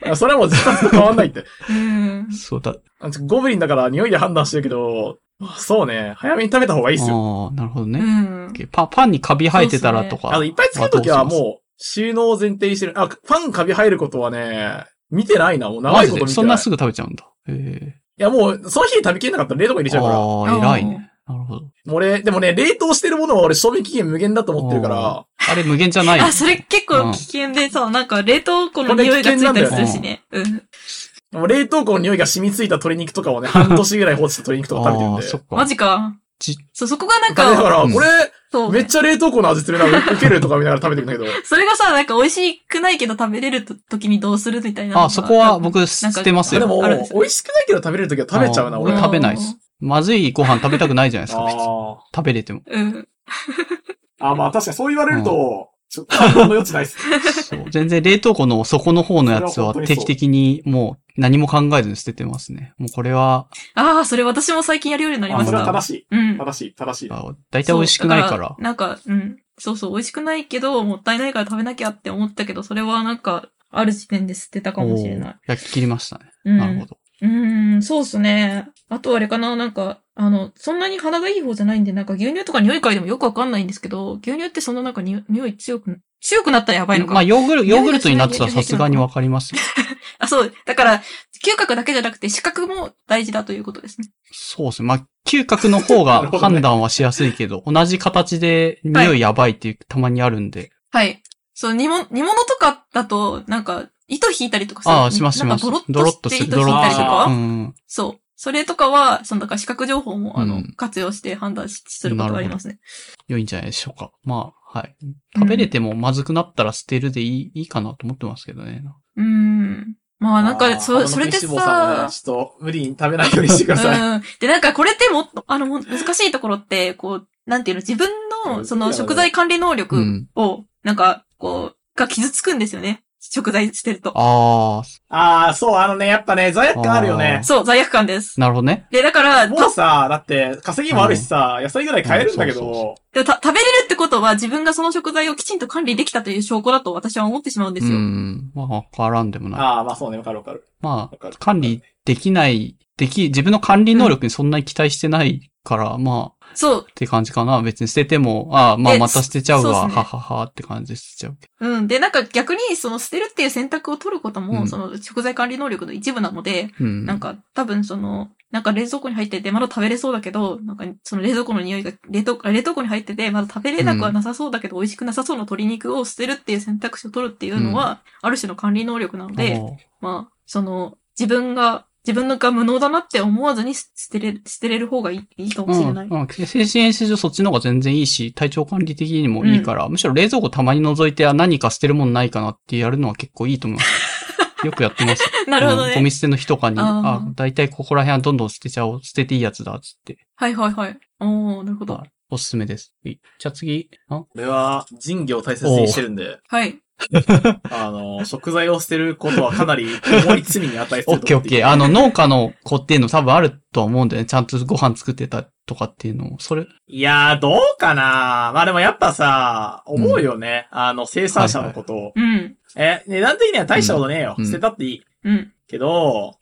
C: いやそれはもう自殺と変わんないって。
B: うん。
A: そうだ。
C: あゴブリンだから匂いで判断してるけど、そうね、早めに食べた方がいいっすよ。
A: ああ、なるほど
B: う
A: ね。
B: ん。
A: パン、パンにカビ生えてたらとか。
C: あの、いっぱい作るときはもう、収納を前提にしてる。あ、パンカビ入ることはね、見てないな。もう長
A: マ
C: い
A: ジ
C: こと見てな
A: で
C: い。
A: そんなす
C: い
A: ぐ食べちゃうんだ。え
C: や、もう、その日に食べきれなかったら冷凍庫に入れ
A: え
C: ちゃうから。
A: ああ、偉いね。なるほど。
C: もう俺、でもね、冷凍してるものは俺賞味期限無限だと思ってるから、
A: あれ無限じゃない。
B: あ、それ結構危険でさ、なんか冷凍庫の
C: これ
B: 匂いがつい
A: 険なん
B: たりす
C: 危
A: だよね
B: るしね。うん。
C: もう冷凍庫の匂いが染みついた鶏肉とかを ね、半年ぐらい放置した鶏肉とか食べてるん
A: ああ、
C: で。
A: そっか。
B: マジか
A: じ。
B: そう、そこがなん
C: だか
B: か、
C: ら、
A: うん
C: これ、
B: そうね
C: めっちゃ冷凍庫の味するな、ウケるとか見ながら食べてるんだけど。
B: それがさ、なんか美味しくないけど食べれると時にどうするみたいなのが。
A: あ、そこは僕捨てます
C: あ
A: よ。
C: でも、
B: あ
C: 美
B: るんですよ
C: 味しくないけど食べれるときは食べちゃうな、
A: あー
C: 俺。
A: 俺
C: あ
A: 食べないっす。まずいご飯食べたくないじゃないですか、普通
C: ー
A: 食べれても。
B: うん。
C: あー、まあ確かにそう言われると、ちょっと反応の余地ないっす。
A: そう全然冷凍庫の底の方のやつは定期的にもう何も考えずに捨ててますね。もうこれは、
B: ああ、それ私も最近やるようになり
C: あ
B: ま
C: そ
B: し
C: れは
B: た。
C: 正しい。
B: うん。
C: 正しい、正しい。
A: あ大体美味しくない
B: そ
A: か
B: うだ
A: ら。
B: なんか、うん。そうそう、美味しくないけど、もったいないから食べなきゃって思ったけど、それはなんか、ある時点で捨てたかもしれない。
A: おー焼き切りましたね。
B: うん。
A: なるほど。
B: うん、そうっすね。あとあれかな、なんか、あの、そんなに鼻がいい方じゃないんで、なんか牛乳とか匂い嗅いでもよくわかんないんですけど、牛乳ってそんななんかに匂い強く、白くなったらやばいのか。
A: まあ、ヨーグル、ヨーグルトになってたらさすがにわかりますよ。
B: あ、そう。だから、嗅覚だけじゃなくて視覚も大事だということですね。
A: そうですね。まあ、嗅覚の方
C: なる
A: が
C: ほどね
A: 判断はしやすいけど、同じ形で匂いやばいっていう、たまにあるんで。
B: はい。そう、煮物、煮物とかだと、なんか、糸引いたりとかさ
A: ああ、しますします
B: なんか。ド
A: ド
B: ロ
A: ロッ
B: ッ
A: と
B: とし
A: す
B: て
A: る、
B: 糸
A: ド
B: 引い
A: ロ
B: た
A: ッと
B: りと
A: する。
B: か、
A: うん。
B: そう。それとかは、その、だから視覚情報も、あの、
A: うん
B: 活用して判断しすることがありますね。
A: 良いんじゃないでしょうか。まあ、はい。食べれてもまずくなったら捨てるでいい,、いいかなと思ってますけどね。
B: うん。まあ、なんか、
C: あ
B: そ、
C: ー
B: それって
C: 他の食いしん坊さんも
B: さ
C: ね、ちょっと無理に食べないようにしてください。
B: うん。で、なんかこれってもっと、あの、もう難しいところって、こう、なんていうの、自分
C: う
B: の、
C: ん
B: その食材管理能
A: う
B: 力
A: ん。
B: を、なんか、こう、が傷つくんですよね。食材してると。
A: あ
C: ああ、そう、あのね、やっぱね、罪悪感あるよね。
B: そう、罪悪感です
A: あ、。なるほどね。
B: で、だから、
C: もう
B: た
C: さ、だって、稼ぎもあるしさ、野菜ぐらい買えるんだけ
A: うんそう
C: ど、
B: でもた食べれるってことは、自分がその食材をきちんと管理できたという証拠だと私は思ってしまうんで
A: う
B: すよ。
A: ん。まあ、わからんでもない。
C: ああ、まあそうね、わかるわかる。
A: ま
C: わか
A: あ
C: る、
A: 管理できない、でき、自分の管理能力にそんなに期待してないから、まあ、
B: そう
A: っ。て感じかな。別に捨てても、ああ、ま
B: え
A: あ、また捨てちゃう
B: そうっ
A: わ、
B: すね
A: はははって感じで捨てちゃうけ
B: うん。で、なんか逆に、その捨てるっていう選択を取ることも、
A: うん
B: その食材管理能力の一部なので、
A: ど。うん。
B: なんか、多分その、なんか冷蔵庫に入ってて、まだ食べれそうだけど、なんかその冷蔵庫の匂いが、冷凍あ冷凍庫に入ってて、まだ食べれなくはなさそうだけど、美味しくなさそうな鶏肉を捨てるっていう選択肢を取るっていうのは、ある種の管理能力なので、
A: おう
B: まあ、その、自分が、自分が無能だなって思わずに捨てれ、捨てれる方がいいいいかもしれない。
A: うん、うん。精神衛生上そっちの方が全然いいし、体調管理的にもいいから、むしろ冷蔵庫たまに覗いて、あ、何か捨てるもんないかなってやるのは結構いいと思い ます。よくやってます。
B: なるほど
A: うんゴ
B: ね。
A: ミ捨ての日とかに、
B: あ
A: あ
B: ー
A: だいたいここら辺はどんどん捨てちゃおう、捨てていいやつだ、つって。
B: はいはいはい。おー、なるほど。
A: はいおすすめです。いじゃあ次、あ
C: 俺は人魚を大切にしてるんで、
B: はい。
C: あの、食材を捨てることはかなり重い罪に値すると
A: オッ
C: 思って
A: ケ ーオッケー。あの、農家の子っていうの多分あるとは思うんだよね。ちゃんとご飯作ってたとかっていうのも。それ、
C: いやー、どうかなまあでもやっぱさ、思うよね。あの、生産者のことを。
B: うん。
C: え、値段的には大したことねえよ。
A: うん
C: 捨てたっていい。
B: うん。
C: けど、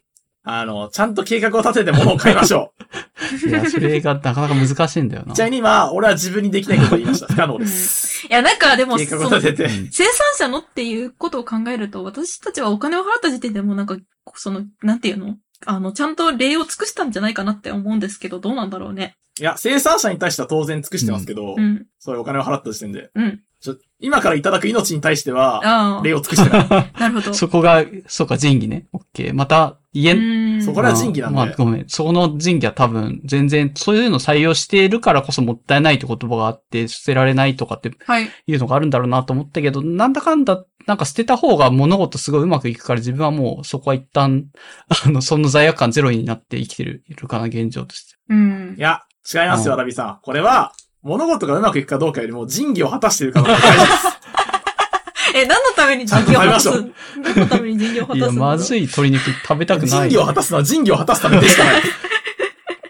C: あの、ちゃんと計画を立てて物を買いましょ
A: いや、それがなかなか難しいんだよ
C: う。
A: な。
C: ちなみに今、俺は自分にできないことを言いました。 不可能です。
B: いや、なんかでも、
C: 計画を
B: その
C: 立て
A: う
C: て。
A: ん
B: 生産者のっていうことを考えると、私たちはお金を払った時点でもうなんか、その、なんていうのあの、ちゃんと礼を尽くしたんじゃないかなって思うんですけど、どうなんだろうね。
C: いや、生産者に対しては当然尽くしてますけど、
B: うん。
C: そういうお金を払った時点で。
B: うん。
C: ちょ今からいただく命に対しては、
B: あ
C: 礼を尽 くしてない。
B: あ、なるほど。
A: そこが、そうか、仁義ね。オッケー。また、家、
B: うん。
C: そこら仁義なんで
A: まあ、まあごめん。そこの仁義は多分、全然、そういうの採用しているからこそもったいないって言葉があって、捨てられないとかって
B: はい。
A: いうのがあるんだろうなと思ったけど、なんだかんだ、なんか捨てた方が物事すごいうまくいくから自分はもうそこは一旦、 あの、その罪悪感ゼロになって生きてる、いるかな、現状として。
B: うん
C: い。や、違いますよ、
A: うん
C: ラビさん。これは、物事がうまくいくかどうかよりも、仁義を果たしているかど うかが大事です。
B: え、何のために人形を果たす
C: ちゃん
B: 何のために人形を果た
A: い
B: す
A: や、まず
B: い。
A: い鶏肉食べたくな
C: 仁
A: い。
C: 義を果たすのは仁義を果たすためで しかない。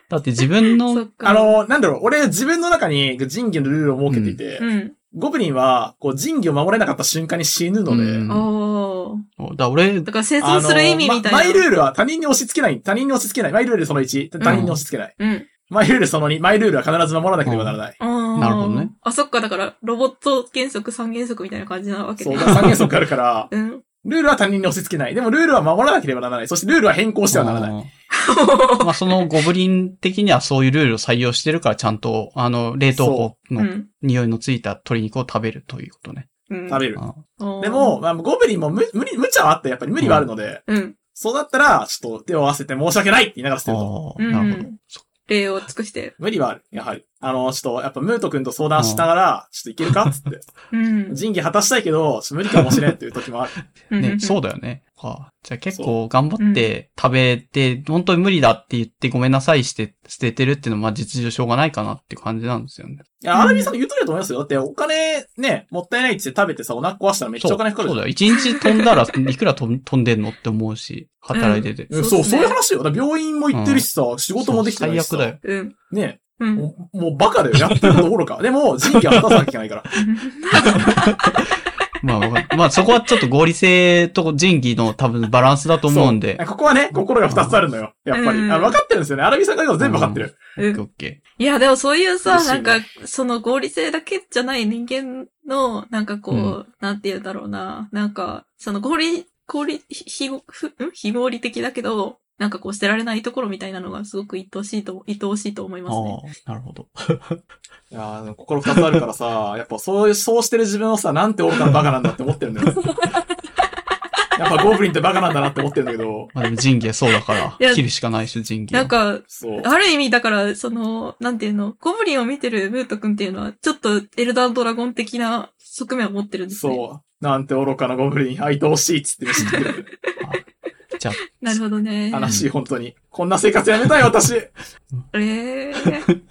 A: だって自分
B: そ
A: の
B: っ、か。
C: あ、の、なんだろう、俺自分の中に仁義のルールを設けていて、
B: うん。
C: ゴブリンは、こう、仁義を守れなかった瞬間に死ぬので、
A: うん
B: おー。
A: だ、俺、
B: だから生
C: あ
B: 存
C: の
B: する意味みたいな。
C: まマイルールは他人に押し付けない。他人に押し付けない。マイルールその1。他人に押し付けない。
B: うん。
C: マイルールその2。マイルールは必ず守らなければならない。
B: あー
A: なるほどね。
B: あ、そっか、だから、ロボット原則、三原則みたいな感じなわけ
C: そう、
B: ね。
C: だから三原則あるから、
B: うん。
C: ルールは他人に押し付けない。でもルールは守らなければならない。そしてルールは変更してはならない。
A: うん まあ、そのゴブリン的にはそういうルールを採用してるから、ちゃんと、あの、冷凍庫
B: う
A: の
B: ん。
A: 匂いのついた鶏肉を食べるということね。
B: うん
C: 食べる。
A: あ
C: でも、、まあ、ゴブリンも無無理、無茶はあって、やっぱり無理はあるので、
B: うん。
C: そうなったら、ちょっと手を合わせて申し訳ないって言いながら捨て
A: あ
C: ると。
A: ー、
B: うん
A: なるほど。そ
B: 礼を尽くして。
C: 無理はある、やはり。あの、ちょっと、やっぱムート君と相談しながら、ちょっといけるかっつって。
B: うん。
C: 人義果たしたいけど、ちょっと無理かもしれんっていう時もある。
B: うん。
A: ね、そううんだよね。はあ、じゃあ結構頑張って食べて、本当に無理だって言ってごめんなさいして捨ててるっていうのはまあ実情しょうがないかなっていう感じなんですよね。
C: いや、アラミさんの言う通りだと思いますよ。だって、お金ね、もったいないって言って食べてさ、お腹壊したらめっちゃお金かかる
A: そう
C: じゃん
A: だよ。一日飛んだらいくら飛ん飛んでんのって思うし、働いてて。
B: だよ
C: うんそ
B: そ
C: う、そうう
B: っすね
C: いう話よ。だから病院も行ってるしさ、仕事もできてないしさ。
A: 最悪だよ。
B: うん。
C: ね
B: うん。
C: も う、もうバカだよ。やってることどころか。でも、人義は果たさなきゃいけないから。
A: まあわかった、まあそこはちょっと合理性と仁義の多分バランスだと思うんで。
C: ここはね、心が二つあるのよ。やっぱり。
B: うん
C: あの、分かってるんですよね。アラビさんが言うこと全部分かってる。
A: オ
B: う
A: ッケー
B: ん
A: オッケ
B: いや、でもそういうさ、
C: 嬉しい
B: な
C: ね
B: んか、その合理性だけじゃない人間の、なんかこう、
A: う
B: なんて言うんだろうな。なんか、その合理、合理、ひ、ひご、ふ、ん非合理的だけど、なんかこう捨てられないところみたいなのがすごく愛おしいと、愛おしいと思い
A: ー。
B: ますね。
A: ああ、なるほど。
C: いやーでも心二つあるからさ、やっぱそういう、そうしてる自分をさ、なんて愚かなバカなんだって思ってるんだ よ。やっぱゴブリンってバカなんだなって思ってるんだけど、
A: まあでも仁義はそうだか
B: いや
A: ら、切るしかないし、仁義は。
B: なんか、
C: そう。
B: ある意味、だから、その、なんていうの、ゴブリンを見てるムート君っていうのは、ちょっとエルダードラゴン的な側面を持ってるんですね。
C: そう。なんて愚かなゴブリン、愛おしいっつって飯食ってる。
A: じゃあ、
B: なるほどね。
C: 悲しい、本当に。こんな生活やめたい、私。
B: えー、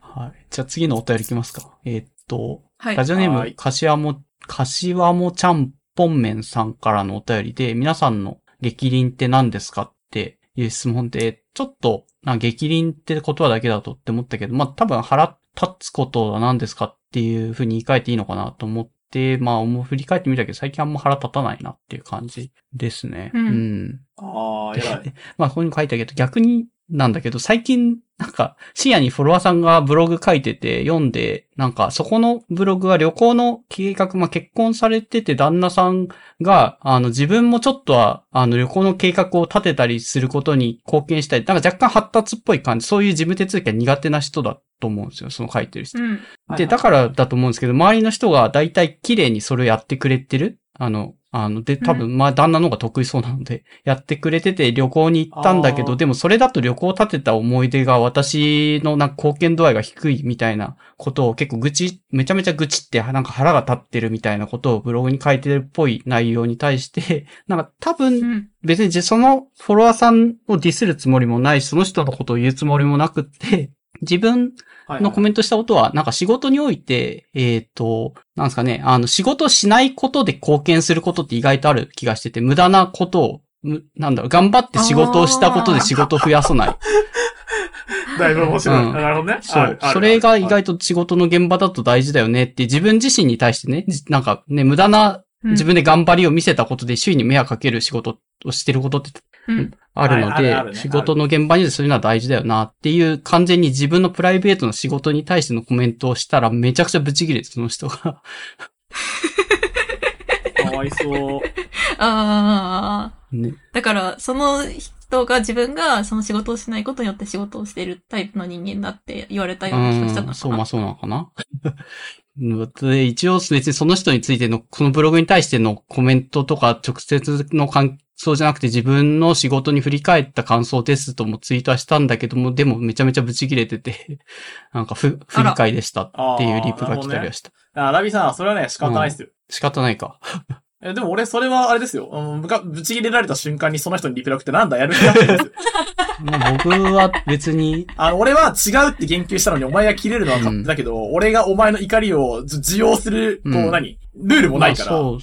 A: はい。じゃあ次のお便りいきますか。えーっと、
B: はい。
A: ラジオネー
C: は
A: ム
C: い、
A: かしわも、かしわもちゃんぽん麺さんからのお便りで、皆さんの激輪って何ですかっていう質問で、ちょっと、な激輪って言葉だけだとって思ったけど、まあ多分腹立つことは何ですかっていうふうに言い換えていいのかなと思って、まあ思う振り返ってみたけど、最近あんま腹立たないなっていう感じですね。
B: うん
A: うん
C: ああ、偉い。
A: まあ、ここに書いてあるけど、逆になんだけど、最近、なんか、深夜にフォロワーさんがブログ書いてて、読んで、なんか、そこのブログは旅行の計画、まあ、結婚されてて、旦那さんが、あの、自分もちょっとは、あの、旅行の計画を立てたりすることに貢献したり、なんか若干発達っぽい感じ、そういう事務手続きが苦手な人だと思うんですよ、その書いてる人。
B: うん。
C: はい
A: で、だからだと思うんですけど、周りの人が大体綺麗にそれをやってくれてるあの、あの、で、多分、まあ、旦那の方が得意そうなので、 やってくれてて旅行に行ったんだけ
C: あ
A: ど、
C: ー
A: でもそれだと旅行を立てた思い出が私のなんか貢献度合いが低いみたいなことを結構愚痴、めちゃめちゃ愚痴ってなんか腹が立ってるみたいなことをブログに書いてるっぽい内容に対して、 なんか多分
B: うん。
A: 別にじそのフォロワーさんをディスるつもりもないし、その人のことを言うつもりもなくって、自分
C: はい
A: のコメントしたことは、なんか仕事において、えっ、と、なんですかね、あの、仕事をしないことで貢献することって意外とある気がしてて、無駄なことを、むなんだろう、頑張って仕事をしたことで仕事を増やさない。
C: だいぶ面白い。
A: うん
C: なるほどね。
A: そ
C: ある
A: う
C: あ。る
A: それが意外と仕事の現場だと大事だよねって、自分自身に対してね、じなんかね、無駄な
B: うん
A: 自分で頑張りを見せたことで周囲に迷惑かける仕事をしてることって
B: うん。
A: あるの
C: はいあるある
A: で、
C: ね
A: 仕事の現場にそういうのは大事だよなっていう、完全に自分のプライベートの仕事に対してのコメントをしたらめちゃくちゃブチギレて、その人 が。
C: はいかわいそう。
B: ああ。
A: ね。
B: だから、その人が自分がその仕事をしないことによって仕事をしているタイプの人間だって言われたような気がしちゃった
A: う
B: の
A: ん、
B: か
A: そう、
B: な。
A: まあそうなのかな。うん で一応別にその人についての、このブログに対してのコメントとか直接の感想じゃなくて自分の仕事に振り返った感想ですともツイートはしたんだけども、でもめちゃめちゃブチギレてて、 なんか不不
B: あら
A: 理解でしたっていうリプが来たりはした。
C: あ、ラビさん、それはね、仕方ないですよ。
A: 仕方ないか。
C: え、でも俺、それはあれですよ。うん、ぶか、ぶち切れられた瞬間にその人にリプラクってなんだやる気なってんで すよ。
A: まあ僕は別に
C: あの、俺は違うって言及したのにお前が切れるのは勝手だけど、俺がお前の怒りをじ受容する、こう
A: うん
C: 何、ルールもないから、
A: まあそう。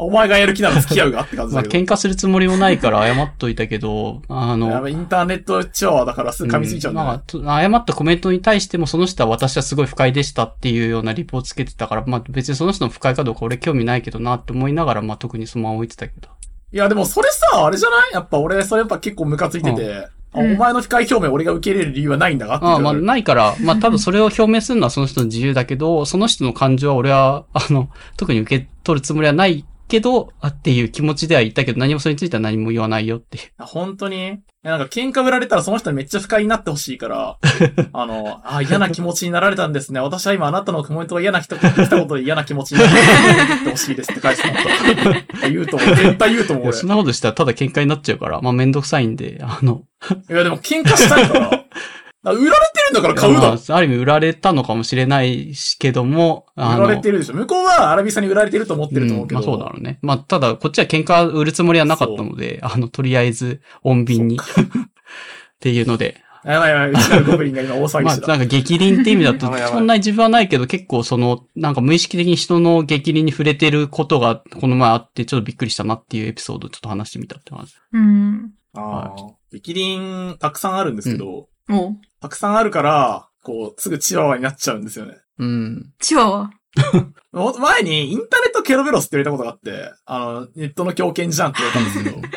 C: お前がやる気なら付き合うがって感じ
A: まあ
C: だけ
A: 喧嘩するつもりもないから謝っといたけど、あ
C: ど。や
A: の、
C: べインターネット調和だからすぐ噛みついちゃうんだ、
A: ま
C: よ
A: あ、と謝ったコメントに対しても、その人は私はすごい不快でしたっていうようなリポをつけてたから、まあ別にその人の不快かどうか俺興味ないけどなって思いながら、まあ特にそのまま置いてたけど。
C: いや、でもそれさ、あれじゃないやっぱ俺、それやっぱ結構ムカついてて、あ
B: うん
C: お前の不快表明俺が受け入れる理由はないんだがって言
A: あ
C: わ
A: あ、
C: れる
A: まあないから、まあ多分それを表明するのはその人の自由だけど、その人の感情は俺は、あの、特に受け取るつもりはないけど、あっていう気持ちでは言ったけど、何もそれについては何も言わないよっていう。
C: 本当に。いや、なんか喧嘩売られたらその人にめっちゃ不快になってほしい から、あの、あ、嫌な気持ちになられたんですね。私は今あなたのコメントが嫌な人、来たことで嫌な気持ちになってほしいですって返してもらった。言うと思う。絶対言うと思う
A: いやそん
C: 俺。
A: なことしたらただ喧嘩になっちゃうから、まあめんどくさいんで、あの、
C: いや、でも喧嘩したいから。だから売られてるんだから買うだろ。
A: まあある意味売られたのかもしれないしけども、あ
C: 売
A: の
C: られてるでしょ。向こうはアラビさんに売られてると思ってると思うけど。
A: んまあそうだろうね。まあただ、こっちは喧嘩売るつもりはなかったので、あの、とりあえず、穏便に。 っていうので。
C: やばいやばい、うちのゴブリンが今大騒ぎ
A: まあ、
C: して
A: な
C: た。
A: んか激輪って意味だと
C: やばいや、ばい
A: そんなに自分はないけど、結構その、なんか無意識的に人の激輪に触れてることが、この前あって、ちょっとびっくりしたなっていうエピソードをちょっと話してみたって話。
B: うん。
C: ああ。力輪たくさんあるんですけど、
B: もう、
C: たくさんあるから、こう、すぐチワワになっちゃうんですよね。
A: うん。
B: チワワ。
C: も前にインターネットケロベロスって言われたことがあって、あの、ネットの狂犬じゃんって言われたんですけど。で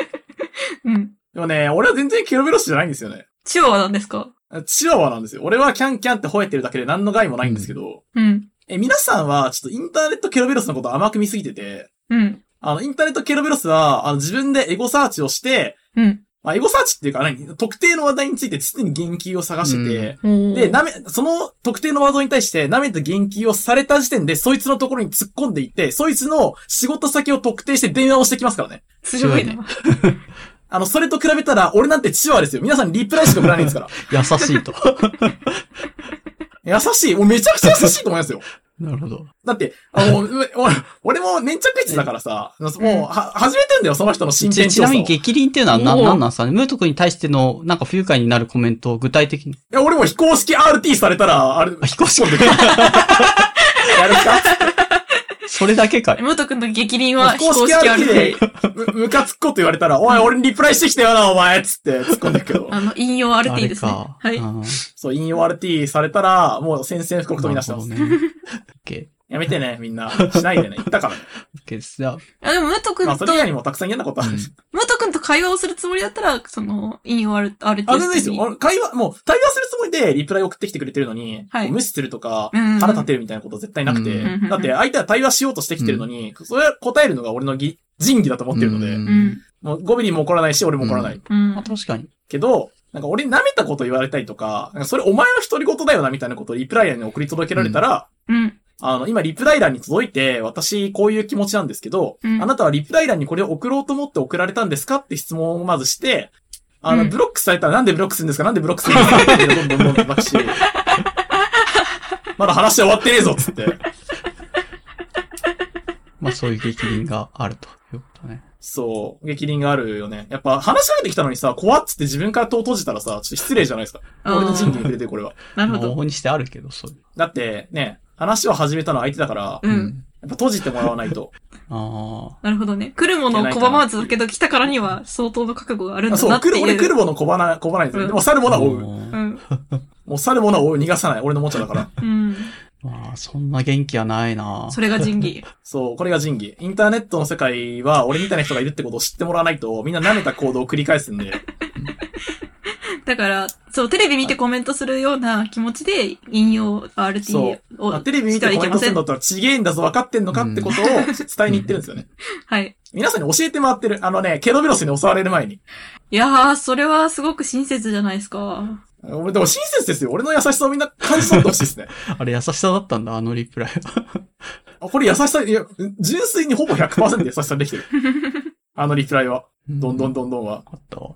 B: うん。
C: もね、俺は全然ケロベロスじゃないんですよね。
B: チワワなんですか
C: チワワなんですよ。俺はキャンキャンって吠えてるだけで何の害もないんですけど、
B: うん。
C: え、皆さんはちょっとインターネットケロベロスのこと甘く見すぎてて、
B: うん。
C: あの、インターネットケロベロスは、あの、自分でエゴサーチをして、
B: うん。
C: まあ、エゴサーチっていうか何特定の話題について常に言及を探して
B: お
C: て、
B: ー
C: で、なめ、その特定のワードに対して、なめた言及をされた時点で、そいつのところに突っ込んでいって、そいつの仕事先を特定して電話をしてきますからね。
B: すごいな。
C: あの、それと比べたら、俺なんてチワワですよ。皆さんリプライしか振らないんですから。
A: 優しい と。
C: 優しい。もうめちゃくちゃ優しいと思いますよ。
A: なるほど。
C: だって、あの、う俺俺も粘着質だからさ、もう、は、始めてんだよ、その人の
A: ち
C: 真剣
A: ち
C: 調
A: な
C: 査を。
A: み
C: い
A: に激凛っていうのはな、
B: おー
A: なんなんですかねムート君に対しての、なんか不愉快になるコメントを具体的に。
C: や、俺も非公式 RT されたら、あれ、
A: あ、非公式
C: やるか
A: それだけかい。
B: 元君の激凛は
C: 非
B: 非
C: 公
B: 公
C: 式
B: 式
C: RT で
B: RT。、
C: むむかつくこと言われたら、おい、俺にリプライしてきてよな、お前つって突っ込んだけど。
B: あの、引用
A: あれ
B: RT ですね。
A: か。
B: はい。
A: うん
C: そう、引用 RT されたら、もう宣戦布告飛び出してます。
A: なるほどね OK。
C: やめてね、みんな。しない でね。言ったからね。
A: OK です。じゃあ、
B: あでも、元君
C: まあ、
B: と
C: それ以、外にもたくさん嫌なことある。
B: 元君と会話をするつもりだったら、その、引用 RT です。
C: あ、全然いいですよ。俺会話、もう、対話するつもりでリプライ送ってきてくれてるのに、
B: はい
C: 無視するとか、
B: うん
C: 腹立てるみたいなこと絶対なくて、
A: うん
C: だって相手は対話しようとしてきてるのに、それは答えるのが俺のぎ仁義だと思ってるので、
A: うん
B: うん。
C: もう語尾にも怒らないし、俺も怒らない。
A: うん
B: うん。
A: あ確かに。
C: けど、なんか俺に舐めたこと言われたりとか、なんかそれお前の独り言だよなみたいなことをリプライヤーに送り届けられたら、
B: うん。
C: あの、今リプライヤーに届いて、私こういう気持ちなんですけど、
B: うん
C: あなたはリプライヤーにこれを送ろうと思って送られたんですかって質問をまずして、あの、
B: うん
C: ブロックされたらなんでブロックするんですかなんでブロックするんですかってどんどんどんどん叩くし、まだ話終わってねえぞっつって。
A: まあそういう激凛があるということね。
C: そう、激輪があるよね。やっぱ話しかけてきたのにさ、怖っつって自分から戸を閉じたらさ、ちょっと失礼じゃないですか。
B: あー
C: 俺の人義に触れてるこれは。
B: なる
A: ま
B: ほ
A: あ往
B: ど。
A: 々にしてあるけど、そういう。
C: だって、ね、話を始めたのは相手だから、
B: う。。
A: うん
C: やっぱ閉じてもらわないと。
A: ああ。
B: なるほどね。来るものを拒まずだけど、来たからには相当の覚悟があるん
C: あ
B: だ
C: そ
B: な
C: う、
B: って
C: 来る、
B: いう。
C: 俺来るもの拒まない、拒まないんですよ。でも去るものは追う。も
A: うん
B: うん。
C: う去るものは追う、逃がさない。俺のもんちゃだから。
B: うん。
A: まあ、そんな元気はないな
B: それが仁 義。
C: そう、これが仁義。インターネットの世界は俺みたいな人がいるってことを知ってもらわないと、みんな舐めた行動を繰り返すんで。
B: だから、そう、テレビ見てコメントするような気持ちで、引用
C: そ
B: RT を
C: あテレビ見てコメントするんだ
B: は
C: ったらちげえんだぞ、分かってんのかってことを伝えに行ってるんですよね。
B: い。
C: 皆さんに教えて回ってる。あのね、ケロベロスに襲われる前に。
B: いやー、それはすごく親切じゃないですか。
C: 俺、でも親切ですよ。俺の優しさをみんな感じ取ってほしいですね。
A: あれ優しさだったんだ、あのリプライは。
C: あこれ優しさ、いや、純粋にほぼ100%優しさできてる。あのリプライは。 どんどん
A: ど
C: どんどんは。
A: あったわ。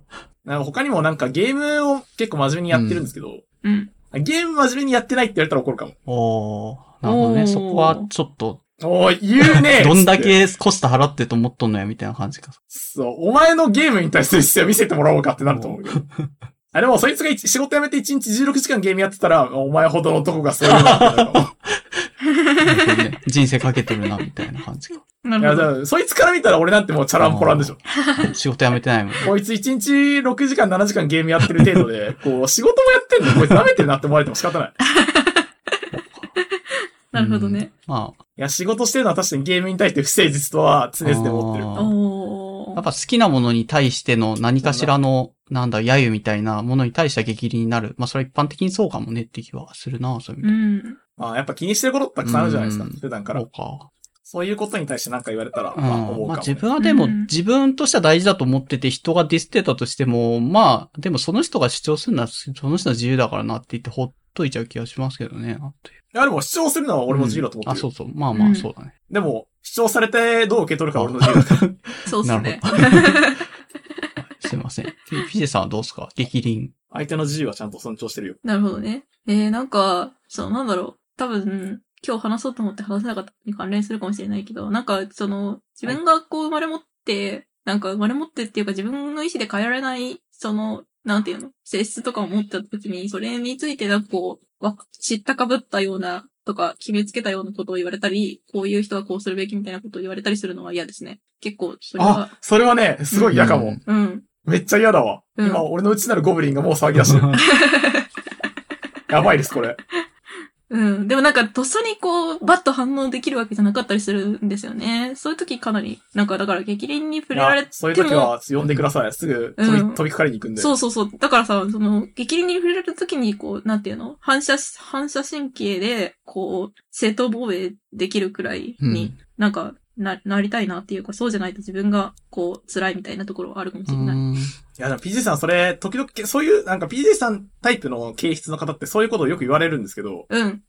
C: なんか他にもなんかゲームを結構真面目にやってるんですけど、
B: うん。
C: ゲーム真面目にやってないって言われたら怒るかも。
A: おー。なるほど
B: お
A: ね。
B: ー
A: そこはちょっと、
C: おい、言うね
A: どんだけコスト払ってと思っとんのや、みたいな感 じか。
C: そう、お前のゲームに対する姿勢を見せてもらおうかってなると 思うけど。あ、でもそいつが一仕事辞めて1日16時間ゲームやってたら、お前ほどの男がそういうのだった のかも
A: なるほどね人生かけてるな、みたいな感じか。
B: ない
C: や、
B: るほ
C: だ
B: ど。
C: からそいつから見たら俺なんてもうチャランポランでしょ。
A: 仕事辞めてないもん。
C: こいつ1日6時間7時間ゲームやってる程度で、 こう仕事もやってんのにこいつ舐めてるなって思われても仕方ない。
B: なるほどね。
A: うん。ま
C: いや、仕事してるのは確かにゲームに対して不誠実とは常々思ってる
A: あ。ー
B: お
A: あ、
B: ー。
A: やっぱ好きなものに対しての何かしらの、なんだ、揶揄みたいなものに対しては激励になる。まあ、それは一般的にそうかもねって気はするな、そういう意
B: う
A: 味
B: ん。
C: まあ、やっぱ気にしてることたくさんあるじゃないですか
A: うん。
C: 普段か
A: で。
C: ら
A: そう。か。
C: そういうことに対して何か言われたら、
A: うん。
C: まあ、思う
A: まあ、
C: かも
A: 自
C: ね。
A: 分はでも、
B: うん
A: 自分としては大事だと思ってて、人がディスってたとしても、まあ、でもその人が主張するのは、その人の自由だからなって言って、ほっといちゃう気がしますけどね。なんて
C: いや、でも主張するのは俺も自由だと思
A: あ、
C: ってる
A: そう
C: よ。
A: そう。まあま
B: う
A: あ、
B: ん
A: そうだね。
C: でも、主張されてどう受け取るかは俺の自由だから。
B: そうっすね。
A: すいません。ピジェさんはどうですか激凛。
C: 相手の自由はちゃんと尊重してるよ。
B: なるほどね。えー、なんか、そう、なんだろう。多分、今日話そうと思って話せなかったことに関連するかもしれないけど、なんか、その、自分がこう生まれ持って、なんか生まれ持ってっていうか自分の意思で変えられない、その、なんていうの、性質とかを持った時に、それについてなんかこう、わ知ったかぶったような、とか、決めつけたようなことを言われたり、こういう人はこうするべきみたいなことを言われたりするのは嫌ですね。結構、それは
C: あ、、それはね、すごい嫌か
A: う
C: も
A: ん。
B: うん。
C: めっちゃ嫌だわ。
B: うん
C: 今、俺の内なるゴブリンがもう騒ぎ出してる。やばいです、これ。
B: うん。でもなんか、とっさにこう、バッと反応できるわけじゃなかったりするんですよね。そういう時かなり、なんかだから、激凛に触れられて
C: いや
B: も。
C: そういう時は呼んでください。すぐ飛び,、
B: うん
C: 飛びかかりに行くんで。
B: そうそうそう。だからさ、その、激凛に触れられた時に、こう、なんていうの反射し、反射神経で、こう、正当防衛できるくらい に、なんか、な、なりたいなっていうか、そうじゃないと自分が、こう、辛いみたいなところはあるかもし
A: う
B: れない。
A: ん。
C: いや、でも PJ さん、それ、時々、そういう、なんか PJ さんタイプの形質の方ってそういうことをよく言われるんですけど、
B: うん。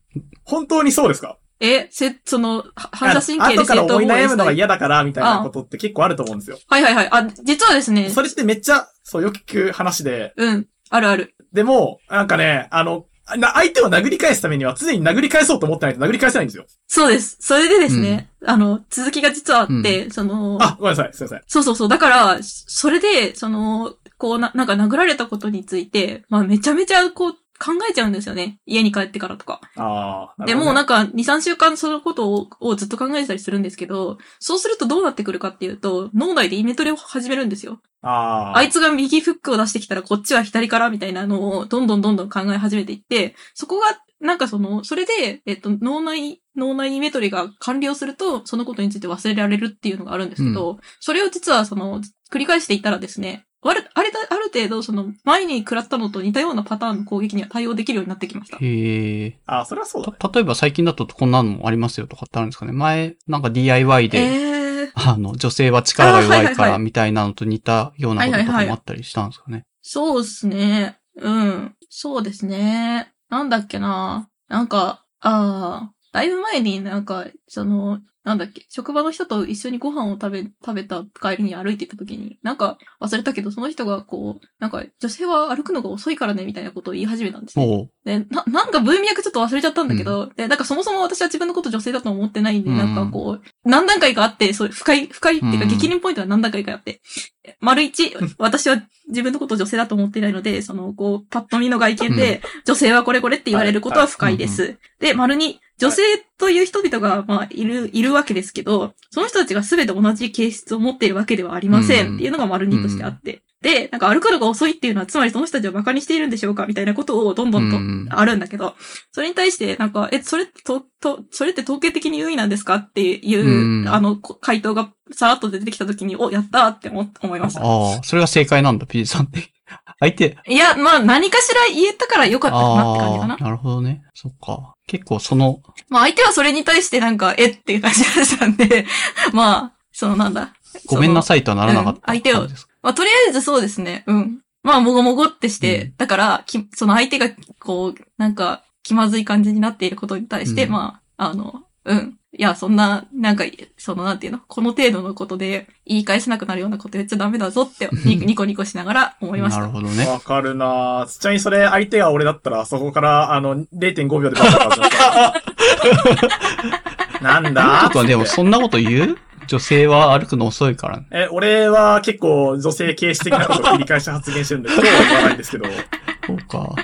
C: 本当にそうですか
B: え、せ、その、は反射神経
C: あの
B: で
C: 後か
B: 正
C: ら
B: 当
C: 思
B: 防
C: い
B: 衛
C: 悩
B: し
C: むの
B: た
C: が
B: い。
C: 嫌だから、みたいなことって結構あると思うんですよ。
B: はいはいはい。あ、実はですね、
C: それってめっちゃ、そう、よく聞く話で、
B: うん。あるある。
C: でも、なんかね、あの、な相手を殴り返すためには常に殴り返そうと思ってないと殴り返せないんですよ。
B: そうです。それでですね、あの、続きが実はあって、その、
C: あ、ごめんなさい、すいません。
B: そうそうそう。だから、それで、その、こうな、なんか殴られたことについて、まあめちゃめちゃこう考えちゃうんですよね。家に帰ってからとか。
C: ああ、
B: で、もう
C: なる
B: なんか2、3週間そのことををずっと考えてたりするんですけど、そうするとどうなってくるかっていうと、脳内でイメトレを始めるんですよ。
C: ほどね。ああ。
B: あいつが右フックを出してきたらこっちは左からみたいなのをどんどんどんどん考え始めていって、そこが、なんかその、それで、えっと、脳内、脳内イメトレが完了すると、そのことについて忘れられるっていうのがあるんですけど、それを実はその、繰り返していったらですね、ある、あれだ、ある程度その、前に食らったのと似たようなパターンの攻撃には対応できるようになってきました。
A: へえ。
C: あーそれはそうだ。
A: た例えば最近だとこんなのもありますよとかってあるんですかね前、なんか DIY
B: え
A: で、
B: ー、
A: あの、女性は力が弱
B: あはいはいいは
A: か
B: い
A: らみたいなのと似たようなことと
B: はいは
A: か
B: い
A: も
B: は
A: あ
B: い
A: ったりしたんですかね。
B: そうですね。うん。そうですね。なんだっけな。なんか、ああ、だいぶ前になんか、その、なんだっけ、職場の人と一緒にご飯を食べ、食べた帰りに歩いてた時に、なんか忘れたけど、その人がこう、なんか女性は歩くのが遅いからね、みたいなことを言い始めたんですね。
A: おう
B: で、な、なんか文脈ちょっと忘れちゃったんだけど、で、なんかそもそも私は自分のこと女性だと思ってないんで、
A: うん
B: なんかこう、何段階かあって、そう、深い、深いっていう
A: う
B: か、
A: ん
B: 激輪ポイントは何段階かあって。丸一、私は自分のこと女性だと思っていないので、その、こう、パッと見の外見で、女性はこれこれって言われることは不快です。で、丸二、女性という人々が、まあ、いる、いるわけですけど、その人たちが全て同じ形質を持っているわけではありませ
A: うん
B: んっていうのが丸二としてあって。で、なんか歩くのが遅いっていうのは、つまりその人たちを馬鹿にしているんでしょうかみたいなことをどんどんと
A: うん
B: あるんだけど、それに対して、なんか、え、それってと、と、それって統計的に優位なんですかっていう、
A: うん
B: あの、こ回答がさらっと出てきた時に、お、やったーって思、思いました。
A: ああ、それが正解なんだ、PG さんって。 相 手、
B: いや、まあ、何かしら言えたから良かったかなって感じか
A: あ
B: な
A: あ、。なるほどね。そっか。結構その、
B: まあ、相手はそれに対してなんか、えっていう感じがしたんで、まあ、そのなんだ。
A: ごめんな
B: その
A: さいとはならなかった感
B: うん相
A: じ
B: 手を
A: ですか。
B: まあ、とりあえずそうですね。うん。まあ、もごもごってして、
A: うん
B: だから、き、その相手が、こう、なんか、気まずい感じになっていることに対して、
A: うん
B: まあ、あの、うん。いや、そんな、なんか、その、なんていうの、この程度のことで、言い返せなくなるようなこと言っちゃダメだぞ って、にニコニコしながら思いまし
A: な
B: た
A: る。ほどね。
C: わかるなぁ。ちなみにそれ、相手が俺だったら、そこから、あの、0.5秒でバッと始 まった。なん
A: ちょ
C: だ
A: っとでもそんなこと言う女性は歩くの遅いからね。
C: え、俺は結構女性形式的なことを繰り返し発言してるんで、今日は言わないんですけど。
A: そうか。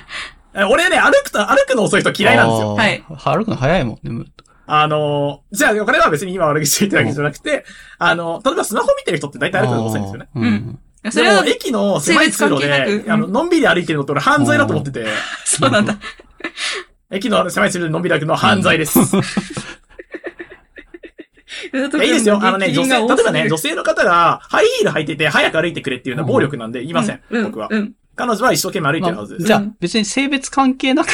C: え、俺ね、歩くと、歩くの遅い人嫌いなんですよ。
A: あー歩くの早いもんね。
C: あの、じゃあ、これは別に今悪口言ってるわけじゃなくて、あの、例えばスマホ見てる人って大体歩くの遅いんですよね。
A: あー
B: う
A: うんん。
B: いやそ
C: で
B: れは
C: も、、駅の狭い通路
B: 性別関係な
C: で、
B: く
C: あの、のんびり歩いてるのと俺犯罪だと思ってて、
B: そうなん だ。
C: 駅のあの狭い通路でのんびり歩くのは犯罪です。 いやいいですよ。あのね、女性、例えばね、女性の方がハイヒール履いてて早く歩いてくれっていうのは暴力なんで言いません。
B: うん、
C: 僕は
B: う。ん。
C: 彼女は一生懸命歩いてるはずです。
A: じゃあ、別に性別関係なく、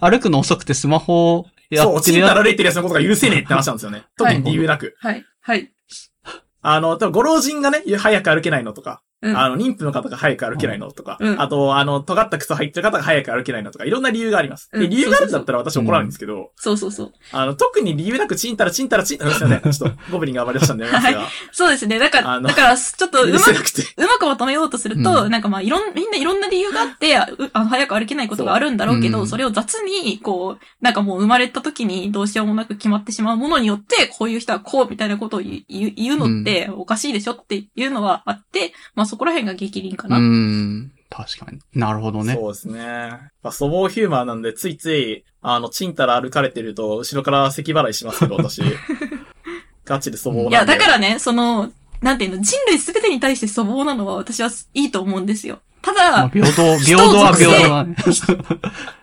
A: 歩くの遅くてスマホをや
C: そう、
A: って
C: チ
A: る
C: ンタ
A: や
C: られてるやつのことが許せねえって話なんですよね。特に理由なく。
B: はい、はい。
C: あの、多分ご老人がね、早く歩けないのとか、
B: うん
C: あの、妊婦の方が早く歩けないのとか、
B: うん
C: あと、あの、尖った靴履いてる方が早く歩けないのとか、いろんな理由があります。
B: う
C: で、
B: ん
C: 理由があるんだったら私怒らないんですけど、
B: そうそうそう。
C: あの、特に理由なくチンタラチンタラチンタラ、すい ません、ちょっとゴブリンが暴れ出したんでやりますが、
B: そうですね。だから、
C: あの
B: だから、ちょっと、うま
C: 許せ
B: く
C: なくて。
B: うまくまとめようとすると、
A: うん
B: なんかまあ、いろん、みんないろんな理由があって、あうあの早く歩けないことがあるんだろうけど、
A: そう
B: そ,、
A: うん
B: れを雑に、こう、なんかもう生まれた時にどうしようもなく決まってしまうものによって、こういう人はこうみたいなことを言う言う言うのっておかしいでしょっていうのはあって、まあそこら辺が激凛か
A: う
B: な。
A: ん。確かに。なるほどね。
C: そうですね。やっぱ粗暴ヒューマンなんで、ついつい、あの、チンタラ歩かれてると、後ろから咳払いしますけ ど、私。ガチで粗暴なんで。
B: いや、だからね、その、なんていうの、人類すべてに対して粗暴なのは私はいいと思うんですよ。ただ、
A: まあ、平等、
B: 人
A: 平等は
B: 属性
A: 平等だね。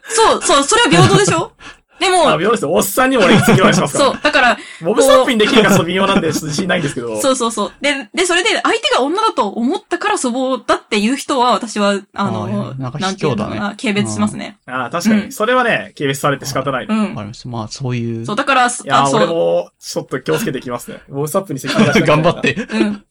B: そう、そう、それは平等でしょで
C: あ、
B: も、
C: 微妙ですよ。おっさんにも俺、次お願いしますから。
B: そう、だから、
C: モブサッピンできるかちょっと微妙なんで、ちょっと自信ないんですけど。
B: そうそうそう。で、で、それで相手が女だと思ったから粗暴だっていう人は、私は、あ
A: あーい
B: の、
A: やなんか
B: ていうの
A: 卑怯
B: か
A: だ
B: な軽蔑しますね。
C: ああ、確か
B: うん
C: に。それはね、軽蔑されて仕方ない。
B: う
C: い
A: わ
B: ん。
A: かりました。まあ、そういう。
B: そう、だから、す
C: や
B: あ、
C: ー、
B: そ
C: 俺
B: う。
C: も、ちょっと気をつけていき ますね。モブサップに責任出しなきゃいけな
A: 頑
C: い
A: 張っ。て。
B: うん。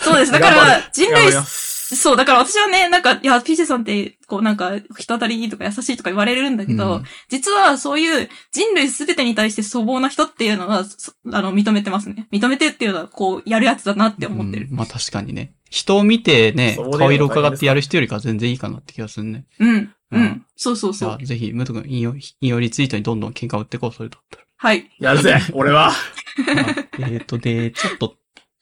B: そうです。だ か
C: 頑張
B: ら、人
C: 頑張
B: 類
C: り、ます。
B: そう、だから私はね、なんか、いや、PJ さんって、こうなんか、人当たりいいとか優しいとか言われるんだけど、
A: うん
B: 実はそういう人類すべてに対して粗暴な人っていうのは、そあの、認めてますね。認めてっていうのは、こう、やるやつだなって思ってる。
A: うんまあ確かにね。人を見てね
C: そう、
A: 顔色を伺ってやる人よりかは全然いいかなって気がするね。
B: うん。うん。
A: うん
B: そうそう
A: じ
B: そ
A: ゃあ
B: う。
A: ぜひ、ムト君、引用、引用リツイートにどんどん喧嘩を売ってこう、それと。
B: はい。
C: やるぜ、俺は。
A: まあえっと、で、ちょっと、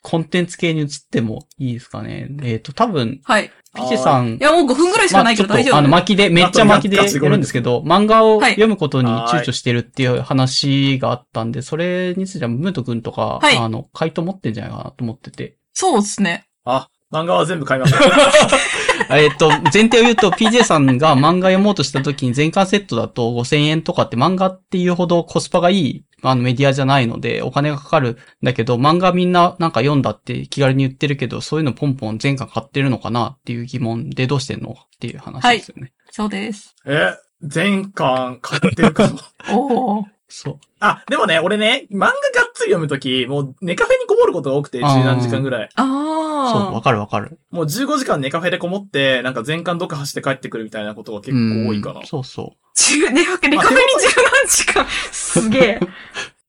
A: コンテンツ系に移ってもいいですかね。えっ、と、多分、
B: はい。
A: ピチさん
B: い、や、もう5分くらいし
A: ま
B: か
A: あ
B: ない
A: ち
B: け
A: ょっ
B: ど大丈
A: と、あ
B: 夫。
A: の、巻きで、めっちゃ巻きでやるんですけど、漫画を
B: はい
A: 読むことに躊躇してるっていう話があったんで、それについては、ムト君とか、
B: はい
A: あの、回答持ってんじゃないかなと思ってて。
B: そうですね。
C: あ、漫画は全部買いま した。
A: えっと、前提を言うと、PJ さんが漫画読もうとした時に全巻セットだと5000円とかって漫画っていうほどコスパがいいあのメディアじゃないのでお金がかかるんだけど、漫画みんななんか読んだって気軽に言ってるけど、そういうのポンポン全巻買ってるのかなっていう疑問でどうしてんのっていう話ですよね。
B: そうです。
C: え、前巻買ってるかも。
B: おー。
A: そう。
C: あ、でもね、俺ね、漫画がっつり読むとき、もう寝カフェにこもることが多くて、十
A: あー
C: 何時間ぐらい。
A: そう、わ
B: あ
A: かるわかる。
C: もう15時間寝カフェでこもって、なんか全巻読破して帰ってくるみたいなことが結構多いか
A: う。
C: なん
A: そうそ
B: ー。ね、レカフェに十何時間。すげえ。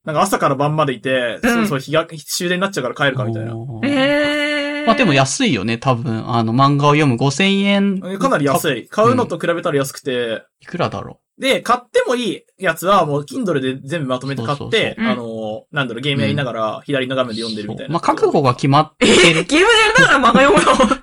C: なんか朝から晩までいて、
B: うん
C: そろそろ日が、終電になっちゃうから帰
A: う。
C: るかみたいな。
A: おー
B: ええー。
A: まあでも安いよね、多分。あの、漫画を読む5000円。
C: かなり
A: い。
C: 安い。買うのと比べたら安くて、
A: いくらだろ
C: で、買ってもいいやつはもう Kindle で全部まとめて買って、
A: そうそうそう
B: うん
C: あのー、なんだろう、ゲームやりながら左の画面で読んでるみたいな。
A: まあ覚悟が決まって
B: え
A: る
B: ー、。ゲームでやりながら漫画読むの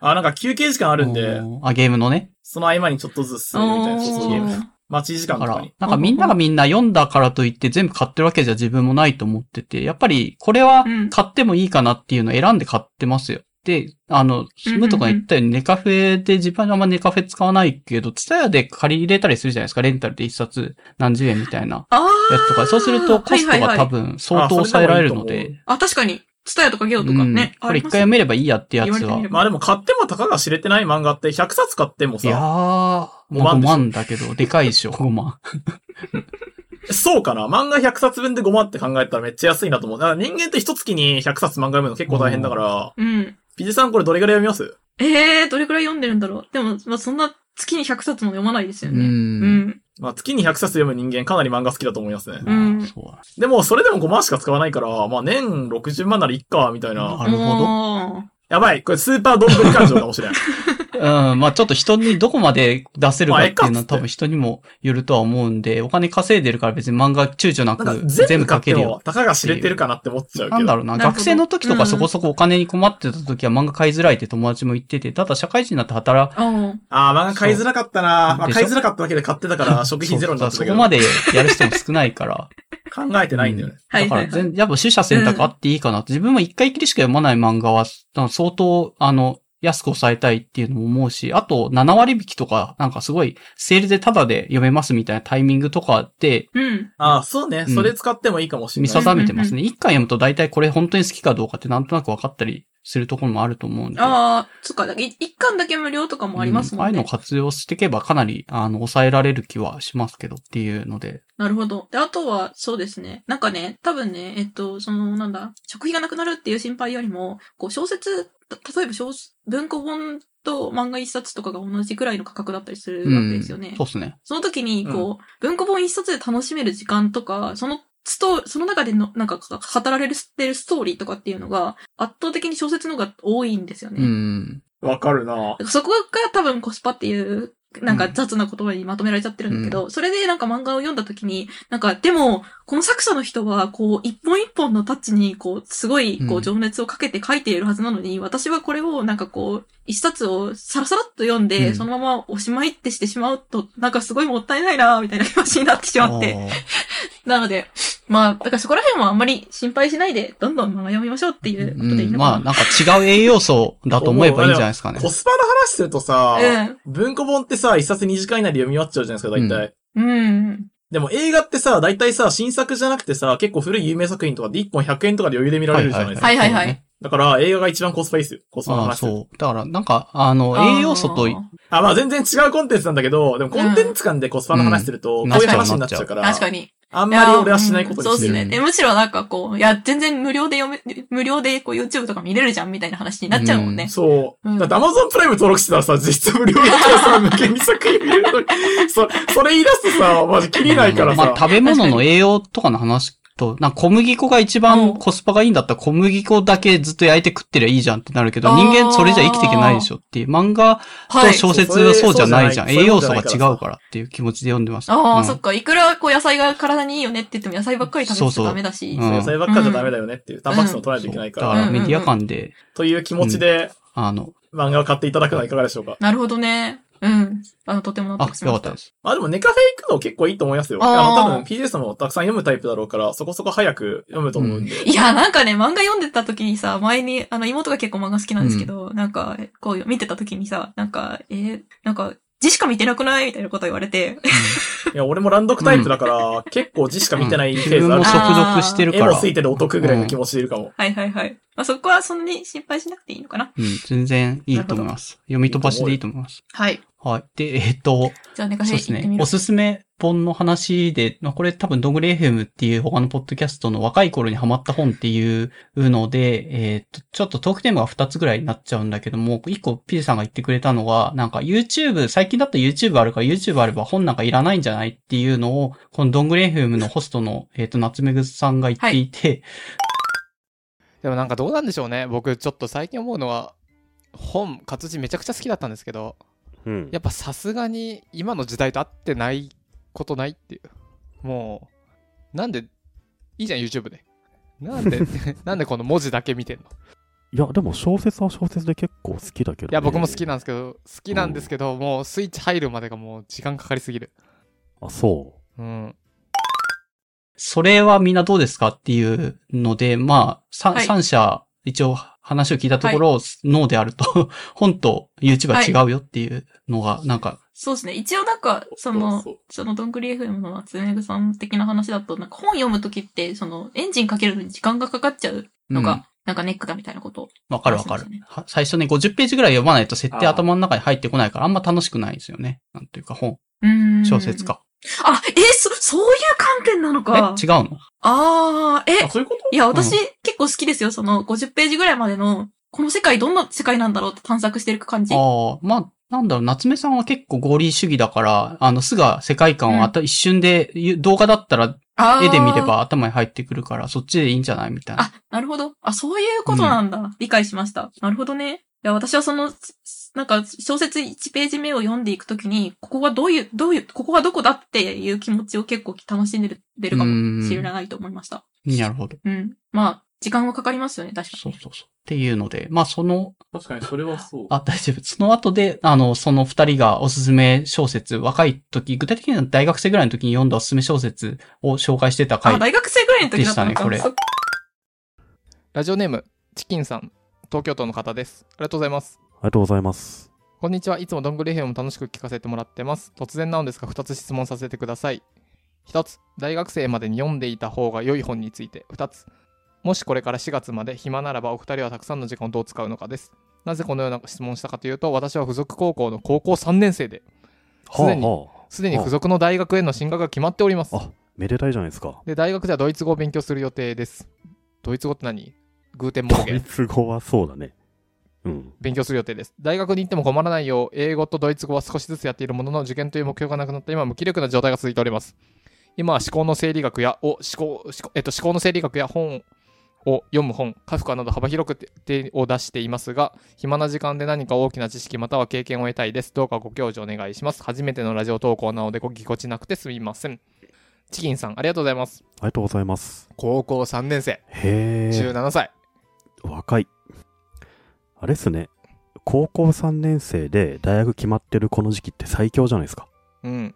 C: あ、なんか休憩時間あるんで、
A: おーあ、ゲームのね。
C: その合間にちょっとずつ進めるみたいな、そうそうゲーム。待ち時間と
A: だ
C: か
A: から
C: に。、
A: なんかみんながみんな読んだからといって全部買ってるわけじゃ自分もないと思ってて、やっぱりこれは
B: うん
A: 買ってもいいかなっていうのを選んで買ってますよ。で、あの、
B: うん
A: スムとか言ったようにネカフェで自分はあんまネカフェ使わないけど、ツタヤで借り入れたりするじゃないですか。レンタルで一冊何十円みたいな
B: ああ。
A: やつとか。そうするとコスト
B: はいは
A: が
B: いは
A: 多
B: い、
A: 分相当抑えられるの
C: あそれでもいい
A: で。
B: あ、確かに。ツタヤとかゲオとか
A: うん
B: ね。
A: これ一回読
B: ありますよ
A: めればいいやってやつ
B: 言われて
A: は
B: みれば。
C: まあでも買ってもたかが知れてない漫画って100冊買っても
A: いやー、
C: さ、
A: まあ5
C: 5万でしょ
A: 万だけど、でかいでしょ、5万。
C: そうかな漫画100冊分で5万って考えたらめっちゃ安いなと思う。だから人間って一月に100冊漫画読むの結構大変だから、
B: うん。
C: ピジさんこれどれぐらい読みます
B: ええー、どれくらい読んでるんだろう。でも、まあ、そんな月に100冊も読まないですよね。う
A: うん
B: ん。
C: まあ月に100冊読む人間かなり漫画好きだと思いますね。
B: うん
A: そうだ
C: でもそれでも5万しか使わないから、まあ年60万ならいっか、みたいな。
A: なるほど
B: ど。
C: やばい、これスーパードンブリ感情かもしれん。
A: うん、まあちょっと人にどこまで出せるかっていうの
C: まあええかっつ
A: は
C: って
A: 多分人にもよるとは思うんで、お金稼いでるから別に漫画躊躇な
C: なん
A: く
C: か
A: 全
C: 全
A: 部書
C: 部買っ
A: け
C: て
A: るよ
C: も。たかが知れてるかなって思っちゃうけど。
A: なんだろうな、
B: なるほど
A: 学生の時とかそこそこお金に困ってた時は漫画買いづらいって友達も言ってて、ただ社会人になって働
B: ああ。
C: ああ、漫画買いづらかったな。まあ
A: でしょ
C: 買いづらかっただけで買ってた から、食
A: く、
C: 費ゼロになっ
A: そうそ
C: てたけ
A: こ
C: ど。
A: までやる人も少ないから。
C: 考えてないんだよね。
B: は
A: だ
B: い
A: か
B: は
A: ら
B: い、はい。
A: 全、やっぱ取捨選択あっていいかなって。自分も一回きりしか読まない漫画は、なんか相当、あの、安く抑えたいっていうのも思うし、あと、7割引きとか、なんかすごい、セールでタダで読めますみたいなタイミングとかで、
B: うん。
C: ああ、そうね。
A: うん
C: それ使ってもいいかもしれ
A: 見
C: ない。
A: 定めてますね。一巻読むと大体これ本当に好きかどうかってなんとなく分かったりするところもあると思うんで。
B: ああ、そっか。い一巻だけ無料とかもあります
A: うんあ
B: も
A: あ
B: ん
A: いうのを
B: ね。
A: 活用していけばかなり、あの、抑えられる気はしますけどっていうので。
B: なるほど。で、あとは、そうですね。なんかね、多分ね、えっと、その、なんだ、食費がなくなるっていう心配よりも、こう、小説、た例えば小説、文庫本と漫画一冊とかが同じくらいの価格だったりするわけですよね。
A: うんそうですね。
B: その時に、こう、文庫本一冊で楽しめる時間とか、そのスト、その中での、なんか、語られてるストーリーとかっていうのが、圧倒的に小説の方が多いんですよ
A: う
B: ね。
A: ん。
C: わかるな。
B: そこが多分コスパっていう、なん
A: う
B: か
A: ん
B: 雑な言葉にまとめられちゃってるんだけど、それでなんか漫画を読んだ時に、なんか、でも、この作者の人は、こう、一本一本のタッチに、こう、すごい、
A: う
B: こう、
A: ん
B: 情熱をかけて書いているはずなのに、私はこれを、なんかこう、一冊をさらさらっと読んで、
A: うん
B: そのままおしまいってしてしまうと、なんかすごいもったいないなみたいな気持ちになってしまって。
A: あー
B: なので、まあ、だからそこら辺はあんまり心配しないで、どんどん漫画読みましょうっていうことでいい
A: うん。
B: の
A: ま
B: か
A: あ、なんか違う栄養素だと思えばいいんじゃないですかね
C: コ。スパの話するとさ
B: な。、うん。
C: 文庫本ってさ、一冊2時間以内で読み終わっちゃうじゃないですか、大体。
B: うん。
C: でも映画ってさ、大体さ、新作じゃなくてさ、結構古い有名作品とかで1本100円とかで余裕で見られるじゃないですか。
B: はいはいはい
A: そうね
C: だから映画が一番コスパいいですよ。コスパの
A: ああ、
C: 話。あ
A: そう。だから、なんか、あの、栄養素とい、
C: あ、まあ全然違うコンテンツなんだけど、でもコンテンツ間でコスパの話すると、
A: うん
C: こういう話になっちゃうから。
B: 確かに。
C: あんまり俺はしないことに
B: そう
C: し
B: で
C: て
B: すね。
C: る。
B: でむしろなんかこう、いや、全然無料で読め、無料でこう YouTube とか見れるじゃんみたいな話になっちゃうもんね。
A: うん
C: そう。
B: うん
C: だって Amazon プライム登録してたらさ、実質無料でさ、無限に作品見れるのに、 そ、それ言い出すとさ、マジ切りないから
A: ま
C: さ
A: あ、。食べ物の栄養とかの話と、なんか小麦粉が一番コスパがいいんだったら小麦粉だけずっと焼いて食ってりゃいいじゃんってなるけど、
B: あー
A: 人間それじゃ生きていけないでしょっていう。漫画
B: は
A: と
B: い。
A: 小説はそうじゃないじゃん。
C: そうそう
A: 栄養素
C: そう
A: が
C: いうことじゃない
A: 違うからっていう気持ちで読んでました。
B: ああ、
A: うん
B: そっか。いくらこう野菜が体にいいよねって言っても野菜ばっかり食べちゃダメだし。
A: そうそううん
C: 野菜ばっかじゃダメだよねっていう、タンパク質も取らないといけないか
A: そうだ
C: ら、
A: からメディア間で、
C: という気持ちで
A: あの、
C: 漫画を買っていただくのはいかがでしょうか。
B: なるほどね。うん。あの、とても納
A: あ
B: 得、し
A: よ
B: ま
A: かっ
B: し。
A: たたです。
C: まあでもネカフェ行くの結構いいと思いますよ。
B: あー
C: あの、多分 PJ さんもたくさん読むタイプだろうから、そこそこ早く読むと思うんで。
B: いや、なんかね、漫画読んでた時にさ、前に、あの、妹が結構漫画好きなんですけど、なんか、こう、見てた時にさ、なんか、えーなんか、字しか見てなくないみたいなこと言われて。
C: いや、俺もランドクタイプだから、結構字しか見てないフ
A: 自
C: ェー
A: 分
C: ズあ
A: も
C: る
A: 即
C: し、
A: 読してる
C: 絵
A: か
C: も
A: ら
C: つ、いてるお得ぐらいの気持ちでいるかも。
B: はいはいはい。まあ、そこはそんなに心配しなくていいのかな。
A: うん、全然いいと思います。読み飛ばしでいいと思います。
B: はい。
A: はい。で、えっと、
B: じゃあ、寝か
A: そう
B: せ
A: です
B: 行ってみ
A: ね。
B: る
A: お。すすめ本の話で、まあ、これ多分ドングレ FM っていう他のポッドキャストの若い頃にハマった本っていうので、えーっと、ちょっとトークテーマが2つぐらいになっちゃうんだけども、1個ピデさんが言ってくれたのは、なんか YouTube、最近だった YouTube あるから YouTube あれば本なんかいらないんじゃないっていうのを、このドングレ FM のホストの、えーっと、夏目ぐさんが言っていて、
F: でもなんかどうなんでしょうね僕ちょっと最近思うのは本活字めちゃくちゃ好きだったんですけど
G: うん
F: やっぱさすがに今の時代と合ってないことないっていうもうなんでいいじゃん YouTube でなん でなんでこの文字だけ見てんのい
G: いや、でも小説は小説で結構好きだけど、
F: や僕も好きなん
G: ん
F: ですけど好きなんですけどもうスイッチ入るまでがもう時間かかりすぎる
G: あ、そ
F: うん
A: それはみんなどうですかっていうので、まあ、三、
B: はい
A: 三者、一応話を聞いたところ、脳であると、 本と YouTube は違うよっていうのが、なんか、
B: そうですね。一応なんか、その、
C: そう
B: そのドングリ FM の夏目さん的な話だと、なんか本読むときって、その、エンジンかけるのに時間がかかっちゃうのが、
A: うん
B: なんかネックだみたいなことを。
A: わかるわかる
B: そうですね。
A: は最初ね、50ページぐらい読まないと設定
C: あー
A: 頭の中に入ってこないから、あんま楽しくないですよね。なんていうか本、
B: うーん。
A: 小説。か。
B: あ、えーそ、そういう観点なの
A: え、
B: か。
A: 違うの
B: あー、え
C: あ、、そういうこと
B: いや、私、結構好きですよ。その、50ページぐらいまでの、この世界どんな世界なんだろうって探索していく感じ。
A: ああ、まあ、なんだろう、夏目さんは結構合理主義だから、あの、すぐ世界観をあた、一瞬で、ゆ動画だったら
B: あー
A: 絵で見れ。ば頭に入ってくるから、そっちでいいんじゃないみたいな。
B: あ、なるほど。あ、そういうことなんだ。理解しました。なるほどね。いや、私はその、すなんか、小説1ページ目を読んでいくときに、ここはどういう、どういう、ここはどこだっていう気持ちを結構楽しんでる出るかもしれないと思いました。
A: なるほど。
B: うん。まあ、時間はかかりますよね、確か
A: そう
B: に。
A: そうそう。っていうので、まあその、
C: 確かに、それはそう。
A: あ、大丈夫。その後で、あの、その二人がおすすめ小説、若い時、具体的には大学生ぐらいの時に読んだおすすめ小説を紹介してた回。
B: あ、大学生ぐらいの時だったのか。
A: でしたね
F: ラジオネームチキンさん東京都の方ですありがとうございます
G: う。ありがとうございます。
F: こんにちは。いつもどんぐりヘムも楽しく聞かせてもらってます。突然なのですが、2つ質問させてください。1つ、大学生までに読んでいた方が良い本について。2つ、もしこれから4月まで暇ならばお二人はたくさんの時間をどう使うのかです。なぜこのような質問をしたかというと、私は付属高校の高校3年生で、すでに
G: はあ、
F: すでに付属の大学への進学が決まっております。
G: あめでたいじゃないですか。
F: で、大学ではドイツ語を勉強する予定です。ドイツ語って何グーテンモル
G: ド
F: ゲ
G: イ
F: ン。
G: ツ語はそうだね。うん。
F: 勉強する予定です。大学に行っても困らないよう、英語とドイツ語は少しずつやっているものの、受験という目標がなくなった今、無気力な状態が続いております。今は思考の整理学や、を思考、思考えっと、思考の整理学や本を読む本、カフカなど幅広く手を出していますが、暇な時間で何か大きな知識または経験を得たいです。どうかご教授お願いします。初めてのラジオ投稿なのでごぎこちなくてすみません。チキンさん、ありがとうございます。
G: ありがとうございます。
F: 高校3年生、
G: へえ。
F: 17歳。
G: 若い。あれっすね。高校3年生で大学決まってるこの時期って最強じゃないですか。
F: うん。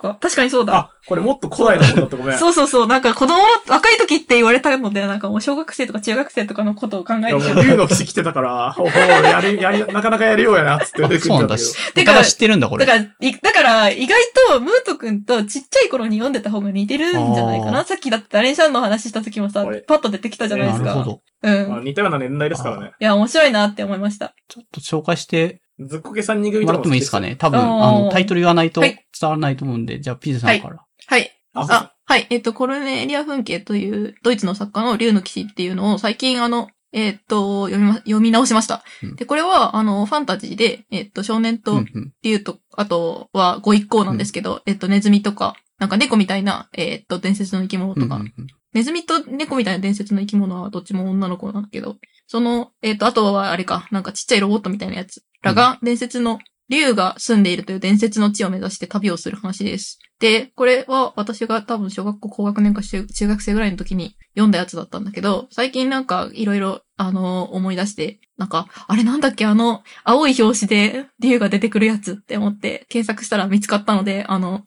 B: か。確かにそうだ。
C: あ、これもっと古代のことだったごめん。
B: そうそうそう。なんか子供の、若い時って言われたので、なんかもう小学生とか中学生とかのことを考え
C: い
B: て
C: やも
B: る。
C: う竜の騎士来てたから、おお、やり、やり、なかなかやるようやな、つって出てく
A: そうな
C: る
A: ん
C: ん
A: だ。
C: だけど。
A: だから知ってるんだ、こ
B: だ
A: れ。
B: から、いだから、意外と、ムート君とちっちゃい頃に読んでた方が似てるんじゃないか
A: あ
B: な。さっきだってダレンシャンの話した時もさ
C: はい、
B: パッと出てきたじゃないで
A: な
B: す
A: るほ
B: か。
A: ど。
B: う
C: まあ
B: ん。
C: 似たような年代ですからね。
B: いや、面白いなって思いました。
A: ちょっと紹介して
C: ずっこけ三人組
A: も
C: と
A: らっ
C: か
A: てもいいですか
C: ね。
A: ね。多分、
B: あー
A: あの、タイトル言わないと
B: は
A: 伝
B: い
A: わらないと思うんで、じゃあ、ピズさんから。
B: はい。
C: あ、そう
B: あ、はい。えっ、と、コルネリア風景というドイツの作家の竜の騎士っていうのを最近あの、えっ、と、読みま、読み直しました。
A: うん
B: で、これはあの、ファンタジーで、えっ、と、少年
A: うんう
B: と
A: ん。
B: 竜と、あとはご一行なんですけど、えっ、と、ネズミとか、なんか猫みたいな、えっ、と、伝説の生き物
A: うん
B: とか、
A: うんうん
B: ネズミと猫みたいな伝説の生き物はどっちも女の子なんだけど、その、えっ、と、あとはあれか、なんかちっちゃいロボットみたいなやつらが、伝説の、竜が住んでいるという伝説の地を目指して旅をする話です。で、これは私が多分小学校高学年か中中学生ぐらいの時に読んだやつだったんだけど、最近なんかいろいろ、あの、思い出して、なんか、あれなんだっけ、あの、青い表紙で竜が出てくるやつって思って検索したら見つかったので、あの、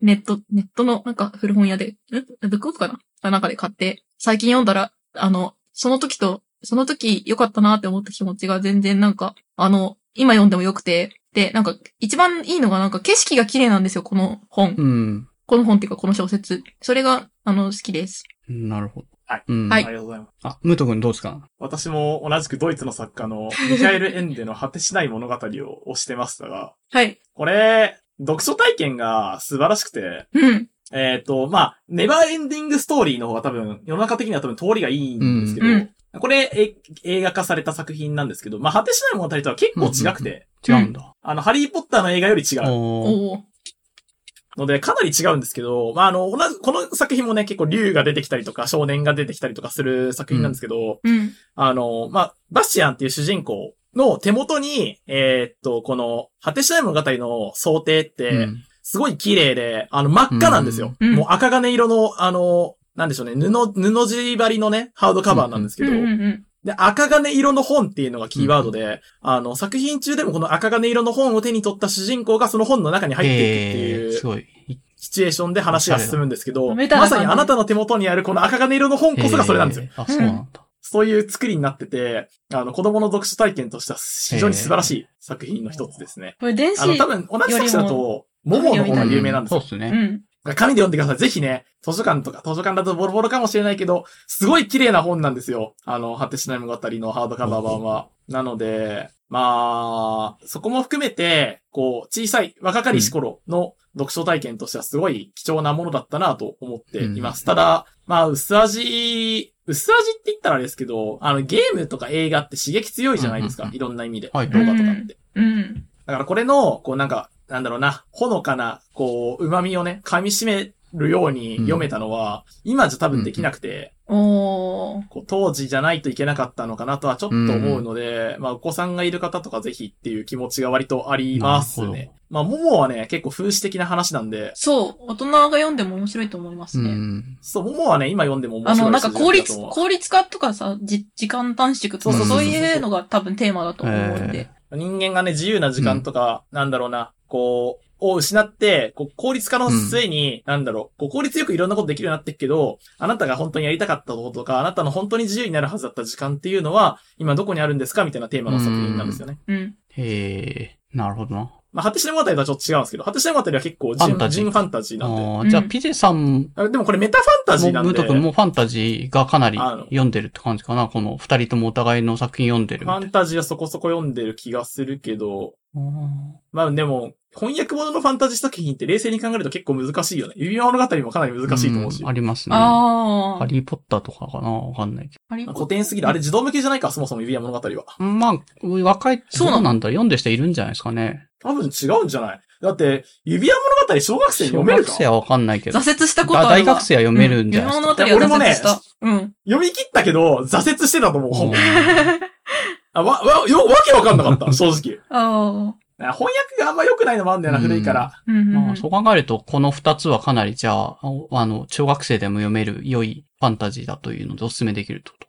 B: ネット、ネットのなんか古本屋で、んブックオフかなあなんかで買って、最近読んだら、あの、その時と、その時良かったなって思った気持ちが全然なんか、あの、今読んでも良くて、で、なんか、一番いいのがなんか景色が綺麗なんですよ、この本。
A: うん。
B: この本っていうかこの小説。それが、あの、好きです。
A: なるほど。
C: はい
A: うん。
B: は
C: あ
B: い
C: りがとうございます。
A: あ、ムート君どうですか
C: 私も同じくドイツの作家のミヒャエル・エンデの果てしない物語を推してましたが、
B: はい。
C: これ、読書体験が素晴らしくて、
B: うん。
C: えっ、と、まあ、ネバーエンディングストーリーの方が多分、世の中的には多分通りがいいんですけど、
B: うん
C: これえ映画化された作品なんですけど、まあ、果てしない物語とは結構違くて、
A: 違うんだ。
C: あの、ハリーポッターの映画より違う
A: おー
B: おー
C: ので、かなり違うんですけど、まあ、あの、同じ、この作品もね、結構竜が出てきたりとか、少年が出てきたりとかする作品なんですけど、
B: うん。
C: あの、まあ、バスチアンっていう主人公の手元に、えーっと、この、果てしない物語の想定っ
A: う
C: て、
A: ん
C: すごい綺麗で、あの、真っ赤なんですよ。
B: うん
C: もう赤金色の、あの、なんでしょうね、布、布地張りのね、ハードカバーなんですけ
B: うん
C: ど、
B: うんうん。
C: で、赤金色の本っていうのがキーワードで、あの、作品中でもこの赤金色の本を手に取った主人公がその本の中に入っていくっていう、
A: えーすごい。
C: シチュエーションで話が進むんですけど、
B: おしゃれだ
C: まさにあなたの手元にあるこの赤金色の本こそがそれなんですよ。
A: えーあ、そうなんだ。
C: そういう作りになってて、あの、子供の読書体験としては非常に素晴らしい作品の一つですね。
B: これ電子
C: あ、の、多分同じ作者だと、モモの方が有名なんです
A: そう
C: よ
A: っ。す
B: う
A: ね。
B: ん。
C: 紙で読んでください。ぜひね、図書館とか、図書館だとボロボロかもしれないけど、すごい綺麗な本なんですよ。あの、果てしない物語のハードカバー版は。なので、まあ、そこも含めて、こう、小さい、若かりし頃の読書体験としてはすごい貴重なものだったなと思っています。ただ、まあ、薄味、薄味って言ったらあれですけど、あの、ゲームとか映画って刺激強いじゃないです
A: うん
C: か
A: う。ん
C: いろんな意味で。
A: はい
C: 動画とかって。
B: うん。
C: だからこれの、こうなんか、なんだろうな、ほのかな、こう、旨味をね、噛み締めるように読めたのは、今じゃ多分できなくて、
B: おー。
C: こう当時じゃないといけなかったのかなとはちょっと思うので、まあお子さんがいる方とかぜひっていう気持ちが割とあります
A: なる
C: ね。まあ、ももはね、結構風刺的な話なんで、
B: そう。大人が読んでも面白いと思います
A: う
B: ね。
A: ん。
C: そう、ももはね、今読んでも面
B: あ
C: 白
B: の、
C: い
B: なん
C: し
B: か効率
C: 全然だと、思う
B: 効率化とかさ、じ、時間短縮と
C: そう
A: そ
B: か、
A: うそう
B: そ
A: そうう
B: いうのが多分テーマだと思うんで。
C: 人間がね、自由な時間とか、なんだろうな、こう、を失って、こう、効率化の末に、なんだろう、こう、効率よくいろんなことできるようになってるけど、あなたが本当にやりたかったこととか、あなたの本当に自由になるはずだった時間っていうのは、今どこにあるんですかみたいなテーマの作品なんですよね。
B: うん。
A: へーなるほどな。
C: まあ、果てしない物語とはちょっと違うんですけど、果てしない物語は結構
A: ファンタ
C: 純、
A: ジー
C: 純ファンタジー
A: あ
C: なんで
A: ーじゃあ、
B: うん
A: ピゼさんも、
C: あ。でもこれメタファンタジーなんで。
A: ムート君もファンタジーがかなり
C: あの
A: 読んでるって感じかな。この二人ともお互いの作品読んでる
C: フ
A: みたい
C: ァンタジーはそこそこ読んでる気がするけど、
A: な。
C: まあでも、翻訳物のファンタジー作品って冷静に考えると結構難しいよね。指輪物語もかなり難しいと思うし。
A: んありますね。
B: あ
A: ハリーポッターとかかなわかんないけ
B: あ。
C: まあ古典すぎる。あれ児童向けじゃないか、そもそも指輪物語は。
A: ど。まあ、若い、
B: そうなの
A: どなんだ読んでる人いるんじゃないですかね。
C: 多分違うんじゃないだって、指輪物語小学生に
A: 小
C: 読める
A: 学
C: か
A: 生はわかんないけど。
B: 挫折したことあ
A: だ
B: るわ
A: 大学生は読めるんじゃないですか。
B: うん、読み物語は挫折した。うん。
C: 読み切ったけど、挫折してたと思うほん
A: う
C: ま。
A: ん
C: あ、わ、わ、よ、わけわかんなかった、正直。
B: ああ。
C: あ翻訳があんま良くないのもあんだよな、
A: うん
C: 古いから。
B: うんうん。
A: まあ、そう考えると、この二つはかなり、じゃあ、ああの、小学生でも読める良いファンタジーだというのでお勧めできるってこと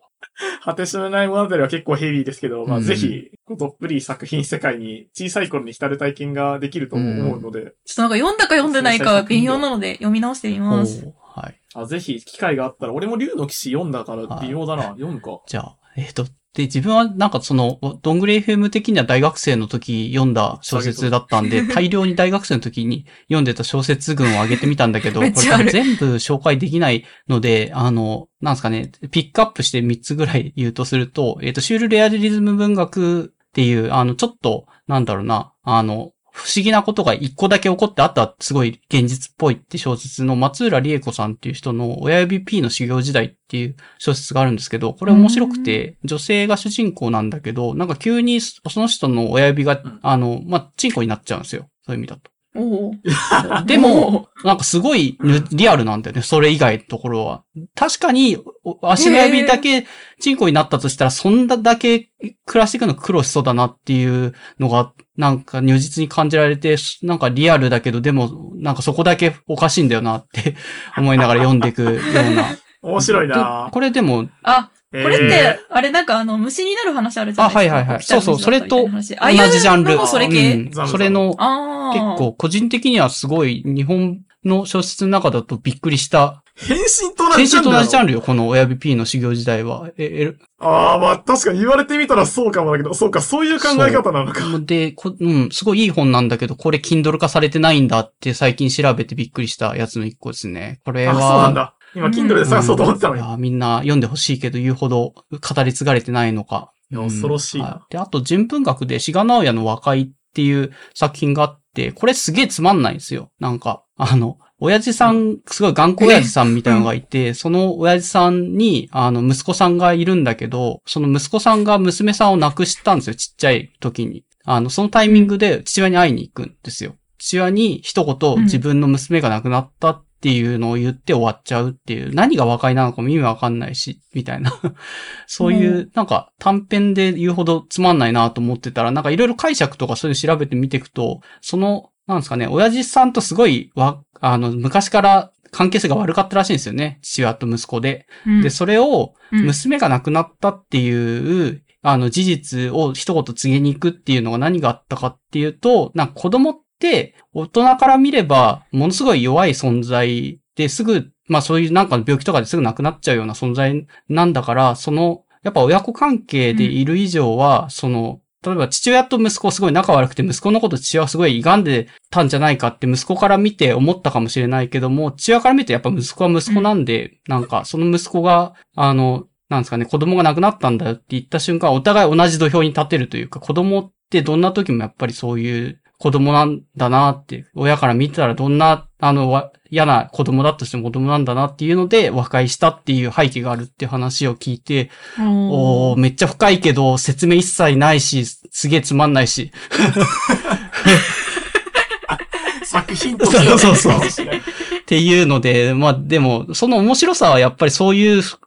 C: 果てしない物語は結構ヘビーですけど、ま
A: う
C: あ
A: ん
C: ぜひ、どっぷり作品世界に小さい頃に浸る体験ができると思うので、
B: ちょっとなんか読んだか読んでないかは微妙なので読み直してみ
A: お
B: ます。
A: ーはい。
C: あぜひ機会があったら、俺も竜の騎士読んだから
A: はい
C: 微妙だな。読むか。
A: じゃあ、えっ、と、で、自分はなんかその、どんぐり FM 的には大学生の時読んだ小説だったんで、大量に大学生の時に読んでた小説群を上げてみたんだけど、こ
B: め
A: れ
B: っちゃ
A: 多
B: ある
A: 分全部紹介できないので、あの、なんですかね、ピックアップして3つぐらい言うとすると、えっ、と、シュールレアリズム文学っていう、あの、ちょっと、なんだろうな、あの、不思議なことが一個だけ起こって、あとはすごい現実っぽいって小説の松浦理恵子さんっていう人の親指 P の修行時代っていう小説があるんですけど、これ面白くて、女性が主人公なんだけど、なんか急にその人の親指が
C: うん、
A: あの、まあ、チンコになっちゃうんですよ。そういう意味だと。
B: おお。
A: でも、なんかすごいぬリアルなんだよね。それ以外のところは。確かに、お足の指だけチンコになったとしたら、そんだだけ暮らしていくの苦労しそうだなっていうのが、なんか如実に感じられて、なんかリアルだけど、でも、なんかそこだけおかしいんだよなって思いながら読んでいくような。
C: 面白いな
A: これでも、
B: あ、
C: こ
B: これって、あれなんかあの、虫になる話あるじゃないですか。
A: あはいはいはい
B: 北の
A: そうそうそれと
B: 水だったみたいな話ああいう
A: 同じジャンル。
B: のもそれ系。
A: うん
C: ザムザム
A: それの、
B: ああ。
A: 結。構、個人的にはすごい、日本の小説の中だとびっくりした。
C: 変身と同
A: 先
C: じジ
A: 週
C: ャンル
A: と同
C: なの
A: じジャンルよ、この親指 P の修行時代は。え、え、
C: ああ、まあ確かに言われてみたらそうかもだけど、そうか、そういう考え方なのか。
A: で、こうん、すごいいい本なんだけど、これ Kindle 化されてないんだって最近調べてびっくりしたやつの一個ですね。これ
C: あ、
A: は。
C: そうなんだ。今、
B: うん
C: Kindle で探そうと思ってたの
A: い
C: に。
A: やみんな読んでほしいけど、言うほど語り継がれてないのか。
C: いや
A: うん
C: 恐ろしいな
A: はで、あと、人文学で、志賀直哉の和解っていう作品があって、これすげえつまんないんですよ。なんか、あの、親父さん、すごい頑固親父さんみたいなのがいて、その親父さんに、あの、息子さんがいるんだけど、その息子さんが娘さんを亡くしたんですよ、ちっちゃい時に。あの、そのタイミングで父親に会いに行くんですよ。父親に一
B: うん
A: 言自分の娘が亡くなったっていうのを言って終わっちゃうっていう、何が和解なのかも意味わかんないし、みたいな。そういうう、なんか短編で言うほどつまんないなと思ってたら、なんかいろいろ解釈とかそういうの調べてみていくと、その、なんですかね、親父さんとすごいわ、あの、昔から関係性が悪かったらしいんですよね。父親と息子で。
B: うん
A: で、それを、
B: うん
A: 娘が亡くなったっていう、あの、事実を一言告げに行くっていうのが何があったかっていうと、なんか子供って、大人から見れば、ものすごい弱い存在ですぐ、まあそういうなんかの病気とかですぐ亡くなっちゃうような存在なんだから、その、やっぱ親子関係でいる以上は、その、例えば父親と息子すごい仲悪くて、息子のこと父親はすごい歪んでたんじゃないかって息子から見て思ったかもしれないけども、父親から見てやっぱ息子は息子なんで、なんかその息子が、あの、なんですかね、子供が亡くなったんだよって言った瞬間、お互い同じ土俵に立てるというか、子供ってどんな時もやっぱりそういう子供なんだなって、親から見たらどんな、あの、わ嫌な子供だとしても子供なんだなっていうので、和解したっていう背景があるって話を聞いて、お
B: お
A: ー、めっちゃ深いけど、説明一切ないし、すげえつまんないし。
C: 作品とし て。
A: そうそう
C: そう。
A: っていうので、まあでも、その面白さはやっぱりそういう背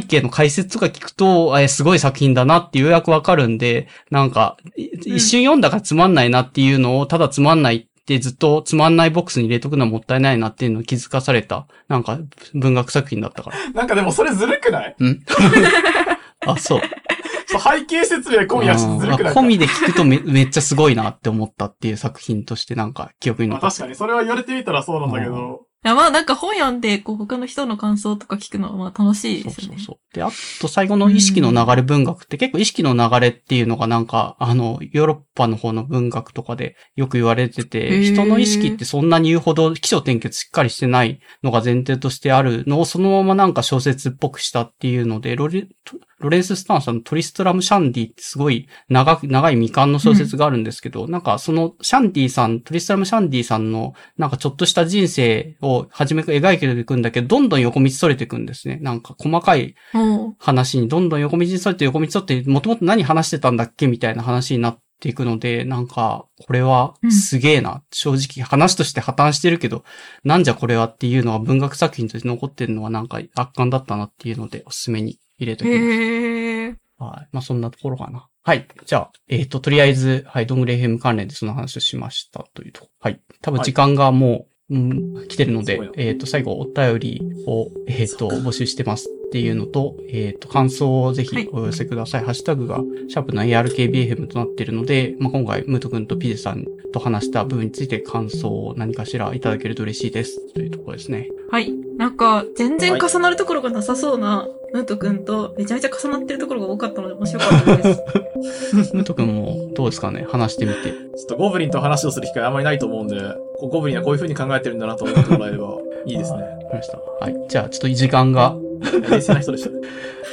A: 景の解説とか聞くと、えすごい作品だなってようやくわかるんで、なんか、い
B: うん
A: 一瞬読んだからつまんないなっていうのを、ただつまんないってずっとつまんないボックスに入れとくのはもったいないなっていうのを気づかされた、なんか文学作品だったから。
C: なんかでもそれずるくない
A: あ、そう。
C: そう背景説明今夜ちょっとずるく
A: うん
C: ない
A: 込みで聞くとめめっちゃすごいなって思ったっていう作品としてなんか記憶に
C: ま
A: 残
C: あ
A: って
C: 確かに、それは言われてみたらそうなんだけど。
B: いやまあなんか本読んで、こう他の人の感想とか聞くのはまあ楽しい
A: そう
B: ですよ
A: そ
B: ね
A: う。そう。で、あと最後の意識の流れ文学って結構意識の流れっていうのがなんか、あの、ヨーロッパの方の文学とかでよく言われて
B: へ
A: て、
B: ー
A: 人の意識ってそんなに言うほど起承転結しっかりしてないのが前提としてあるのをそのままなんか小説っぽくしたっていうので、ロレロレンス・スタンさんのトリストラム・シャンディってすごい長く、長い未完の小説があるんですけど、なんかそのシャンディさん、トリストラム・シャンディさんのなんかちょっとした人生を初めから描いていくんだけど、どんどん横道それていくんですね。なんか細かい
B: おー
A: 話にどんどん横道に沿って横道に沿って、もともと何話してたんだっけみたいな話になっていくので、なんか、これは
B: うん
A: すげえな。正直話として破綻してるけど、なんじゃこれはっていうのは文学作品として残ってるのはなんか圧巻だったなっていうので、おすすめに入れときます。
B: へえ。
A: はい。まあ、そんなところかな。はい。じゃあ、えっ、と、とりあえず、はい、ドングレイヘム関連でその話をしましたというとこ。はい。多分時間がもう、うん、来てるので
C: そうよ、
A: えっ、と、最後お便りを、えっ、と、募集してます。っていうのと、えっ、と、感想をぜひお寄せください。ハッシュタグが、シャープな ARKBFM となっているので、まあ、今回、ムート君とピゼさんと話した部分について感想を何かしらいただけると嬉しいです。というところですね。
B: はい。なんか、全然重なるところがなさそうな、ムート君と、めちゃめちゃ重なってるところが多かったので面白かったです。
A: ムート君もどうですかね話してみて。
C: ちょっとゴブリンと話をする機会あんまりないと思うんで、こうゴブリンはこういう風に考えてるんだなと思ってもらえればいいですね。
A: わかりました。はい。じゃあ、ちょっと時間が、
C: 冷静な人でしたね。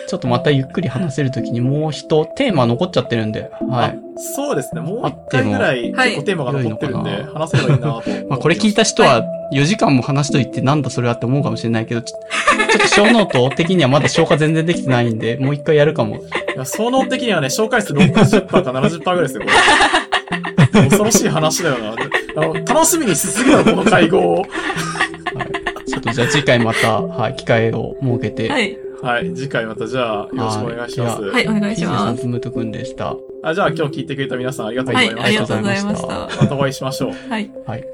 A: ちょっとまたゆっくり話せるときにもう一テーマ残っちゃってるんで、はい。
C: そうですね。もう一回ぐらい
B: あっても
C: 結構テーマが残ってるん
A: はい
C: で、話せばいいなと思ってます。
A: まあ、これ聞いた人は4時間も話しといてなんだそれはって思うかもしれないけど、ちょちょっと小ノート的にはまだ消化全然できてないんで、もう一回やるかも。
C: いや、総能的にはね、紹介数60%か70%ぐらいですよ、これ。 恐ろしい話だよな。あの楽しみにしすぎだろ、この会合を。
A: ちょっとじゃあ次回また、はい、機会を設けて。
B: はい。
C: はい、次回またじゃあ、よろしくお願いします。
B: はい、お願い
A: ピ
B: し
A: ザさ
B: ま
A: ん
B: す。
A: とムート君でした。
C: あじゃあ、今日聞いてくれた皆さんありがとうご
B: は
C: ざい
B: い、
C: ま
B: あり
C: し
B: がとうございま
A: ありがとうございま
B: し
A: した
B: た。
C: た。またお会いしましょう。
B: はい。
A: はい。